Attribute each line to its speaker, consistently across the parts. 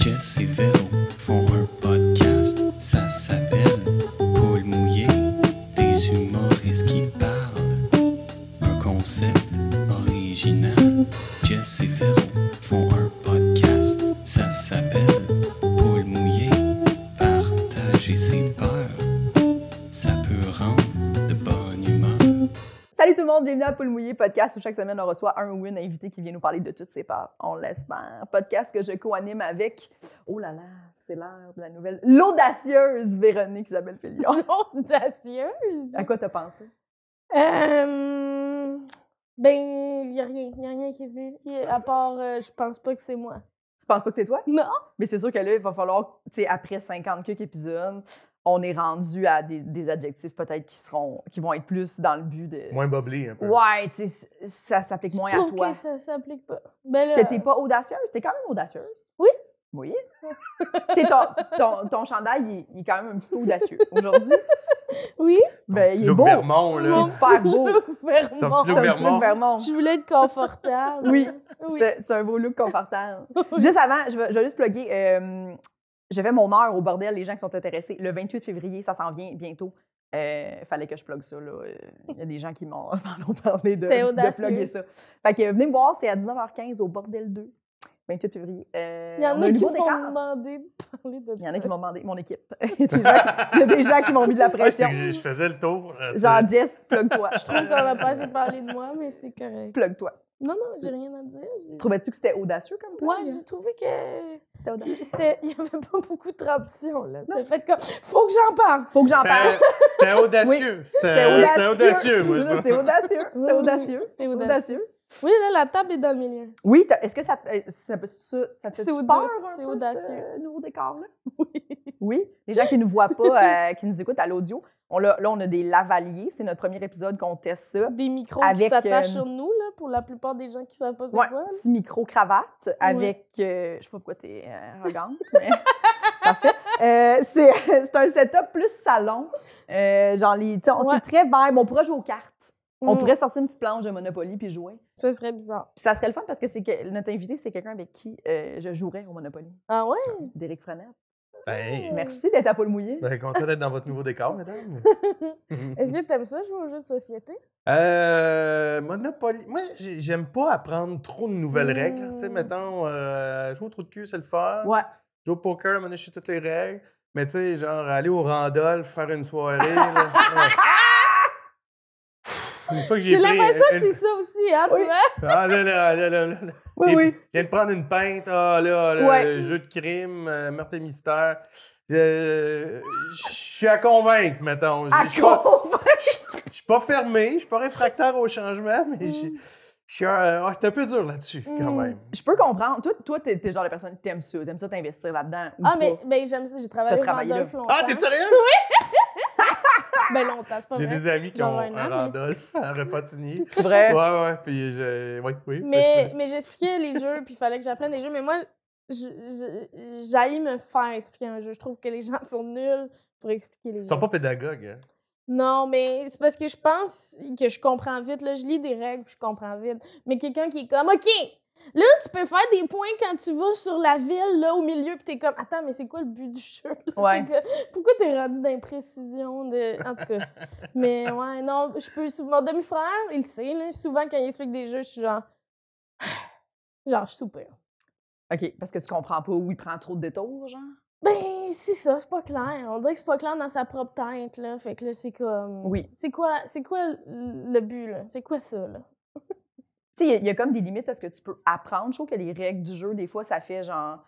Speaker 1: Jess et Véro font un podcast, ça s'appelle Paul mouillé, des humoristes qui parlent. Un concept original, Jess et Véro font un podcast, ça s'appelle Paul mouillé, partager ses peurs, ça peut rendre de bonne humeur.
Speaker 2: Salut tout le monde, bienvenue à Poule Mouillé Podcast où chaque semaine on reçoit un ou une invitée qui vient nous parler de toutes ses parts, on l'espère. Podcast que je co-anime avec, oh là là, c'est l'heure de la nouvelle, l'audacieuse Véronique Isabelle Fillion.
Speaker 3: audacieuse.
Speaker 2: à quoi t'as pensé?
Speaker 3: Euh, ben, il n'y a rien. Il n'y a rien qui est venu. Y a- À part, euh, je pense pas que c'est moi.
Speaker 2: Tu penses pas que c'est toi?
Speaker 3: Non.
Speaker 2: Mais c'est sûr que là, il va falloir, tu sais, après 50 quelques épisodes, on est rendu à des, des adjectifs peut-être qui seront, qui vont être plus dans le but de...
Speaker 4: Moins boblé un peu.
Speaker 2: Ouais, tu sais, ça s'applique moins
Speaker 3: je
Speaker 2: à
Speaker 3: trouve
Speaker 2: toi.
Speaker 3: que ça s'applique pas. Ben là,
Speaker 2: Que t'es pas audacieuse. T'es quand même audacieuse.
Speaker 3: Oui.
Speaker 2: Oui. tu sais, ton, ton, ton chandail, il, est- il est quand même un petit peu audacieux aujourd'hui.
Speaker 3: Oui.
Speaker 2: Ben,
Speaker 4: Petit
Speaker 2: il est
Speaker 4: look
Speaker 2: beau.
Speaker 4: Vermont, là. Ah,
Speaker 3: Mon
Speaker 2: C'est super
Speaker 3: petit
Speaker 2: beau.
Speaker 3: look Vermont.
Speaker 4: Ton petit
Speaker 2: C'est un
Speaker 4: look
Speaker 2: petit look
Speaker 4: Vermont.
Speaker 2: Vermont.
Speaker 3: Je voulais être confortable.
Speaker 2: Oui.
Speaker 3: Oui.
Speaker 2: C'est c'est un beau look confortable. Juste avant, je vais, je vais juste plugger. euh, je fais mon heure au bordel, les gens qui sont intéressés. Le 28 février, ça s'en vient bientôt. Euh, fallait que je plug ça. là. Euh, Il y a des gens qui m'ont m'en ont parlé de,
Speaker 3: C'était
Speaker 2: de
Speaker 3: audacieux.
Speaker 2: plugger ça. Fait que euh, venez me voir, c'est à 19h15 au bordel 2, 28 février. Euh,
Speaker 3: Il y en
Speaker 2: on
Speaker 3: a
Speaker 2: un
Speaker 3: qui
Speaker 2: nouveau
Speaker 3: m'ont
Speaker 2: décor.
Speaker 3: demandé de parler de ça.
Speaker 2: Il y en a qui m'ont demandé, mon équipe. Il y a des gens qui- il y a des gens qui m'ont mis de la
Speaker 4: Ouais, c'est
Speaker 2: pression.
Speaker 4: que je, je faisais le tour. là, tu
Speaker 2: Genre,
Speaker 4: sais.
Speaker 2: Jess, plug-toi.
Speaker 3: Je trouve qu'on a pas assez parlé de moi, mais c'est correct.
Speaker 2: Plug-toi.
Speaker 3: Non, non, j'ai rien à dire. J'ai-
Speaker 2: Trouvais-tu que c'était audacieux comme plug?
Speaker 3: Ouais, j'ai trouvé que.
Speaker 2: C'était audacieux.
Speaker 3: c'était- Il n'y avait pas beaucoup de tradition, là. T'as fait comme. Faut que j'en parle. euh,
Speaker 2: Faut que j'en parle.
Speaker 4: C'était- C'était audacieux.
Speaker 2: C'était
Speaker 4: C'était c'était
Speaker 2: audacieux.
Speaker 4: audacieux, moi.
Speaker 2: Ça,
Speaker 4: je
Speaker 2: C'est audacieux. C'est audacieux.
Speaker 3: C'est
Speaker 2: C'est
Speaker 3: audacieux.
Speaker 2: audacieux.
Speaker 3: Oui, là, la table est dans le milieu.
Speaker 2: Oui, t'as- est-ce que ça, te- euh, ça, peut- ça, ça te fait
Speaker 3: C'est audacieux,
Speaker 2: peur un
Speaker 3: c'est
Speaker 2: peu,
Speaker 3: audacieux.
Speaker 2: ce nouveau décor-là?
Speaker 3: Oui.
Speaker 2: Oui. Les gens qui ne nous voient pas, euh, qui nous écoutent à l'audio, on l'a- là, on a des lavaliers. C'est notre premier épisode qu'on teste ça.
Speaker 3: Des micros
Speaker 2: Avec,
Speaker 3: qui s'attachent
Speaker 2: euh,
Speaker 3: sur nous, là, pour la plupart des gens qui savent pas c'est
Speaker 2: Ouais,
Speaker 3: quoi.
Speaker 2: petit micro-cravate avec, euh, je sais pas pourquoi t'es euh, arrogante, mais parfait. Euh, c'est c'est un setup plus salon. Euh, genre, les, tu sais, on-
Speaker 3: Ouais.
Speaker 2: c'est très vibe. On pourrait jouer aux cartes. On
Speaker 3: Mm.
Speaker 2: pourrait sortir une petite planche de Monopoly puis jouer.
Speaker 3: Ça serait bizarre.
Speaker 2: Puis ça serait le fun parce que, c'est que notre invité, c'est quelqu'un avec qui euh, je jouerais au Monopoly.
Speaker 3: Ah ouais?
Speaker 2: Déric Frenette.
Speaker 3: Mm.
Speaker 4: Ben,
Speaker 2: Merci d'être à Paul Mouillé.
Speaker 4: ben, content d'être dans votre nouveau décor, mesdames.
Speaker 3: Est-ce que t'aimes ça, jouer aux jeux de société?
Speaker 4: Euh, Monopoly. Moi, j'ai- j'aime pas apprendre trop de nouvelles règles. Tu sais,
Speaker 3: Mm.
Speaker 4: mettons, euh, jouer au trou de cul, c'est le fun.
Speaker 2: Hmm. Ouais.
Speaker 4: Jouer au poker, à un moment donné, je sais toutes les règles. Mais tu sais, genre, aller au Randolph, faire une soirée. là, ouais. Une fois que j'ai
Speaker 3: J'ai
Speaker 4: pris,
Speaker 3: l'impression
Speaker 4: euh,
Speaker 3: que c'est ça aussi, hein,
Speaker 2: Oui.
Speaker 3: toi?
Speaker 4: Ah là là, là là là. là.
Speaker 2: Oui,
Speaker 4: Et-
Speaker 2: oui.
Speaker 4: Je viens de prendre une pinte, ah là, là,
Speaker 2: Ouais.
Speaker 4: le jeu de crime, euh, meurtre et mystère. Je je suis à convaincre, mettons.
Speaker 2: À
Speaker 4: Je je suis pas,
Speaker 2: convaincre.
Speaker 4: je suis pas fermé, je suis pas réfractaire au changement, mais je je suis un, ah, j'étais un peu dur là-dessus, quand
Speaker 3: Mm.
Speaker 4: même.
Speaker 2: Je peux comprendre. Toi, toi t'es t'es le genre de personne qui t'aime ça. T'aimes ça t'investir là-dedans. ou
Speaker 3: Ah, mais
Speaker 2: pas.
Speaker 3: ben, j'aime ça. J'ai travaillé
Speaker 2: T'as
Speaker 3: au
Speaker 2: travaillé
Speaker 3: Randolph longtemps.
Speaker 4: Ah, t'es sérieux?
Speaker 3: Ben, longtemps, c'est pas
Speaker 4: J'ai
Speaker 3: vrai.
Speaker 4: des amis qui
Speaker 3: Genre
Speaker 4: ont
Speaker 3: un an,
Speaker 4: un
Speaker 3: mais-
Speaker 4: Randolph à Repatigny.
Speaker 2: C'est vrai.
Speaker 4: Ouais, ouais, puis je... Oui, oui.
Speaker 3: Mais, mais j'expliquais les jeux, puis il fallait que j'apprenne des jeux. Mais moi, j'aille me faire expliquer un jeu. Je trouve que les gens sont nuls pour expliquer les
Speaker 4: Ils
Speaker 3: jeux.
Speaker 4: sont pas pédagogues. hein.
Speaker 3: Non, mais c'est parce que je pense que je comprends vite. Là, je lis des règles, puis je comprends vite. Mais quelqu'un qui est comme, OK, là, tu peux faire des points quand tu vas sur la ville, là, au milieu, puis t'es comme, attends, mais c'est quoi le but du jeu?
Speaker 2: Ouais.
Speaker 3: Pourquoi t'es rendu d'imprécision? De... En tout cas. mais ouais, non, je peux. Mon demi-frère, il le sait, là, souvent, quand il explique des jeux, je suis genre. genre, je soupire.
Speaker 2: OK. Parce que tu comprends pas où il prend trop de détours, genre.
Speaker 3: Ben, c'est ça, c'est pas clair. On dirait que c'est pas clair dans sa propre tête, là. Fait que là, c'est comme.
Speaker 2: Oui.
Speaker 3: C'est quoi, c'est quoi l- le but, là? C'est quoi ça, là?
Speaker 2: Tu sais, il y a- il y, a comme des limites à ce que tu peux apprendre. Je trouve que les règles du jeu, des fois, ça fait genre.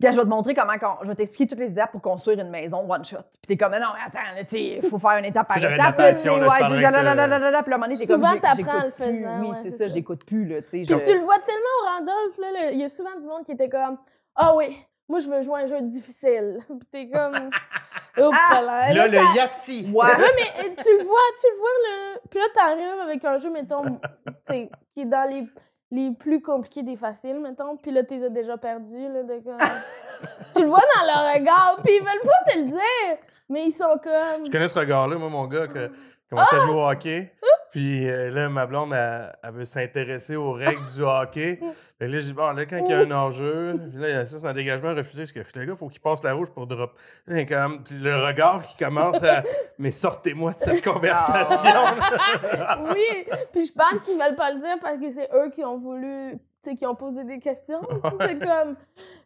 Speaker 2: Bien, je vais te montrer comment. qu'on- Je vais t'expliquer toutes les étapes pour construire une maison one shot. Puis t'es comme, Mais non, mais attends, là, tu sais, il faut faire une étape par
Speaker 4: Ça, j'aurais
Speaker 2: étape.
Speaker 4: de la
Speaker 2: là, tu sais,
Speaker 4: passion, là, je
Speaker 2: ouais, tu sais,
Speaker 4: parlerais
Speaker 2: da,
Speaker 4: que
Speaker 2: da,
Speaker 4: ça-
Speaker 2: da, da, da, da. Puis à un moment donné, t'es comme,
Speaker 3: Souvent,
Speaker 2: j'ai-
Speaker 3: t'apprends
Speaker 2: j'écoute
Speaker 3: en le
Speaker 2: plus.
Speaker 3: faisant,
Speaker 2: Oui,
Speaker 3: ouais,
Speaker 2: c'est
Speaker 3: c'est
Speaker 2: ça,
Speaker 3: ça.
Speaker 2: j'écoute plus, là, tu sais.
Speaker 3: Puis
Speaker 2: je-
Speaker 3: tu le vois tellement au Randolph, là, là, il y a souvent du monde qui était comme Ah oui, moi je veux jouer à un jeu difficile. Puis t'es comme Oh
Speaker 2: Ah!
Speaker 3: là,
Speaker 4: Là,
Speaker 3: t'as-
Speaker 4: le Yahtzee.
Speaker 2: Ouais.
Speaker 3: Ouais, mais euh, tu le vois, tu le vois, là. Puis là, t'arrives avec un jeu, mettons, tu sais, qui est dans les, les plus compliqués des faciles, mettons. Puis là, t'es déjà perdu, là, de comme. tu le vois dans leur regard, puis ils veulent pas te le dire. Mais ils sont comme.
Speaker 4: Je connais ce regard-là, moi, mon gars, que commençait à jouer au hockey. Puis Puis euh, là, ma blonde, elle, elle veut s'intéresser aux règles du hockey. Et là, je dis, bon, là, quand il y a un enjeu, puis là, il y a ça, c'est un dégagement refusé, parce que le gars, il faut qu'il passe la rouge pour drop. Là, il y a comme- puis le regard qui commence à. Mais sortez-moi de cette conversation!
Speaker 3: Oui, puis je pense qu'ils veulent pas le dire parce que c'est eux qui ont voulu, tu sais, qui ont posé des questions. C'est comme,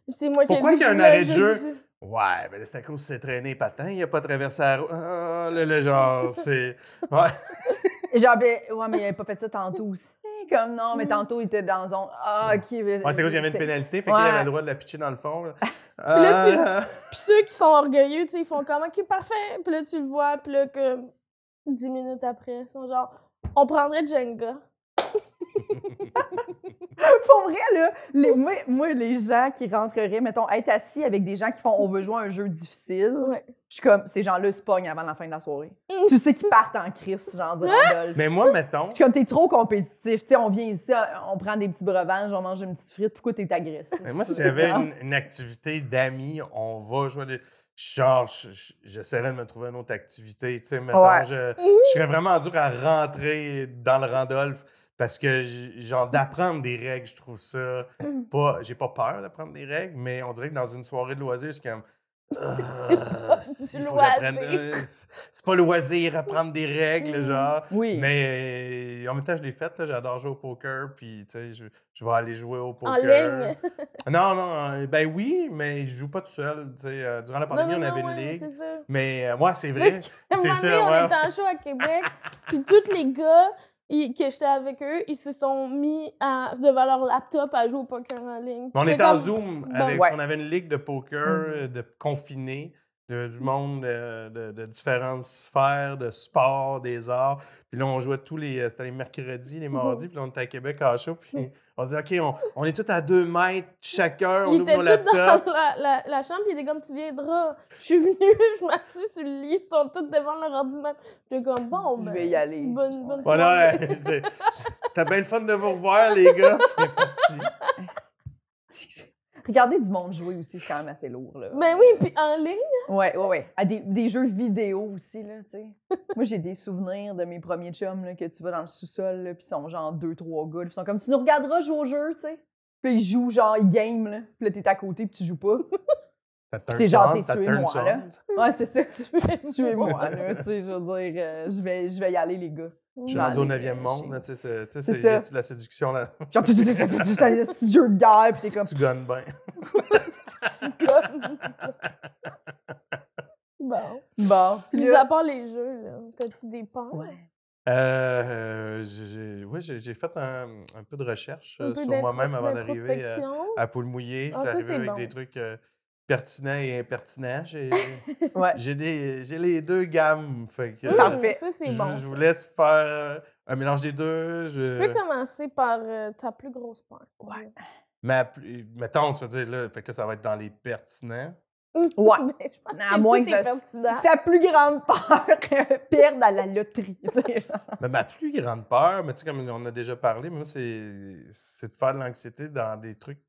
Speaker 3: c'est moi qui ai dit
Speaker 4: Pourquoi
Speaker 3: que
Speaker 4: qu'il y a
Speaker 3: je
Speaker 4: un arrêt de
Speaker 3: voulais
Speaker 4: jeu?
Speaker 3: juste-
Speaker 4: Ouais, ben là, c'est à cause qu'il s'est traîné patin, il a pas traversé la route. Ah, là, là, genre, c'est. Ouais.
Speaker 2: Et Genre, ben, ouais, mais il avait pas fait ça tantôt aussi. Comme non, mais
Speaker 3: Mm.
Speaker 2: tantôt, il était dans zone. Ah, ok.
Speaker 4: Ouais, c'est cause qu'il y avait une pénalité, fait qu'il
Speaker 2: Ouais.
Speaker 4: avait le droit de la pitcher dans le fond. là.
Speaker 3: là, tu-
Speaker 4: Ah.
Speaker 3: Puis ceux qui sont orgueilleux, tu sais, ils font comme, OK, parfait. Puis là, tu le vois, puis là, comme, dix minutes après, ils sont genre, on prendrait Jenga.
Speaker 2: Pour vrai, là, les- moi, moi, les gens qui rentreraient, mettons, être assis avec des gens qui font on veut jouer à un jeu difficile,
Speaker 3: Ouais.
Speaker 2: je suis comme, ces gens-là se pognent avant la fin de la soirée. tu sais qu'ils partent en crise, genre, du Randolph.
Speaker 4: Mais moi, mettons.
Speaker 2: Je suis comme, t'es trop compétitif. Tu sais, on vient ici, on prend des petits brevanges, on mange une petite frite. Pourquoi t'es agressif? Ah,
Speaker 4: Mais moi, si j'avais une, une activité d'amis, on va jouer. des- Genre, je- je- j'essaierais de me trouver une autre activité. Tu sais, mettons,
Speaker 2: Ouais.
Speaker 4: je, je serais vraiment dur à rentrer dans le Randolph parce que, j- genre, d'apprendre des règles, je trouve ça pas. J'ai pas peur d'apprendre des règles, mais on dirait que dans une soirée de loisirs, je suis comme. Ah,
Speaker 3: C'est
Speaker 4: si,
Speaker 3: pas
Speaker 4: faut
Speaker 3: du
Speaker 4: que j'apprenne-
Speaker 3: loisir. Mmh.
Speaker 4: euh, c'est- C'est pas loisir, apprendre des règles, genre.
Speaker 2: Oui.
Speaker 4: Mais euh, en même temps, je l'ai faite, là, j'adore jouer au poker, puis tu sais, je, je vais aller jouer au poker.
Speaker 3: En ligne.
Speaker 4: Non, non, euh, ben oui, mais je joue pas tout seul. tu sais, euh, durant la pandémie, on avait une
Speaker 3: ouais,
Speaker 4: ligue.
Speaker 3: c'est ça.
Speaker 4: Mais euh, ouais, c'est vrai.
Speaker 3: Parce qu'à un
Speaker 4: C'est
Speaker 3: moment
Speaker 4: ça,
Speaker 3: donné, on
Speaker 4: ouais.
Speaker 3: était en show à Québec, puis tous les gars ils- que j'étais avec eux, ils se sont mis à, devant leur laptop à jouer au poker en ligne.
Speaker 4: Mais on
Speaker 3: Puis
Speaker 4: était en
Speaker 3: comme-
Speaker 4: Zoom.
Speaker 3: Bon, Mmh.
Speaker 4: Avec,
Speaker 2: ouais.
Speaker 4: On avait une ligue de poker, euh, de confinés, de- du monde euh, de, de différentes sphères, de sport, des arts. Puis là, on jouait tous les. euh, C'était les mercredis,
Speaker 3: Mmh.
Speaker 4: les mardis, puis là, on était à Québec à chaud. Puis on disait, OK, on, on est tous à deux mètres chacun, on
Speaker 3: Ils
Speaker 4: ouvre
Speaker 3: étaient
Speaker 4: nos
Speaker 3: tous
Speaker 4: laptops.
Speaker 3: dans la, la, la chambre, puis ils étaient comme, tu viendras. Je suis venue, je m'assois sur le lit, ils sont tous devant leur ordinateur. J'étais comme, bon,
Speaker 2: Je
Speaker 3: ben,
Speaker 2: vais y aller.
Speaker 3: Bonne, bonne soirée.
Speaker 4: Voilà, c'est- c'était bien le fun de vous revoir, les gars. C'est parti.
Speaker 2: Regarder du monde jouer aussi, c'est quand même assez lourd. Là.
Speaker 3: Ben oui, puis en ligne,
Speaker 2: Ouais, ouais, ouais. À des, des jeux vidéo aussi, là, tu sais. Moi, j'ai des souvenirs de mes premiers chums, là, que tu vas dans le sous-sol, là, puis ils sont genre deux, trois gars, là, puis ils sont comme, tu nous regarderas jouer au jeu, tu sais. Puis là, ils jouent, genre, ils game, là. Puis là, t'es à côté, puis tu joues pas.
Speaker 4: Ça turn
Speaker 2: T'es
Speaker 4: you on,
Speaker 2: gentil,
Speaker 4: ça
Speaker 2: tu es
Speaker 4: turn
Speaker 2: moi,
Speaker 4: you on.
Speaker 2: là. Ouais, c'est ça.
Speaker 3: tu es
Speaker 2: Tuez-moi, là, tu sais, je veux dire, euh, je, vais, je vais y aller, les gars.
Speaker 4: Je suis
Speaker 2: Dans
Speaker 4: rendu au
Speaker 2: les-
Speaker 4: 9e monde,
Speaker 2: chez-
Speaker 4: là, tu sais, c'est- tu sais,
Speaker 2: C'est
Speaker 4: c'est- y a
Speaker 2: ça.
Speaker 4: de la séduction là.
Speaker 2: Genre, tu juste un petit jeu de guerre, puis t'es comme,
Speaker 4: Tu gagnes bien.
Speaker 3: Comme- bon.
Speaker 2: bon. Puis
Speaker 3: Mis
Speaker 2: là-
Speaker 3: à part les jeux, là, t'as-tu des peurs?
Speaker 2: Ouais.
Speaker 4: Euh, j'ai- j'ai- oui, j'ai j'ai fait un, un peu de recherche
Speaker 3: Un
Speaker 4: euh,
Speaker 3: peu
Speaker 4: sur
Speaker 3: d'intro-
Speaker 4: moi-même avant d'arriver euh, à,
Speaker 3: d'introspection?
Speaker 4: à Poule Mouillée. Je
Speaker 3: Ah,
Speaker 4: suis
Speaker 3: ça,
Speaker 4: arrivé
Speaker 3: c'est
Speaker 4: avec
Speaker 3: bon.
Speaker 4: des trucs euh, pertinents et impertinents. J'ai
Speaker 2: Ouais.
Speaker 4: j'ai des- j'ai les deux gammes. Fait que,
Speaker 3: Hum,
Speaker 2: Parfait.
Speaker 3: Ça,
Speaker 4: Je,
Speaker 3: c'est bon.
Speaker 4: je vous
Speaker 3: ça.
Speaker 4: laisse faire euh, un mélange des deux. Je,
Speaker 3: Tu peux commencer par euh, ta plus grosse peur.
Speaker 2: Ouais.
Speaker 4: ma, plus- mettons, tu veux dire, là, fait que là, ça va être dans les pertinents.
Speaker 2: Ouais.
Speaker 3: Ben, je pense
Speaker 2: À moins
Speaker 3: tout
Speaker 2: que
Speaker 3: est
Speaker 2: ça s-
Speaker 3: pertinent.
Speaker 2: Ta plus grande peur, perdre à la loterie, tu sais. genre.
Speaker 4: Mais ma plus grande peur, mais tu sais, comme on a déjà parlé, moi, c'est c'est de faire de l'anxiété dans des trucs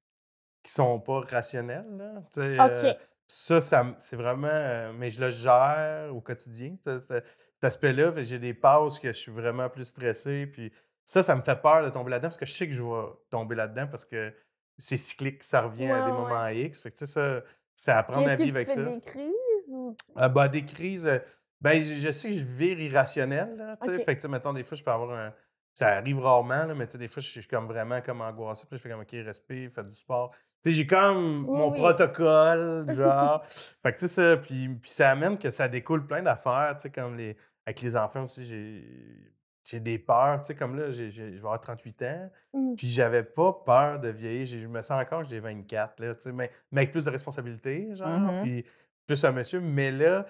Speaker 4: qui sont pas rationnels. Là. Tu sais,
Speaker 3: Ok.
Speaker 4: euh, ça, ça m- c'est vraiment. euh, mais je le gère au quotidien, ce- ce- cet aspect-là. Fait que J'ai des pauses que je suis vraiment plus stressé. Puis ça, ça me fait peur de tomber là-dedans parce que je sais que je vais tomber là-dedans parce que c'est cyclique, ça revient à des
Speaker 3: Ouais, ouais.
Speaker 4: moments X. Fait que tu sais, ça, c'est apprendre
Speaker 3: Est-ce
Speaker 4: à
Speaker 3: que tu
Speaker 4: vivre
Speaker 3: fais
Speaker 4: avec ça.
Speaker 3: des crises ou
Speaker 4: Ah, ben, des crises. euh, Ben, je, je sais que je vire irrationnel. Là, tu sais.
Speaker 3: Ok.
Speaker 4: Fait que, tu sais, mettons, des fois, je peux avoir un. Ça arrive rarement, là, mais tu sais, des fois, je suis comme vraiment comme angoissé. Puis je fais comme, OK, respire, fais du sport. Tu sais, j'ai comme
Speaker 3: Oui,
Speaker 4: mon
Speaker 3: oui.
Speaker 4: protocole, genre. fait que, tu sais, ça. Puis, puis ça amène que ça découle plein d'affaires, tu sais, comme les. Avec les enfants aussi, j'ai. J'ai des peurs, tu sais, comme là, j'ai- j'ai- je vais avoir 38 ans,
Speaker 3: Mm.
Speaker 4: puis j'avais pas peur de vieillir. J'ai- Je me sens encore que j'ai 24, là, tu sais, mais, mais avec plus de
Speaker 3: Mmh
Speaker 4: responsabilités, genre,
Speaker 2: Mhm.
Speaker 4: puis plus un monsieur. Mais là,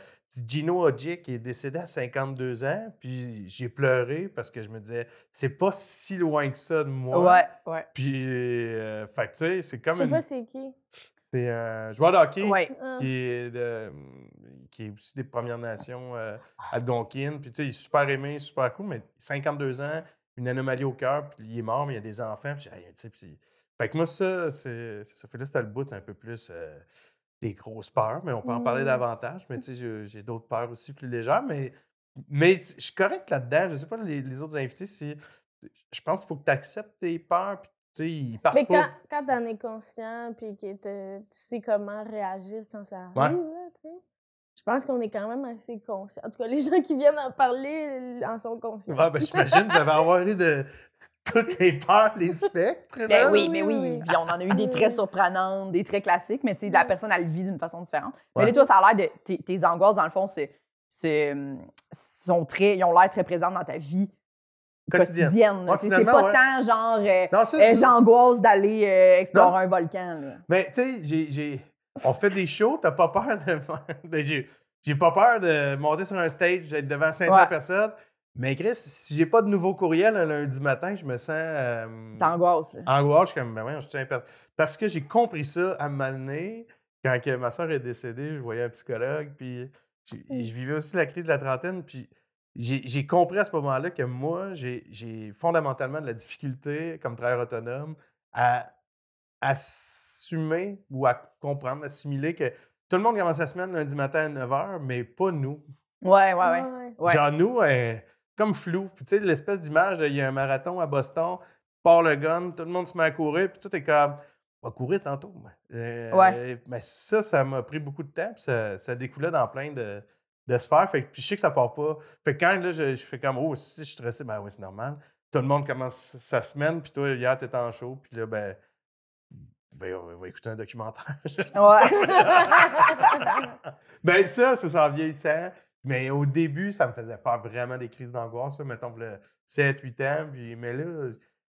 Speaker 4: Gino Hodgick est décédé à 52 ans, puis j'ai pleuré parce que je me disais, c'est pas si loin que ça de moi.
Speaker 2: Ouais, ouais.
Speaker 4: Puis, euh, fait que, tu sais, c'est
Speaker 3: je
Speaker 4: comme
Speaker 3: sais
Speaker 4: une,
Speaker 3: pas c'est qui.
Speaker 4: c'est un joueur de hockey
Speaker 2: Ouais.
Speaker 3: Hein.
Speaker 4: qui est, de- mmh, qui est aussi des Premières Nations euh,
Speaker 3: Ah.
Speaker 4: algonquines. Puis, tu sais, il est super aimé, super cool, mais 52 ans, une anomalie au cœur, puis il est mort, mais il y a des enfants. Puis, j'ai- hey, tu sais, puis c'est- fait que moi, ça, c'est c'est ça. Fait que là, c'était le bout un peu plus euh, des grosses peurs, mais on peut en parler
Speaker 3: Mm.
Speaker 4: davantage. Mais, tu sais, j'ai- j'ai d'autres peurs aussi plus légères, mais Mais je suis correct là-dedans. Je sais pas les, les autres invités, si je pense qu'il faut que tu acceptes tes peurs, puis tu sais, ils partent
Speaker 3: Mais quand,
Speaker 4: Ah, pas.
Speaker 3: quand t'en es conscient, puis que te- tu sais comment réagir quand ça
Speaker 4: Ouais.
Speaker 3: arrive, là, tu sais, je pense qu'on est quand même assez conscient. En tout cas, les gens qui viennent en parler euh, en sont conscients.
Speaker 4: Ouais, ben, j'imagine que tu avoir eu de toutes les peurs, les spectres. là.
Speaker 2: Ben oui, mais
Speaker 3: oui,
Speaker 2: oui. Mm.
Speaker 3: oui.
Speaker 2: Puis on en a eu des très surprenantes, des très classiques, mais tu sais, la personne, elle le vit d'une façon différente.
Speaker 4: Ouais.
Speaker 2: Mais là, toi, ça a l'air de. Tes, tes angoisses, dans le fond, c'est, c'est, euh, sont très, ils ont l'air très présentes dans ta vie
Speaker 4: Quotidienne.
Speaker 2: quotidienne. là.
Speaker 4: Ouais,
Speaker 2: Tu sais, c'est
Speaker 4: finalement,
Speaker 2: pas
Speaker 4: ouais.
Speaker 2: tant genre euh,
Speaker 4: Non, ça,
Speaker 2: euh,
Speaker 4: ça-
Speaker 2: j'angoisse d'aller euh, explorer un volcan. là.
Speaker 4: Mais tu sais, j'ai- j'ai- on fait des shows, t'as pas peur de. de- j'ai- j'ai pas peur de monter sur un stage, d'être devant 500
Speaker 2: Ouais.
Speaker 4: personnes. Mais Chris, si j'ai pas de nouveau courriel un lundi matin, je me sens. euh,
Speaker 2: T'angoisses. là.
Speaker 4: angoisse, je suis comme, ben voyons, je suis imper- Parce que j'ai compris ça à un moment donné, quand que ma soeur est décédée, je voyais un psychologue, puis j'ai-
Speaker 3: Mm.
Speaker 4: je vivais aussi la crise de la trentaine, puis j'ai j'ai compris à ce moment-là que moi, j'ai- j'ai fondamentalement de la difficulté, comme travailleur autonome, à assumer ou à comprendre, assimiler que tout le monde commence la semaine lundi matin à 9h, mais pas nous.
Speaker 2: Ouais, ouais, ouais. Ouais.
Speaker 4: Genre, nous, euh, comme flou. Puis, tu sais, l'espèce d'image, de, il y a un marathon à Boston, part le gun, tout le monde se met à courir, puis tout est comme, on va courir tantôt. moi. Euh,
Speaker 2: Ouais.
Speaker 4: Mais ça, ça m'a pris beaucoup de temps, puis ça, ça découlait dans plein de, de sphères. Fait que, puis, je sais que ça part pas. Fait que quand là, je, je fais comme, oh, si je suis stressé, ben oui, c'est normal. Tout le monde commence sa semaine, puis toi, hier, t'étais en show, puis là, ben. ben, on va écouter un documentaire. Je sais
Speaker 2: Ouais.
Speaker 4: ben ça, ça s'en vieillissant. Mais au début, ça me faisait faire vraiment des crises d'angoisse, ça, mettons, le 7, 8 ans. Puis, mais là,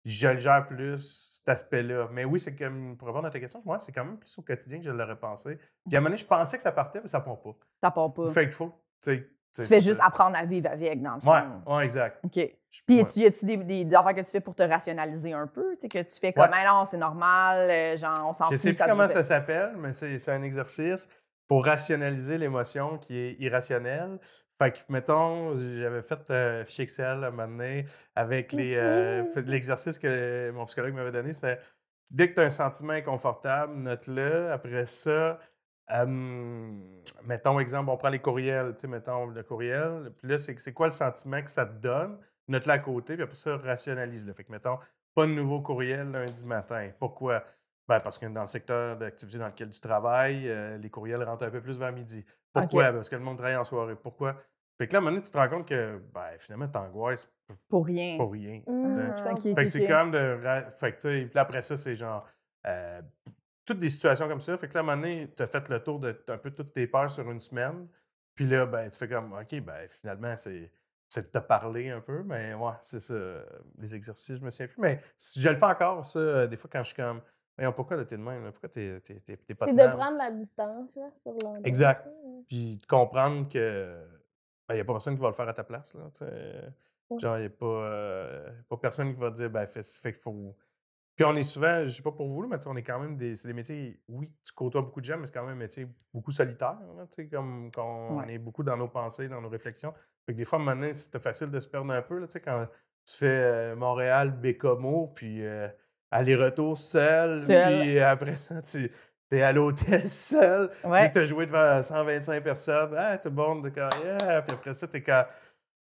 Speaker 4: je le gère plus, cet aspect-là. Mais oui, c'est comme, pour répondre à ta question, moi, c'est quand même plus au quotidien que je l'aurais pensé. Puis à un moment donné, je pensais que ça partait, mais ça part pas.
Speaker 2: Ça part pas.
Speaker 4: Fait qu'il faut, tu sais.
Speaker 2: tu fais juste apprendre à vivre avec, dans le fond.
Speaker 4: Ouais, ouais, exact.
Speaker 2: OK.
Speaker 4: Je-
Speaker 2: Puis,
Speaker 4: ouais.
Speaker 2: y tu y a-tu des, des, des affaires que tu fais pour te rationaliser un peu? Tu sais, que tu fais comme,
Speaker 4: Ouais.
Speaker 2: ah non, c'est normal, euh, genre, on s'en
Speaker 4: Je
Speaker 2: fout.
Speaker 4: sais plus
Speaker 2: ça
Speaker 4: comment
Speaker 2: nous fait-
Speaker 4: ça s'appelle, mais c'est c'est un exercice pour rationaliser l'émotion qui est irrationnelle. Fait que, mettons, j'avais fait un fichier Excel à un moment donné avec les, euh,
Speaker 2: Mhm.
Speaker 4: fait- l'exercice que mon psychologue m'avait donné. C'était dès que tu as un sentiment inconfortable, note-le. Après ça, euh, mettons, exemple, on prend les courriels, tu sais, mettons le courriel. Puis là, c'est c'est quoi le sentiment que ça te donne? Note-le à côté, puis après ça, rationalise-le. Fait que, mettons, pas de nouveau courriel lundi matin. Pourquoi? Ben, parce que dans le secteur d'activité dans lequel tu travailles, euh, les courriels rentrent un peu plus vers midi. Pourquoi? Ben, Parce que le monde travaille en soirée. Pourquoi? Fait que là, à un moment donné, tu te rends compte que ben, finalement, t'angoisses
Speaker 2: Pour rien.
Speaker 4: pour rien.
Speaker 3: Hum,
Speaker 4: Fait
Speaker 3: je comprends.
Speaker 2: Ok,
Speaker 4: Fait
Speaker 2: ok,
Speaker 4: que c'est
Speaker 2: ok.
Speaker 4: comme de. ra- Fait que, tu sais, puis après ça, c'est genre. euh, toutes des situations comme ça. Fait que là, à un moment donné, tu as fait le tour de un peu toutes tes peurs sur une semaine. Puis là, ben, tu fais comme, OK, ben, finalement, c'est. C'est de te parler un peu, mais ouais, c'est ça. Les exercices, je me souviens plus. Mais si je le fais encore, ça, euh, des fois, quand je suis comme, Voyons, pourquoi là, t'es de même? là? Pourquoi t'es, t'es, t'es- t'es pas
Speaker 3: C'est
Speaker 4: de
Speaker 3: de
Speaker 4: même?
Speaker 3: prendre la distance là, sur l'endroit. hein.
Speaker 4: Exact.
Speaker 3: ça, ouais.
Speaker 4: Puis de comprendre que ben, il n'y a pas personne qui va le faire à ta place. Là, tu sais.
Speaker 3: Ouais.
Speaker 4: Genre, il n'y a pas, euh, pas personne qui va dire ben fait, fait qu'il faut. Puis on est souvent, je sais pas pour vous, là, mais tu sais, on est quand même des. C'est des métiers, oui, tu côtoies beaucoup de gens, mais c'est quand même un métier beaucoup solitaire. là, tu sais, comme quand on
Speaker 2: Ouais.
Speaker 4: est beaucoup dans nos pensées, dans nos réflexions. Fait que des fois, à un moment donné, c'était facile de se perdre un peu. Là, tu sais, quand tu fais euh, Montréal, Bécomo, puis euh, aller-retour seul,
Speaker 2: Seul.
Speaker 4: puis après ça, tu es à l'hôtel seul. Puis
Speaker 2: Ouais.
Speaker 4: t'as joué devant 125 personnes. Ah, tout le monde de carrière. Puis après ça, t'es quand.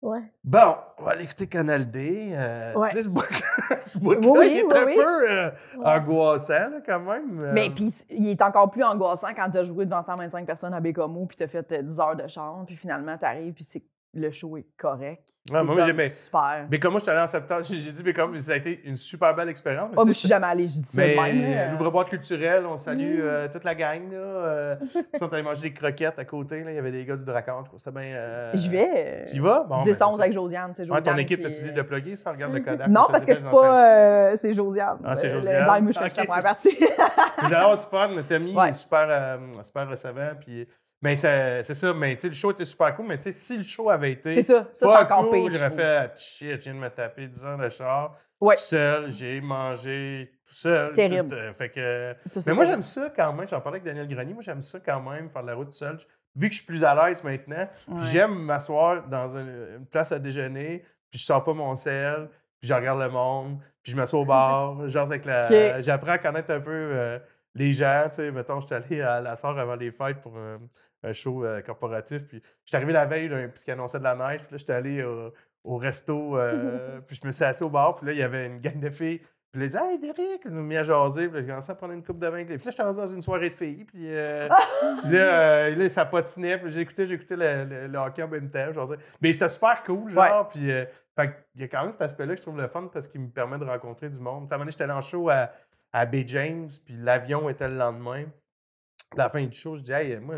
Speaker 3: Ouais.
Speaker 4: Bon, on va aller écouter Canal D. Euh,
Speaker 2: Ouais.
Speaker 4: Tu sais, ce bout-là, ce bout-là,
Speaker 2: Oui,
Speaker 4: il est
Speaker 2: oui,
Speaker 4: un
Speaker 2: oui.
Speaker 4: peu euh,
Speaker 3: Ouais.
Speaker 4: angoissant, là, quand même. Euh,
Speaker 2: Mais puis, il est encore plus angoissant quand t'as joué devant 125 personnes à Bécamo, puis t'as fait euh, 10 heures de chambre, puis finalement, t'arrives, puis c'est le show est correct.
Speaker 4: Ouais,
Speaker 2: C'est
Speaker 4: moi,
Speaker 2: comme
Speaker 4: j'aimais.
Speaker 2: Super.
Speaker 4: Mais comme moi, je suis allé en septembre, j'ai j'ai dit, mais comme ça a été une super belle expérience. mais
Speaker 2: Oh,
Speaker 4: tu
Speaker 2: mais je
Speaker 4: sais,
Speaker 2: suis jamais allée, je dis ça de
Speaker 4: Mais euh,
Speaker 2: même. là.
Speaker 4: l'ouvre-boîte culturelle, on salue
Speaker 3: Mm.
Speaker 4: euh, toute la gang. Là, euh, ils sont allés manger des croquettes à côté. Là, il y avait des gars du Dracar. Je trouve ça bien. euh,
Speaker 2: J'y vais.
Speaker 4: Tu y vas? Bon, ben, c'est
Speaker 2: 10-11
Speaker 4: ça.
Speaker 2: avec Josiane. c'est
Speaker 4: Ouais, ton
Speaker 2: Josiane
Speaker 4: équipe,
Speaker 2: qui-
Speaker 4: t'as-tu dit de plugger ça? Regarde le Kodak.
Speaker 2: Non,
Speaker 4: ça
Speaker 2: parce que
Speaker 4: disait
Speaker 2: c'est
Speaker 4: dans le salon.
Speaker 2: pas. euh, c'est Josiane.
Speaker 4: Ah, c'est
Speaker 2: Euh, le-
Speaker 4: Josiane.
Speaker 2: Dans le mouche,
Speaker 4: Ok,
Speaker 2: je suis la
Speaker 4: c'est-
Speaker 2: première partie.
Speaker 4: Vous allez avoir du fun. Tommy
Speaker 2: Ouais.
Speaker 4: est super, euh, super recevant. Puis, mais ça- c'est ça. Mais tu sais, le show était super cool. Mais tu sais, si le show avait été.
Speaker 2: C'est ça. Ça, c'est
Speaker 4: pas
Speaker 2: encore pire.
Speaker 4: cool,
Speaker 2: je
Speaker 4: J'aurais
Speaker 2: trouve.
Speaker 4: fait Ah, shit, je viens de me taper 10 ans de char.
Speaker 2: Ouais.
Speaker 4: Tout seul, j'ai mangé tout seul.
Speaker 2: Terrible.
Speaker 4: tout, euh, fait que.
Speaker 2: Ça, c'est
Speaker 4: Mais moi,
Speaker 2: vrai.
Speaker 4: j'aime ça quand même. J'en parlais avec Daniel Grenier. Moi, j'aime ça quand même, faire de la route tout seul. Je- Vu que je suis plus à l'aise maintenant, puis
Speaker 2: Ouais.
Speaker 4: j'aime m'asseoir dans un- une place à déjeuner, puis je sors pas mon sel, puis je regarde le monde, puis je m'assois au bar, genre avec la.
Speaker 2: Ok.
Speaker 4: J'apprends à connaître un peu euh, légère. Tu sais, mettons, j'étais allé à la soeur avant les fêtes pour un, un show euh, corporatif. Puis j'étais arrivé la veille, là, puisqu'il annonçait de la neige. Puis là, j'étais allé au, au resto. euh, puis je me suis assis au bar. Puis là, il y avait une gang de filles. Puis là, ils disaient Hey, Derek, ils nous mis à jaser. Puis là, j'ai commencé à prendre une coupe de vin. avec les- Puis là, j'étais rendu dans une soirée de filles. Puis, euh, puis là, euh, là, ça patinait. Puis j'écoutais, j'écoutais le, le- le hockey en même temps. genre, tu sais. Mais c'était super cool, genre.
Speaker 2: Ouais.
Speaker 4: Puis euh, fait que il y a quand même cet aspect-là que je trouve le fun parce qu'il me permet de rencontrer du monde. Tu sais, À un moment donné, j'étais en show à, à Bay James, puis l'avion était le lendemain. À la fin du show, je dis, hey, moi,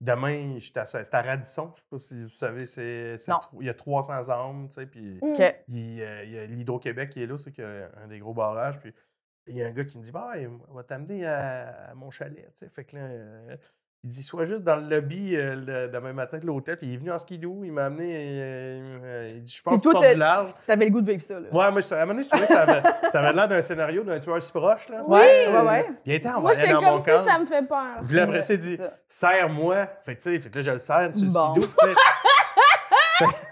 Speaker 4: demain, je suis à, c'est à Radisson. Je sais pas si vous savez, c'est, c'est
Speaker 2: Non.
Speaker 4: tro- il y a 300 âmes, tu sais, puis
Speaker 3: Mm.
Speaker 2: OK.
Speaker 4: il, euh, il y a l'Hydro-Québec qui est là, c'est qu'il y a un des gros barrages. Puis il y a un gars qui me dit Bah, on va t'amener à, à mon chalet. tu sais. Fait que là, euh, il dit Sois juste dans le lobby euh, le- demain matin de l'hôtel. Puis il est venu en skidoo, il m'a amené. euh, il m'a- il dit Je pense que
Speaker 2: toi,
Speaker 4: tu portes
Speaker 2: t'es-
Speaker 4: du large.
Speaker 2: T'avais le goût de vivre ça, là.
Speaker 4: Ouais, moi, je- à un moment donné, je trouvais que ça avait, ça avait l'air d'un scénario d'un tueur si proche. Là.
Speaker 3: Oui! Ouais,
Speaker 2: ouais, ouais.
Speaker 4: Il était en
Speaker 3: Moi,
Speaker 4: voyage
Speaker 3: j'étais
Speaker 4: dans mon
Speaker 3: comme ça,
Speaker 4: camp.
Speaker 3: ça me fait peur.
Speaker 4: Puis là, après ça, il dit
Speaker 2: C'est ça.
Speaker 4: Serre-moi. Fait que, tu sais, fait que là, je le serre sur le
Speaker 2: Bon.
Speaker 4: skidoo. tu sais.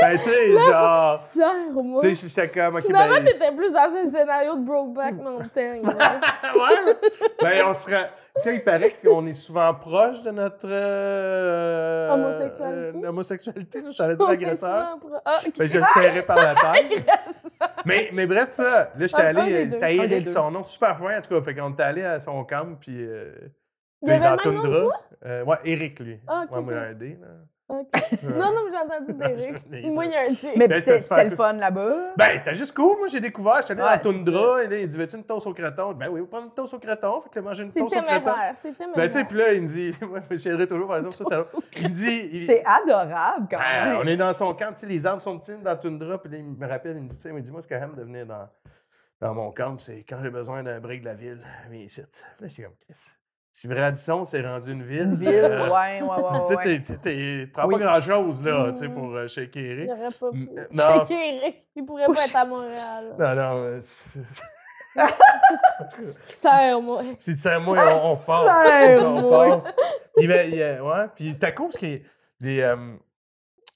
Speaker 4: Ben, tu sais, genre.
Speaker 3: Serre-moi.
Speaker 4: Tu sais, j'étais comme. ok,
Speaker 3: Finalement,
Speaker 4: ben,
Speaker 3: t'étais plus dans un scénario de Brokeback Mountain. là.
Speaker 4: ouais. Ben, on sera. Tu sais, il paraît qu'on est souvent proche de notre. euh,
Speaker 3: Homosexualité?
Speaker 4: euh, homosexualité, là. J'allais dire agresseur.
Speaker 3: On est souvent pro- Ah, ok.
Speaker 4: Ben, je le serrais par la taille. mais, mais bref, ça. Là, j'étais
Speaker 3: Un- un
Speaker 4: allé.
Speaker 3: des
Speaker 4: euh,
Speaker 3: deux.
Speaker 4: C'était
Speaker 2: Un des
Speaker 4: Eric,
Speaker 2: deux.
Speaker 4: son nom, super fin, en tout cas. Fait qu'on était allé à son camp, puis. euh,
Speaker 3: Il y avait même nom
Speaker 4: dans
Speaker 3: que
Speaker 4: Toundra. Euh, ouais, Eric, lui.
Speaker 3: Ah, ok,
Speaker 4: Ouais, moi,
Speaker 3: ok.
Speaker 4: un D, là.
Speaker 3: Ok. Non, non, mais j'ai entendu Derek.
Speaker 4: Mais-
Speaker 3: Moi, il y a un T.
Speaker 2: Mais
Speaker 4: Ben,
Speaker 2: puis
Speaker 4: c'était
Speaker 2: c'était
Speaker 4: super
Speaker 2: c'était le
Speaker 4: cool.
Speaker 2: fun là-bas.
Speaker 4: Ben, c'était juste cool. Moi, j'ai découvert, j'étais allé
Speaker 2: Ouais,
Speaker 4: dans Toundra, et là, il dit Veux-tu une toast au croton Ben oui, on prend une toast au croton. Fait que là, manger une
Speaker 3: C'est
Speaker 4: toast au croton.
Speaker 3: téméraire. C'est téméraire.
Speaker 4: Ben, tu sais, puis là, il me dit, moi, je me souviendrai toujours, par exemple, ça, ça, il me dit, il-
Speaker 2: C'est adorable quand
Speaker 4: Ah,
Speaker 2: même.
Speaker 4: on est dans son camp, tu sais, les arbres sont petits dans la toundra, puis là, il me rappelle, il me dit, tu sais, il me dit, moi, ce que j'aime de venir dans, dans mon camp, c'est quand j'ai besoin d'un break de la ville, je viens ici. Là, j'étais comme, Chris, si Radisson s'est rendu une ville,
Speaker 2: Une ville,
Speaker 4: euh,
Speaker 2: ouais, ouais, ouais.
Speaker 4: tu
Speaker 2: ouais.
Speaker 4: sais, t'es- t'es- t'es- prends
Speaker 2: Oui.
Speaker 4: pas grand-chose, là,
Speaker 3: Mm.
Speaker 4: tu sais, pour euh, shaker
Speaker 3: Il
Speaker 4: Eric.
Speaker 3: n'aurait pas pu.
Speaker 4: Mm, non.
Speaker 3: Shaker Eric. Il pourrait pas être à Montréal.
Speaker 4: Non, non, euh, c'est-
Speaker 3: Serre-moi.
Speaker 4: si tu sais,
Speaker 3: Ah,
Speaker 4: moi, on, on part.
Speaker 2: Serre-moi.
Speaker 4: On part. Il va- il, euh, ouais, puis c'était cool parce que les... euh,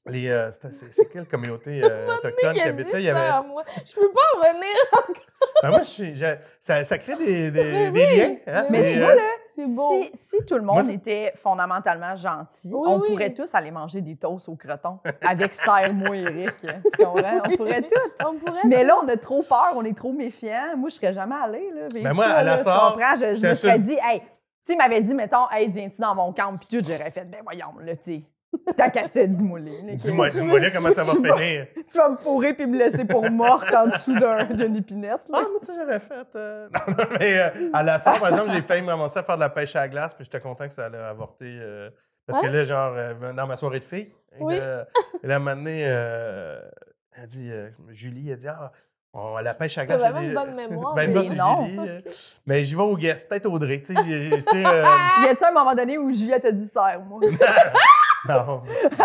Speaker 4: les, euh, c'était- c'est c'est quelle communauté euh, autochtone
Speaker 3: Il
Speaker 4: qui
Speaker 3: a dit
Speaker 4: habitait? Il y avait,
Speaker 3: serre-moi. Je peux pas en venir.
Speaker 4: Ben moi, je- je- ça, ça crée des, des,
Speaker 3: Mais
Speaker 4: des
Speaker 3: oui,
Speaker 4: liens. hein,
Speaker 3: mais
Speaker 4: des,
Speaker 2: tu
Speaker 4: euh,
Speaker 2: vois, là,
Speaker 3: C'est beau.
Speaker 2: Si, si tout le
Speaker 4: Moi,
Speaker 2: monde
Speaker 4: c'est-
Speaker 2: était fondamentalement gentil,
Speaker 3: Oui,
Speaker 2: on
Speaker 3: oui.
Speaker 2: pourrait tous aller manger des toasts au croton avec serre-moi, Eric. Tu comprends? On pourrait tout.
Speaker 3: On pourrait.
Speaker 2: Mais là, on a trop peur, on est trop méfiant. Moi, je serais jamais allée. Là, vivre
Speaker 4: Ben moi,
Speaker 2: ça,
Speaker 4: à
Speaker 2: là,
Speaker 4: la
Speaker 2: tu
Speaker 4: sort,
Speaker 2: comprends? Je, je
Speaker 4: j'étais
Speaker 2: me
Speaker 4: sur-
Speaker 2: serais dit, hey, s'il m'avait dit, mettons, hey, viens-tu dans mon camp? Puis tout, j'aurais fait, ben voyons, là, tu sais, T'as qu'à se dimouler.
Speaker 4: Dis-moi,
Speaker 3: Tu
Speaker 4: dis-moi
Speaker 3: veux-
Speaker 4: là comment ça va
Speaker 2: tu vas-
Speaker 4: finir.
Speaker 2: Tu vas me fourrer puis me laisser pour morte en dessous d'un- d'une épinette.
Speaker 4: Ah,
Speaker 2: Là.
Speaker 4: moi, tu sais, j'aurais fait. euh, Non, non, mais euh, à la salle, par exemple, j'ai failli me ramasser à faire de la pêche à la glace, puis j'étais content que ça allait avorter. euh, parce
Speaker 3: Hein?
Speaker 4: que là, genre, euh, dans ma soirée de filles,
Speaker 3: Oui.
Speaker 4: euh, elle a mené. euh, elle dit, euh, Julie, elle dit, ah, on, à la pêche à la
Speaker 3: T'as
Speaker 4: glace. j'ai
Speaker 3: vraiment une
Speaker 4: déjà-
Speaker 3: bonne mémoire.
Speaker 4: Ben, ça,
Speaker 2: Mais
Speaker 4: c'est
Speaker 2: non.
Speaker 4: Julie. euh,
Speaker 3: Ok.
Speaker 4: mais j'y vais au guest, peut-être Audrey, tu sais. j'ai- tu sais, euh,
Speaker 2: Y a-tu un moment donné où Juliette a dit serre, moi?
Speaker 4: Non. Non.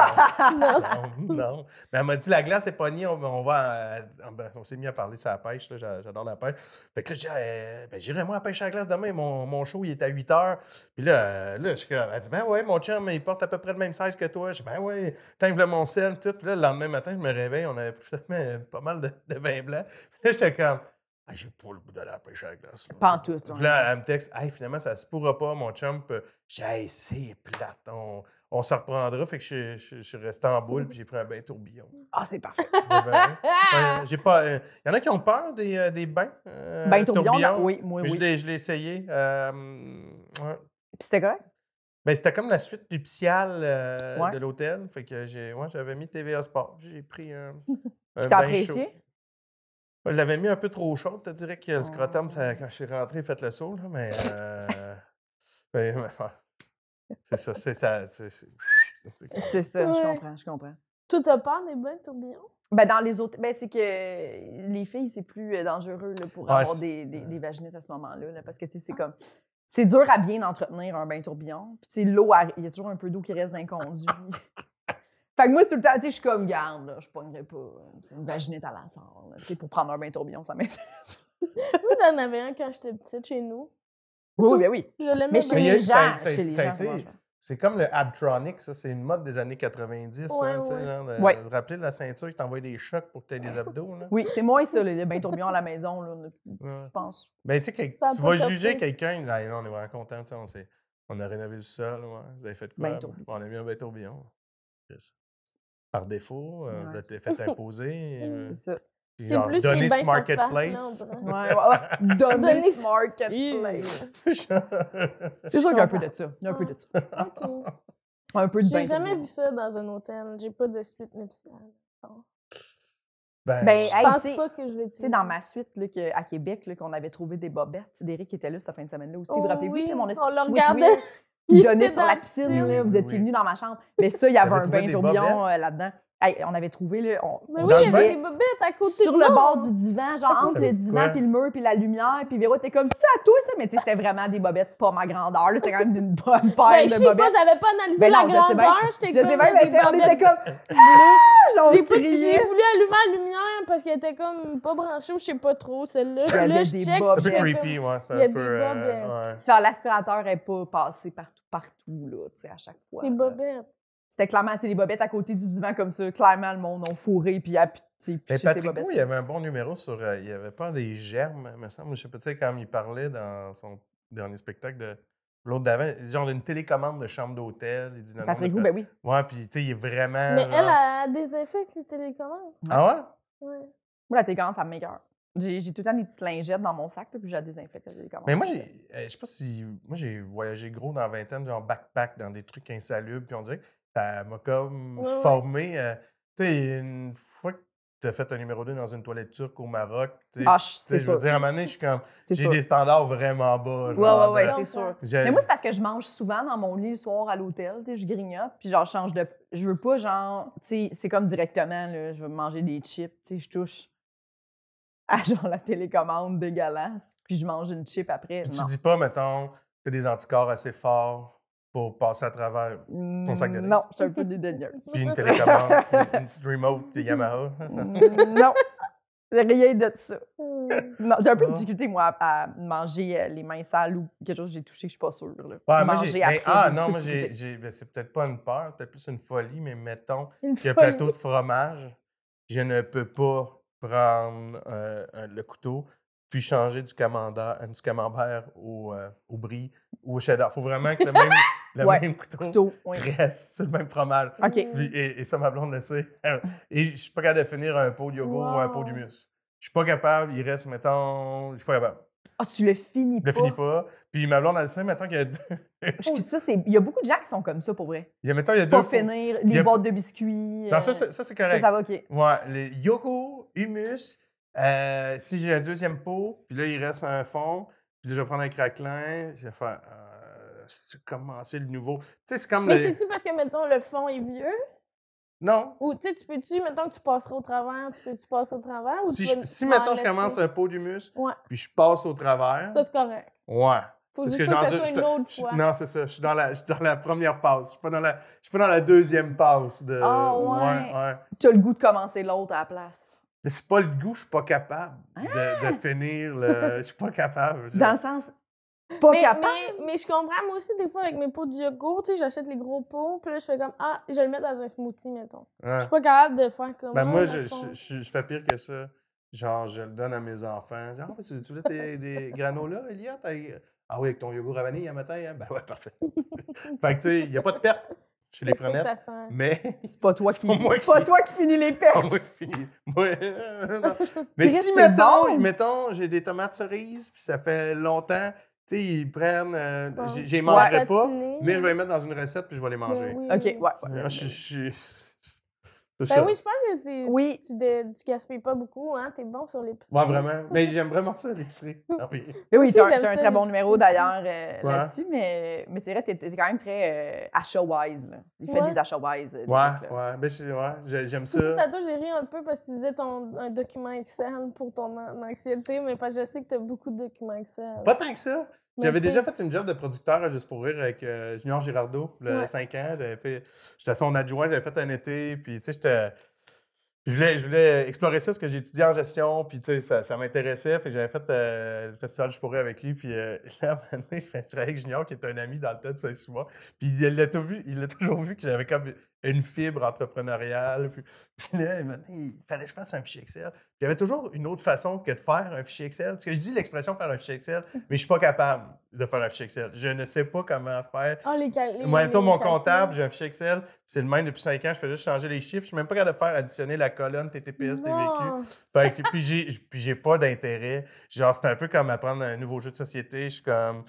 Speaker 4: non, non. Mais elle m'a dit la glace est pognée, on, on va. à- ben, on s'est mis à parler de sa pêche, là, j'a- j'adore la pêche. Fait que là, j'ai dit, euh, ben, j'irai moi à la pêche à la glace demain, mon, mon show il est à 8 h. Puis là, euh, là, je suis comme, elle dit, ben ouais, mon chum, il porte à peu près le même size que toi. Je dis, ben ouais, t'as le mon sel, tout. Puis là, le lendemain matin, je me réveille, on avait pris finalement pas mal de, de vin blanc. Puis là, j'étais comme, ah, j'ai pas le bout de la pêche à la glace.
Speaker 2: Pas en tout.
Speaker 4: Puis là, elle me texte, hey, finalement, ça se pourra pas, mon chum. Puis J'ai dit, Hey, c'est plate, on, on s'en reprendra. Fait que je, je- je suis resté en boule, puis j'ai pris un bain tourbillon.
Speaker 2: Ah, c'est parfait.
Speaker 4: Ben,
Speaker 3: Ah!
Speaker 4: euh, j'ai pas. Il y en a qui ont peur des, euh, des bains. euh,
Speaker 2: Ben, tourbillon, non, oui, moi,
Speaker 4: Mais
Speaker 2: oui.
Speaker 4: Je l'ai- je l'ai essayé. euh, ouais.
Speaker 2: Puis c'était correct?
Speaker 4: Ben, c'était comme la suite nuptiale euh,
Speaker 2: Ouais.
Speaker 4: de l'hôtel. Fait que j'ai, ouais, j'avais mis TVA Sport. J'ai pris un,
Speaker 2: T'as
Speaker 4: un bain chaud.
Speaker 2: apprécié?
Speaker 4: Je l'avais mis un peu trop chaud, je te dirais que le
Speaker 2: Ah.
Speaker 4: scrotum, ça- quand je suis rentré, fait le saut, là, mais. euh, ben, ouais. c'est ça, c'est ça. c'est- c'est- c'est-
Speaker 2: C'est ça,
Speaker 3: Ouais.
Speaker 2: je comprends, je comprends.
Speaker 3: Toi, t'as peur des bains de tourbillons?
Speaker 2: Ben, dans les autres. Ben, c'est que les filles, c'est plus euh, dangereux là, pour
Speaker 4: Ouais,
Speaker 2: avoir
Speaker 4: c'est-
Speaker 2: des, des, des vaginettes à ce moment-là. là, parce que, tu sais, c'est comme. C'est dur à bien entretenir un bain tourbillon. Puis, tu sais, l'eau, arri- il y a toujours un peu d'eau qui reste dans les conduits. fait que moi, c'est tout le temps, tu sais, je suis comme garde, là, je pognerai pas euh, tu sais, une vaginette à la salle. là, Tu sais, pour prendre un bain tourbillon, ça m'intéresse.
Speaker 3: Moi, j'en avais un quand j'étais petite chez nous.
Speaker 2: Oui, oui, ben oui.
Speaker 3: Je l'aimais
Speaker 2: Mais
Speaker 3: bien.
Speaker 2: chez
Speaker 4: il y a-
Speaker 2: les
Speaker 4: ça-
Speaker 2: gens,
Speaker 4: ça-
Speaker 2: chez les
Speaker 4: ça a
Speaker 2: gens,
Speaker 4: été-
Speaker 2: comment je fais?
Speaker 4: C'est comme le Abtronic, ça, c'est une mode des années 90.
Speaker 3: Ouais,
Speaker 4: hein, tu sais,
Speaker 3: ouais.
Speaker 4: genre, de-
Speaker 2: Ouais.
Speaker 4: de rappeler de la ceinture qui t'envoie des chocs pour que tu aies des abdos. Là.
Speaker 2: Oui, c'est moins ça, les bains tourbillons à la maison, là,
Speaker 4: Ouais.
Speaker 2: je pense.
Speaker 4: Ben, tu sais, quel-
Speaker 3: Ça a
Speaker 4: tu
Speaker 3: pas
Speaker 4: vas
Speaker 3: tapé.
Speaker 4: juger quelqu'un, il dit, Ah, non, on est vraiment content, tu sais, on, s'est- on a rénové le sol, ouais. vous avez fait quoi?
Speaker 2: Ben, tourbillon.
Speaker 4: on a mis un bain tourbillon. Yes. Par défaut, euh, vous
Speaker 2: Ouais,
Speaker 4: êtes
Speaker 2: c'est
Speaker 4: fait imposer. euh,
Speaker 2: C'est ça.
Speaker 4: puis
Speaker 3: C'est
Speaker 4: genre,
Speaker 3: plus
Speaker 4: donner
Speaker 3: les bains
Speaker 4: ce marketplace.
Speaker 3: sur pattes, là, on
Speaker 2: Ouais,
Speaker 3: dirait.
Speaker 2: ouais, ouais.
Speaker 3: Donner
Speaker 2: Donner
Speaker 3: ce-
Speaker 2: ce marketplace. C'est
Speaker 3: Je
Speaker 2: sûr qu'il y a un peu
Speaker 3: comprends.
Speaker 2: de ça. Il y a un peu de ça.
Speaker 3: Ok.
Speaker 2: Un peu de bain
Speaker 3: J'ai jamais
Speaker 2: tourbillon.
Speaker 3: vu ça dans un hôtel. J'ai pas de suite nuptiale.
Speaker 4: Ben,
Speaker 2: Ben,
Speaker 4: je-
Speaker 3: Je
Speaker 2: Hey,
Speaker 3: pense
Speaker 2: tu sais-
Speaker 3: pas que je vais
Speaker 2: Tu sais, dans ma suite là, que- à Québec, là, qu'on avait trouvé des bobettes, Derek était là cette fin de semaine-là aussi.
Speaker 3: Oh
Speaker 2: vous rappelez-vous,
Speaker 3: oui,
Speaker 2: tu sais, mon
Speaker 3: on
Speaker 2: esti
Speaker 3: le
Speaker 2: de sweet
Speaker 3: regardait.
Speaker 2: Will
Speaker 3: Il
Speaker 2: qui donnait
Speaker 3: était
Speaker 2: sur
Speaker 3: dans
Speaker 2: la
Speaker 3: la
Speaker 2: piscine,
Speaker 3: piscine.
Speaker 2: là, vous
Speaker 4: Oui,
Speaker 2: étiez
Speaker 4: oui.
Speaker 2: venu dans ma chambre. Mais ça, il y avait
Speaker 4: T'avais
Speaker 2: un
Speaker 4: trouvé
Speaker 2: bain
Speaker 4: des
Speaker 2: tourbillon euh, là-dedans. Hey, on avait trouvé, là, on-
Speaker 3: Mais
Speaker 4: Dans
Speaker 3: oui, il y
Speaker 4: le
Speaker 3: avait
Speaker 4: bain.
Speaker 3: des bobettes à côté
Speaker 2: sur
Speaker 3: de
Speaker 2: le
Speaker 3: nous.
Speaker 2: bord du divan, genre entre
Speaker 4: Ça
Speaker 2: le
Speaker 4: vous dit
Speaker 2: divan
Speaker 4: quoi?
Speaker 2: puis le mur puis la lumière puis Véro t'es comme ça à toi ça mais tu sais c'était vraiment des bobettes pas ma grandeur là c'était quand même une bonne paire
Speaker 3: Ben, je
Speaker 2: de
Speaker 3: sais pas,
Speaker 2: bobettes.
Speaker 3: j'avais pas analysé
Speaker 2: Ben
Speaker 3: la
Speaker 2: non, je sais bien.
Speaker 3: grandeur. J'étais
Speaker 2: Je
Speaker 3: comme
Speaker 2: sais
Speaker 3: il y
Speaker 2: même
Speaker 3: a des
Speaker 2: on était
Speaker 3: bobettes
Speaker 2: comme Ah! genre
Speaker 3: J'ai
Speaker 2: on
Speaker 3: pas- j'ai
Speaker 2: criait.
Speaker 3: voulu allumer la lumière parce qu'elle était comme pas branchée ou je sais pas trop, celle-là. Puis
Speaker 2: J'avais
Speaker 3: là, je
Speaker 2: des
Speaker 3: check.
Speaker 4: un peu
Speaker 2: bobettes.
Speaker 3: puis j'étais
Speaker 4: creepy, ouais. C'est
Speaker 3: il y a
Speaker 4: un
Speaker 3: des
Speaker 4: peu. euh,
Speaker 3: bobettes.
Speaker 4: ouais.
Speaker 2: Tu fais l'aspirateur est pas passé partout partout là tu sais à chaque fois.
Speaker 3: comme, Des bobettes.
Speaker 2: C'était clairement tu sais, les bobettes à côté du divan comme ça clairement le monde ont fourré puis a pu- tu sais,
Speaker 4: Mais
Speaker 2: piché ces
Speaker 4: Patrick Roux, il
Speaker 2: bobettes.
Speaker 4: avait un bon numéro sur. euh, il n'y avait pas des germes, me semble. Je sais pas, tu sais, comme il parlait dans son dernier spectacle de l'autre d'avant. Il dit on a une télécommande de chambre d'hôtel. Il dit non, non, on a
Speaker 2: Patrick Roux
Speaker 4: pas-
Speaker 2: ben oui.
Speaker 4: Ouais, puis tu sais, il est vraiment.
Speaker 3: Mais
Speaker 4: genre-
Speaker 3: elle, elle désinfecte les télécommandes.
Speaker 4: Ah
Speaker 3: Ouais.
Speaker 2: Moi la télécommande ça me meilleure. J'ai j'ai tout le temps des petites lingettes dans mon sac là, puis je la désinfecte la télécommande.
Speaker 4: ouais? Mais moi, j'ai. euh, Je sais pas si. Moi, j'ai voyagé gros dans la vingtaine, genre backpack, dans des trucs insalubres. Puis on dirait que ça m'a comme
Speaker 3: Ouais, ouais.
Speaker 4: formé. euh, tu sais, une fois que tu as fait un numéro 2 dans une toilette turque au Maroc, tu sais.
Speaker 2: Ah, je-
Speaker 4: tu sais,
Speaker 2: c'est
Speaker 4: je veux
Speaker 2: sûr.
Speaker 4: dire, à un moment donné, je suis comme.
Speaker 2: C'est
Speaker 4: J'ai
Speaker 2: sûr.
Speaker 4: des standards vraiment
Speaker 2: Ouais,
Speaker 4: bas.
Speaker 2: ouais,
Speaker 4: genre, euh,
Speaker 2: ouais,
Speaker 4: de-
Speaker 2: c'est sûr.
Speaker 4: J'ai-
Speaker 2: Mais moi, c'est parce que je mange souvent dans mon lit le soir à l'hôtel, tu sais, je grignote, puis genre, je change de... Je veux pas, genre, tu sais, c'est comme directement, là, je veux manger des chips, tu sais, je touche à, genre, la télécommande dégueulasse, puis je mange une chip après,
Speaker 4: Tu
Speaker 2: non.
Speaker 4: dis pas, mettons, que t'as des anticorps assez forts pour passer à travers. ton sac de
Speaker 2: Mm,
Speaker 4: riz.
Speaker 2: Non, je suis un peu dédaigneuse.
Speaker 4: Puis une télécommande, une, une petite remote de Yamaha.
Speaker 2: Mm, non, rien de ça.
Speaker 3: Hum.
Speaker 2: Non, j'ai un peu de
Speaker 4: Non.
Speaker 2: difficulté, moi, à, à manger euh, les mains sales ou quelque chose que j'ai touché, que je suis pas sûre, là.
Speaker 4: Ouais, moi, j'ai-
Speaker 2: manger
Speaker 4: ben,
Speaker 2: après,
Speaker 4: ah
Speaker 2: j'ai beaucoup
Speaker 4: non,
Speaker 2: de
Speaker 4: moi, j'ai,
Speaker 2: difficulté.
Speaker 4: j'ai- ben, c'est peut-être pas une peur, peut-être plus une folie, mais mettons
Speaker 3: Une
Speaker 4: qu'il y a un
Speaker 3: folie.
Speaker 4: plateau de fromage, je ne peux pas prendre euh, euh, le couteau puis changer du, camembert- euh, du camembert au, euh, au brie ou au cheddar. Faut vraiment que le même, le
Speaker 2: Ouais,
Speaker 4: même couteau,
Speaker 2: Couteau, oui.
Speaker 4: reste sur le même fromage.
Speaker 2: OK.
Speaker 4: Puis- Et, et ça, ma blonde le sait. euh, Et je suis pas capable de finir un pot de yogourt ou un pot
Speaker 3: Wow.
Speaker 4: d'humus. Je suis pas capable. Il reste, mettons, je suis pas capable.
Speaker 2: Ah, tu le finis
Speaker 4: Je le
Speaker 2: pas.
Speaker 4: finis pas. Puis ma blonde, elle sait, mettons qu'il y a deux,
Speaker 2: Je- puis ça, c'est. Il y a beaucoup de gens qui sont comme ça pour vrai.
Speaker 4: il y a, mettons, il y a deux
Speaker 2: Pas
Speaker 4: pots.
Speaker 2: finir
Speaker 4: il y
Speaker 2: les
Speaker 4: a-
Speaker 2: boîtes de biscuits.
Speaker 4: Dans
Speaker 2: euh,
Speaker 4: ça, c'est- ça, c'est
Speaker 2: ça,
Speaker 4: correct.
Speaker 2: ça va, ok.
Speaker 4: Ouais, les yogourt, humus. euh, si j'ai un deuxième pot, puis là, il reste un fond, puis là, je vais prendre un craquelin. Je vais faire, euh, si tu veux commencer le nouveau. Tu sais, c'est comme.
Speaker 3: Mais
Speaker 4: le-
Speaker 3: c'est-tu parce que, mettons, le fond est vieux?
Speaker 4: Non.
Speaker 3: Ou, tu sais, tu peux-tu, mettons, que tu passeras au travers, tu peux-tu passer au travers? Ou
Speaker 4: Si,
Speaker 3: tu vas-
Speaker 4: je, si
Speaker 3: tu vas en
Speaker 4: mettons, je
Speaker 3: laisser?
Speaker 4: commence un pot d'humus,
Speaker 3: Ouais.
Speaker 4: puis je passe au travers.
Speaker 3: Ça, c'est correct.
Speaker 4: ouais.
Speaker 3: Faut
Speaker 4: Parce
Speaker 3: juste
Speaker 4: que
Speaker 3: pas que
Speaker 4: je
Speaker 3: ça
Speaker 4: suis
Speaker 3: soit une
Speaker 4: dans un-
Speaker 3: autre
Speaker 4: je-
Speaker 3: fois.
Speaker 4: Non, c'est ça. Je suis dans la, je suis dans la première passe. Je suis pas dans la, je suis pas dans la deuxième passe de.
Speaker 2: Ah, ouais. Tu as le goût de commencer l'autre à la place.
Speaker 4: Mais C'est pas le goût, je suis pas capable
Speaker 3: Ah!
Speaker 4: de, de finir. Le, je suis pas capable. Je-
Speaker 2: Dans le sens. Pas
Speaker 3: mais,
Speaker 2: capable.
Speaker 3: mais, mais je comprends, moi aussi, des fois, avec mes pots de yogourt, tu sais, j'achète les gros pots, puis là, je fais comme, ah, je vais le mettre dans un smoothie, mettons.
Speaker 4: Ouais.
Speaker 3: Je suis pas capable de faire comme.
Speaker 4: Ben,
Speaker 3: ah,
Speaker 4: moi,
Speaker 3: dans
Speaker 4: je,
Speaker 3: le
Speaker 4: je,
Speaker 3: fond.
Speaker 4: je- je fais pire que ça. Genre, je le donne à mes enfants. Genre, Ah, tu, tu voulais tes, des granolas, Eliott? Avec- Ah oui, avec ton yogourt à vanille un matin? hein? Ben ouais, parfait. fait que tu sais, il n'y a pas de perte chez les
Speaker 3: C'est ça que ça
Speaker 4: frenettes.
Speaker 3: sert.
Speaker 4: Mais.
Speaker 2: C'est pas toi qui.
Speaker 4: pas moi qui-
Speaker 2: Pas toi qui finis les
Speaker 4: Ah,
Speaker 2: pertes.
Speaker 4: moi, fini. Moi, euh, non. Mais
Speaker 2: Chris,
Speaker 4: si,
Speaker 2: c'est
Speaker 4: mettons,
Speaker 2: bon.
Speaker 4: mettons j'ai des tomates cerises, puis ça fait longtemps, tu sais, ils prennent. euh,
Speaker 3: Bon.
Speaker 4: j'ai- J'y
Speaker 3: Ouais.
Speaker 4: mangerai pas,
Speaker 3: Patiner.
Speaker 4: mais je vais les mettre dans une recette, puis je vais les
Speaker 3: Ben
Speaker 4: manger.
Speaker 3: oui.
Speaker 2: Ok, ouais. ouais.
Speaker 4: Ah, je- je- C'est ça.
Speaker 3: Ben oui, je pense que t'es-
Speaker 2: Oui.
Speaker 3: tu, dé- tu gaspilles pas beaucoup, hein. T'es bon sur les
Speaker 4: Ouais, vraiment. Mais j'aime vraiment ça, l'épicerie. Ah oui.
Speaker 2: Mais oui,
Speaker 3: Aussi,
Speaker 2: tu as,
Speaker 3: j'aime
Speaker 2: un
Speaker 3: ça,
Speaker 2: très bon
Speaker 3: les
Speaker 2: numéro
Speaker 3: biscuits.
Speaker 2: d'ailleurs euh,
Speaker 4: Ouais.
Speaker 2: là-dessus, mais, mais c'est vrai, tu es, quand même très euh, achat-wise. là. Il fait
Speaker 3: Ouais.
Speaker 2: des achats-wise. euh,
Speaker 4: Ouais,
Speaker 2: Derek, là.
Speaker 4: ouais. Ben, je- ouais, j'ai- j'aime
Speaker 3: Tu
Speaker 4: ça.
Speaker 3: t'as tout géré un peu parce que tu disais ton, un document Excel pour ton an- anxiété, mais parce que je sais que t'as beaucoup de documents Excel.
Speaker 4: Pas tant que ça.
Speaker 3: Mais
Speaker 4: J'avais
Speaker 3: tu sais,
Speaker 4: déjà fait une job de producteur à juste pour rire avec euh, Junior Girardeau, le
Speaker 3: Ouais.
Speaker 4: 5 ans. J'avais fait, j'étais son adjoint, j'avais fait un été, puis tu sais, j'étais, Je voulais, je voulais explorer ça parce que j'ai étudié en gestion, puis tu sais, ça, ça m'intéressait. Fait que j'avais fait euh, le festival Je pourrais avec lui, puis euh, là, à un moment donné, je travaillais avec Junior, qui est un ami dans le tas de Saint-Souvent. Puis il l'a tout vu, il a toujours vu que j'avais comme une fibre entrepreneuriale. Puis, puis là, il m'a dit, il fallait que je fasse un fichier Excel. Puis il y avait toujours une autre façon que de faire un fichier Excel. Parce que je dis l'expression faire un fichier Excel, mais je suis pas capable de faire un fichier Excel. Je ne sais pas comment faire.
Speaker 3: Ah, les cal- les-
Speaker 4: Moi, en même temps,
Speaker 3: les
Speaker 4: mon
Speaker 3: calculs.
Speaker 4: comptable, j'ai un fichier Excel, c'est le même depuis 5 ans, je fais juste changer les chiffres. Je suis même pas capable de faire additionner la colonne TTPS, TVQ.
Speaker 3: Non.
Speaker 4: Fait que- puis j'ai- puis j'ai pas d'intérêt. Genre, c'est un peu comme apprendre un nouveau jeu de société. Je suis comme.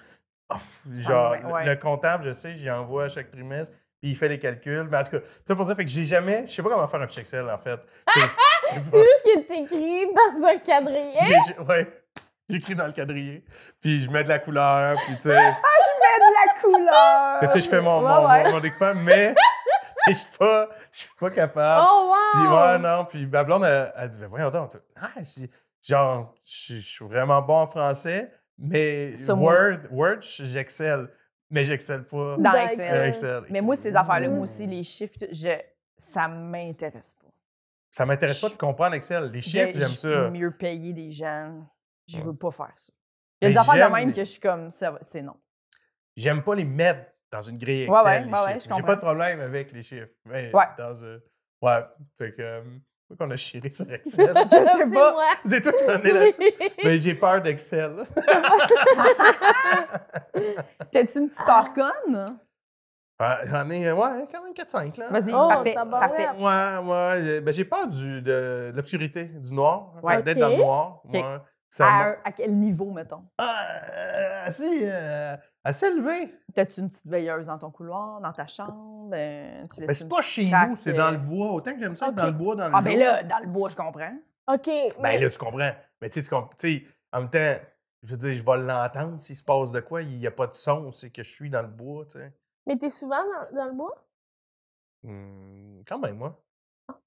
Speaker 4: Ouf, genre,
Speaker 2: ouais, ouais.
Speaker 4: le comptable, je sais, j'y envoie à chaque trimestre, puis il fait les calculs. Mais en tout cas, ça pour dire, fait que j'ai jamais. Je sais pas comment faire un fichier Excel, en fait. Fait que- je sais pas.
Speaker 3: C'est juste qu'il est écrit dans un quadrillé.
Speaker 4: J'ai- j'ai- ouais. J'écris dans le quadrillé, puis je mets de la couleur, puis tu sais.
Speaker 2: la couleur!
Speaker 4: Mais tu sais, je fais mon,
Speaker 2: Ouais,
Speaker 4: mon,
Speaker 2: ouais.
Speaker 4: mon- mon découpage, mais je suis pas, je suis pas capable.
Speaker 3: Oh,
Speaker 4: Puis
Speaker 3: wow!
Speaker 4: ouais, non, puis ma blonde, elle, elle dit, ben voyons donc, toi, ah, j'ai- genre, je je suis vraiment bon en français, mais
Speaker 2: Ça, moi
Speaker 4: Word, Word, je- j'excelle, mais j'excelle pas.
Speaker 2: Dans
Speaker 3: Dans
Speaker 2: Excel.
Speaker 4: sur Excel.
Speaker 2: Mais moi, ces affaires-là, moi
Speaker 4: Ouh.
Speaker 2: aussi, les chiffres, je, ça m'intéresse pas.
Speaker 4: Ça m'intéresse pas de comprendre Excel. Les chiffres,
Speaker 2: Ben, Je-
Speaker 4: j'aime
Speaker 2: Je
Speaker 4: ça.
Speaker 2: veux mieux payer des gens. Je
Speaker 4: Ouais.
Speaker 2: veux pas faire ça. Il y a
Speaker 4: Mais
Speaker 2: des affaires
Speaker 4: j'aime
Speaker 2: de même
Speaker 4: les-
Speaker 2: que je suis comme, ça va- c'est non.
Speaker 4: J'aime pas les mettre dans une grille Excel,
Speaker 2: Ouais, ouais,
Speaker 4: les
Speaker 2: ouais, ouais, je
Speaker 4: chiffres. J'ai
Speaker 2: comprends.
Speaker 4: pas de problème avec les chiffres. Mais
Speaker 2: Ouais.
Speaker 4: dans un- Ouais, fait que, euh, pourquoi qu'on a chiré sur Excel?
Speaker 2: Je sais
Speaker 3: C'est
Speaker 2: pas.
Speaker 3: moi.
Speaker 4: C'est toi qui en es là-dessus. Mais j'ai peur d'Excel.
Speaker 2: T'es-tu une petite arconne?
Speaker 4: Ah, J'en ai, ouais, quand même 4-5, là.
Speaker 2: Vas-y,
Speaker 3: Oh,
Speaker 2: parfait.
Speaker 3: tabarouette.
Speaker 2: Parfait.
Speaker 4: Ouais, ouais, j'ai- ben, j'ai peur du, de l'obscurité, du noir, hein.
Speaker 2: Ouais.
Speaker 4: d'être
Speaker 3: Ok.
Speaker 4: dans le noir.
Speaker 2: Ok.
Speaker 4: moi. Ça
Speaker 2: À,
Speaker 4: m'a-
Speaker 2: un- à quel niveau, mettons?
Speaker 4: Ah, euh, assez, euh, assez élevé.
Speaker 2: T'as-tu une petite veilleuse dans ton couloir, dans ta chambre? Euh, tu
Speaker 4: Ben,
Speaker 2: laisses
Speaker 4: c'est
Speaker 2: une-
Speaker 4: pas chez
Speaker 2: craque,
Speaker 4: nous, c'est
Speaker 2: euh,
Speaker 4: dans le bois. Autant que j'aime ça,
Speaker 3: ok.
Speaker 4: dans le bois, dans le
Speaker 2: Ah, ben
Speaker 4: bois.
Speaker 2: là, dans le bois, je comprends.
Speaker 3: OK. mais-
Speaker 4: Ben là, tu comprends. Mais tu sais, tu comp- tu sais, en même temps, je veux dire, je vais l'entendre s'il se passe de quoi. Il n'y a pas de son, c'est que je suis dans le bois, tu sais.
Speaker 3: Mais t'es souvent dans, dans le bois?
Speaker 4: Hmm, quand même, moi.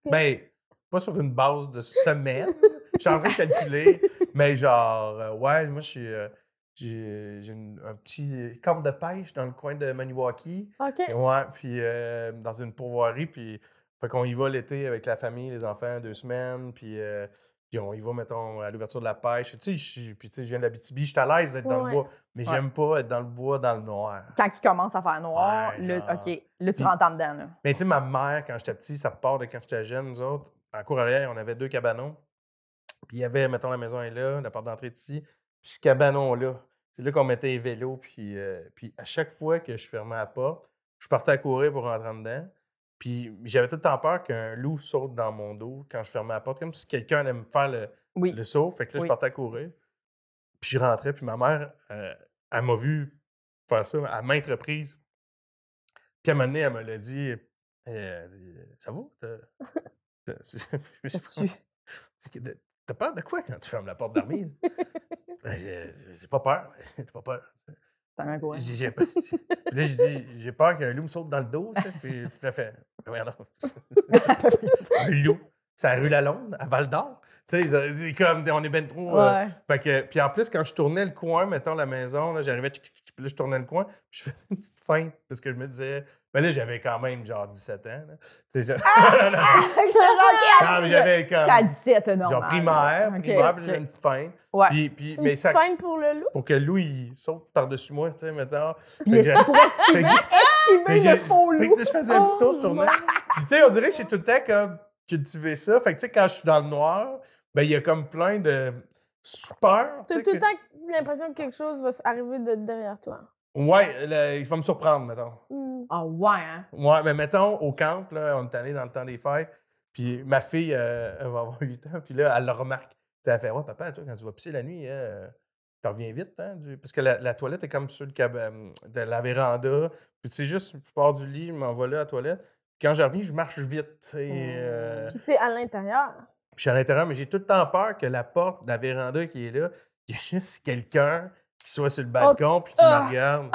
Speaker 4: Ben, pas sur une base de semaine. Je suis en train de calculer. Mais genre, euh, ouais, moi, je suis, euh, j'ai j'ai une- un petit camp de pêche dans le coin de Maniwaki.
Speaker 3: OK.
Speaker 4: Et Ouais, puis euh, dans une pourvoirie. Puis, fait qu'on y va l'été avec la famille, les enfants, deux semaines. Puis, euh, puis on y va, mettons, à l'ouverture de la pêche. Tu sais, je suis- puis tu sais, je viens de l'Abitibi, je suis à l'aise d'être dans
Speaker 3: Ouais.
Speaker 4: le bois. Mais
Speaker 2: Ouais.
Speaker 4: j'aime pas être dans le bois, dans le noir.
Speaker 2: Quand il commence à faire noir,
Speaker 4: Ouais,
Speaker 2: là,
Speaker 4: genre.
Speaker 2: OK, là, tu
Speaker 4: Puis-
Speaker 2: rentres en dedans, là.
Speaker 4: Mais tu sais, ma mère, quand j'étais petit, ça part de quand j'étais jeune, nous autres. En cour arrière, on avait deux cabanons. Puis il y avait, mettons, la maison est là, la porte d'entrée est ici. Puis ce cabanon-là, c'est là qu'on mettait les vélos. Puis, euh, puis à chaque fois que je fermais la porte, je partais à courir pour rentrer en dedans. Puis j'avais tout le temps peur qu'un loup saute dans mon dos quand je fermais la porte, comme si quelqu'un allait me faire le,
Speaker 2: Oui.
Speaker 4: le saut. Fait que là,
Speaker 2: Oui.
Speaker 4: je partais à courir. Puis je rentrais, puis ma mère, euh, elle m'a vu faire ça à maintes reprises. Puis à un moment donné, elle me l'a dit. Elle a dit Ça va T'as- t'as- je- je-
Speaker 2: T'as-tu-
Speaker 4: je- T'as peur de quoi quand tu fermes la porte d'armée Ben, J'ai j'ai pas peur. J'ai pas peur.
Speaker 2: T'as un courage.
Speaker 4: J'ai- j'ai- puis là, j'ai dit J'ai peur qu'un loup me saute dans le dos. tu sais. Puis tout à fait. Ben, Voyons donc. Un loup. C'est à rue Lalonde, à Val d'Or. Tu sais, c'est comme on est ben trop. euh,
Speaker 2: Ouais.
Speaker 4: fait que, puis en plus, quand je tournais le coin, mettons la maison, là, j'arrivais, tchic, tchic, tchic, puis là, je tournais le coin, puis je faisais une petite feinte, parce que je me disais, mais là, j'avais quand même genre 17 ans. Là. Tu sais, je-
Speaker 3: Ah!
Speaker 4: non, non, non,
Speaker 2: J'étais genre,
Speaker 4: non, mais j'avais comme.
Speaker 2: T'as 17, non.
Speaker 4: Genre primaire, primaire, puis j'avais une petite feinte.
Speaker 2: Ouais.
Speaker 4: Puis, puis,
Speaker 3: Une
Speaker 4: mais
Speaker 3: petite
Speaker 4: ça,
Speaker 3: fin pour le loup?
Speaker 4: pour que Louis il saute par-dessus moi, tu sais, mettons.
Speaker 2: Puis
Speaker 4: Fait que
Speaker 2: est-ce
Speaker 4: j'ai-
Speaker 2: pour esquiver,
Speaker 4: Fait que j'ai- fait que
Speaker 2: esquiver le
Speaker 4: j'ai-
Speaker 2: faux
Speaker 4: fait
Speaker 2: loup?
Speaker 4: que là, je faisais un petit tour, je
Speaker 3: Oh,
Speaker 4: tournais.
Speaker 3: non.
Speaker 4: Puis, tu sais, on dirait que j'ai tout le temps comme cultivé ça. Fait que tu sais, quand je suis dans le noir, ben, il y a comme plein de super.
Speaker 3: T'as tout le temps l'impression que quelque chose va s- arriver de derrière toi.
Speaker 4: Ouais, là, il va me surprendre, mettons.
Speaker 3: Hmm.
Speaker 2: Ah ouais, hein?
Speaker 4: Ouais, mais mettons, au camp, là, on est allé dans le temps des fêtes, puis ma fille, euh, elle va avoir 8 ans, puis là, elle le remarque. Tu sais, elle fait Ouais, papa, toi, quand tu vas pisser la nuit, euh, t'en reviens vite, hein? du- Parce que la, la toilette est comme sur le cab- euh, de la véranda, puis c'est juste, je pars du lit, je m'en vais là à la toilette. Quand je reviens, je marche vite, tu sais. euh,
Speaker 3: Puis c'est à l'intérieur.
Speaker 2: Oh.
Speaker 4: puis je suis à l'intérieur, mais j'ai tout le temps peur que la porte de la véranda qui est là, qu'il y ait juste quelqu'un qui soit
Speaker 2: Oh,
Speaker 4: sur le balcon, puis qui
Speaker 3: ah,
Speaker 4: me regarde.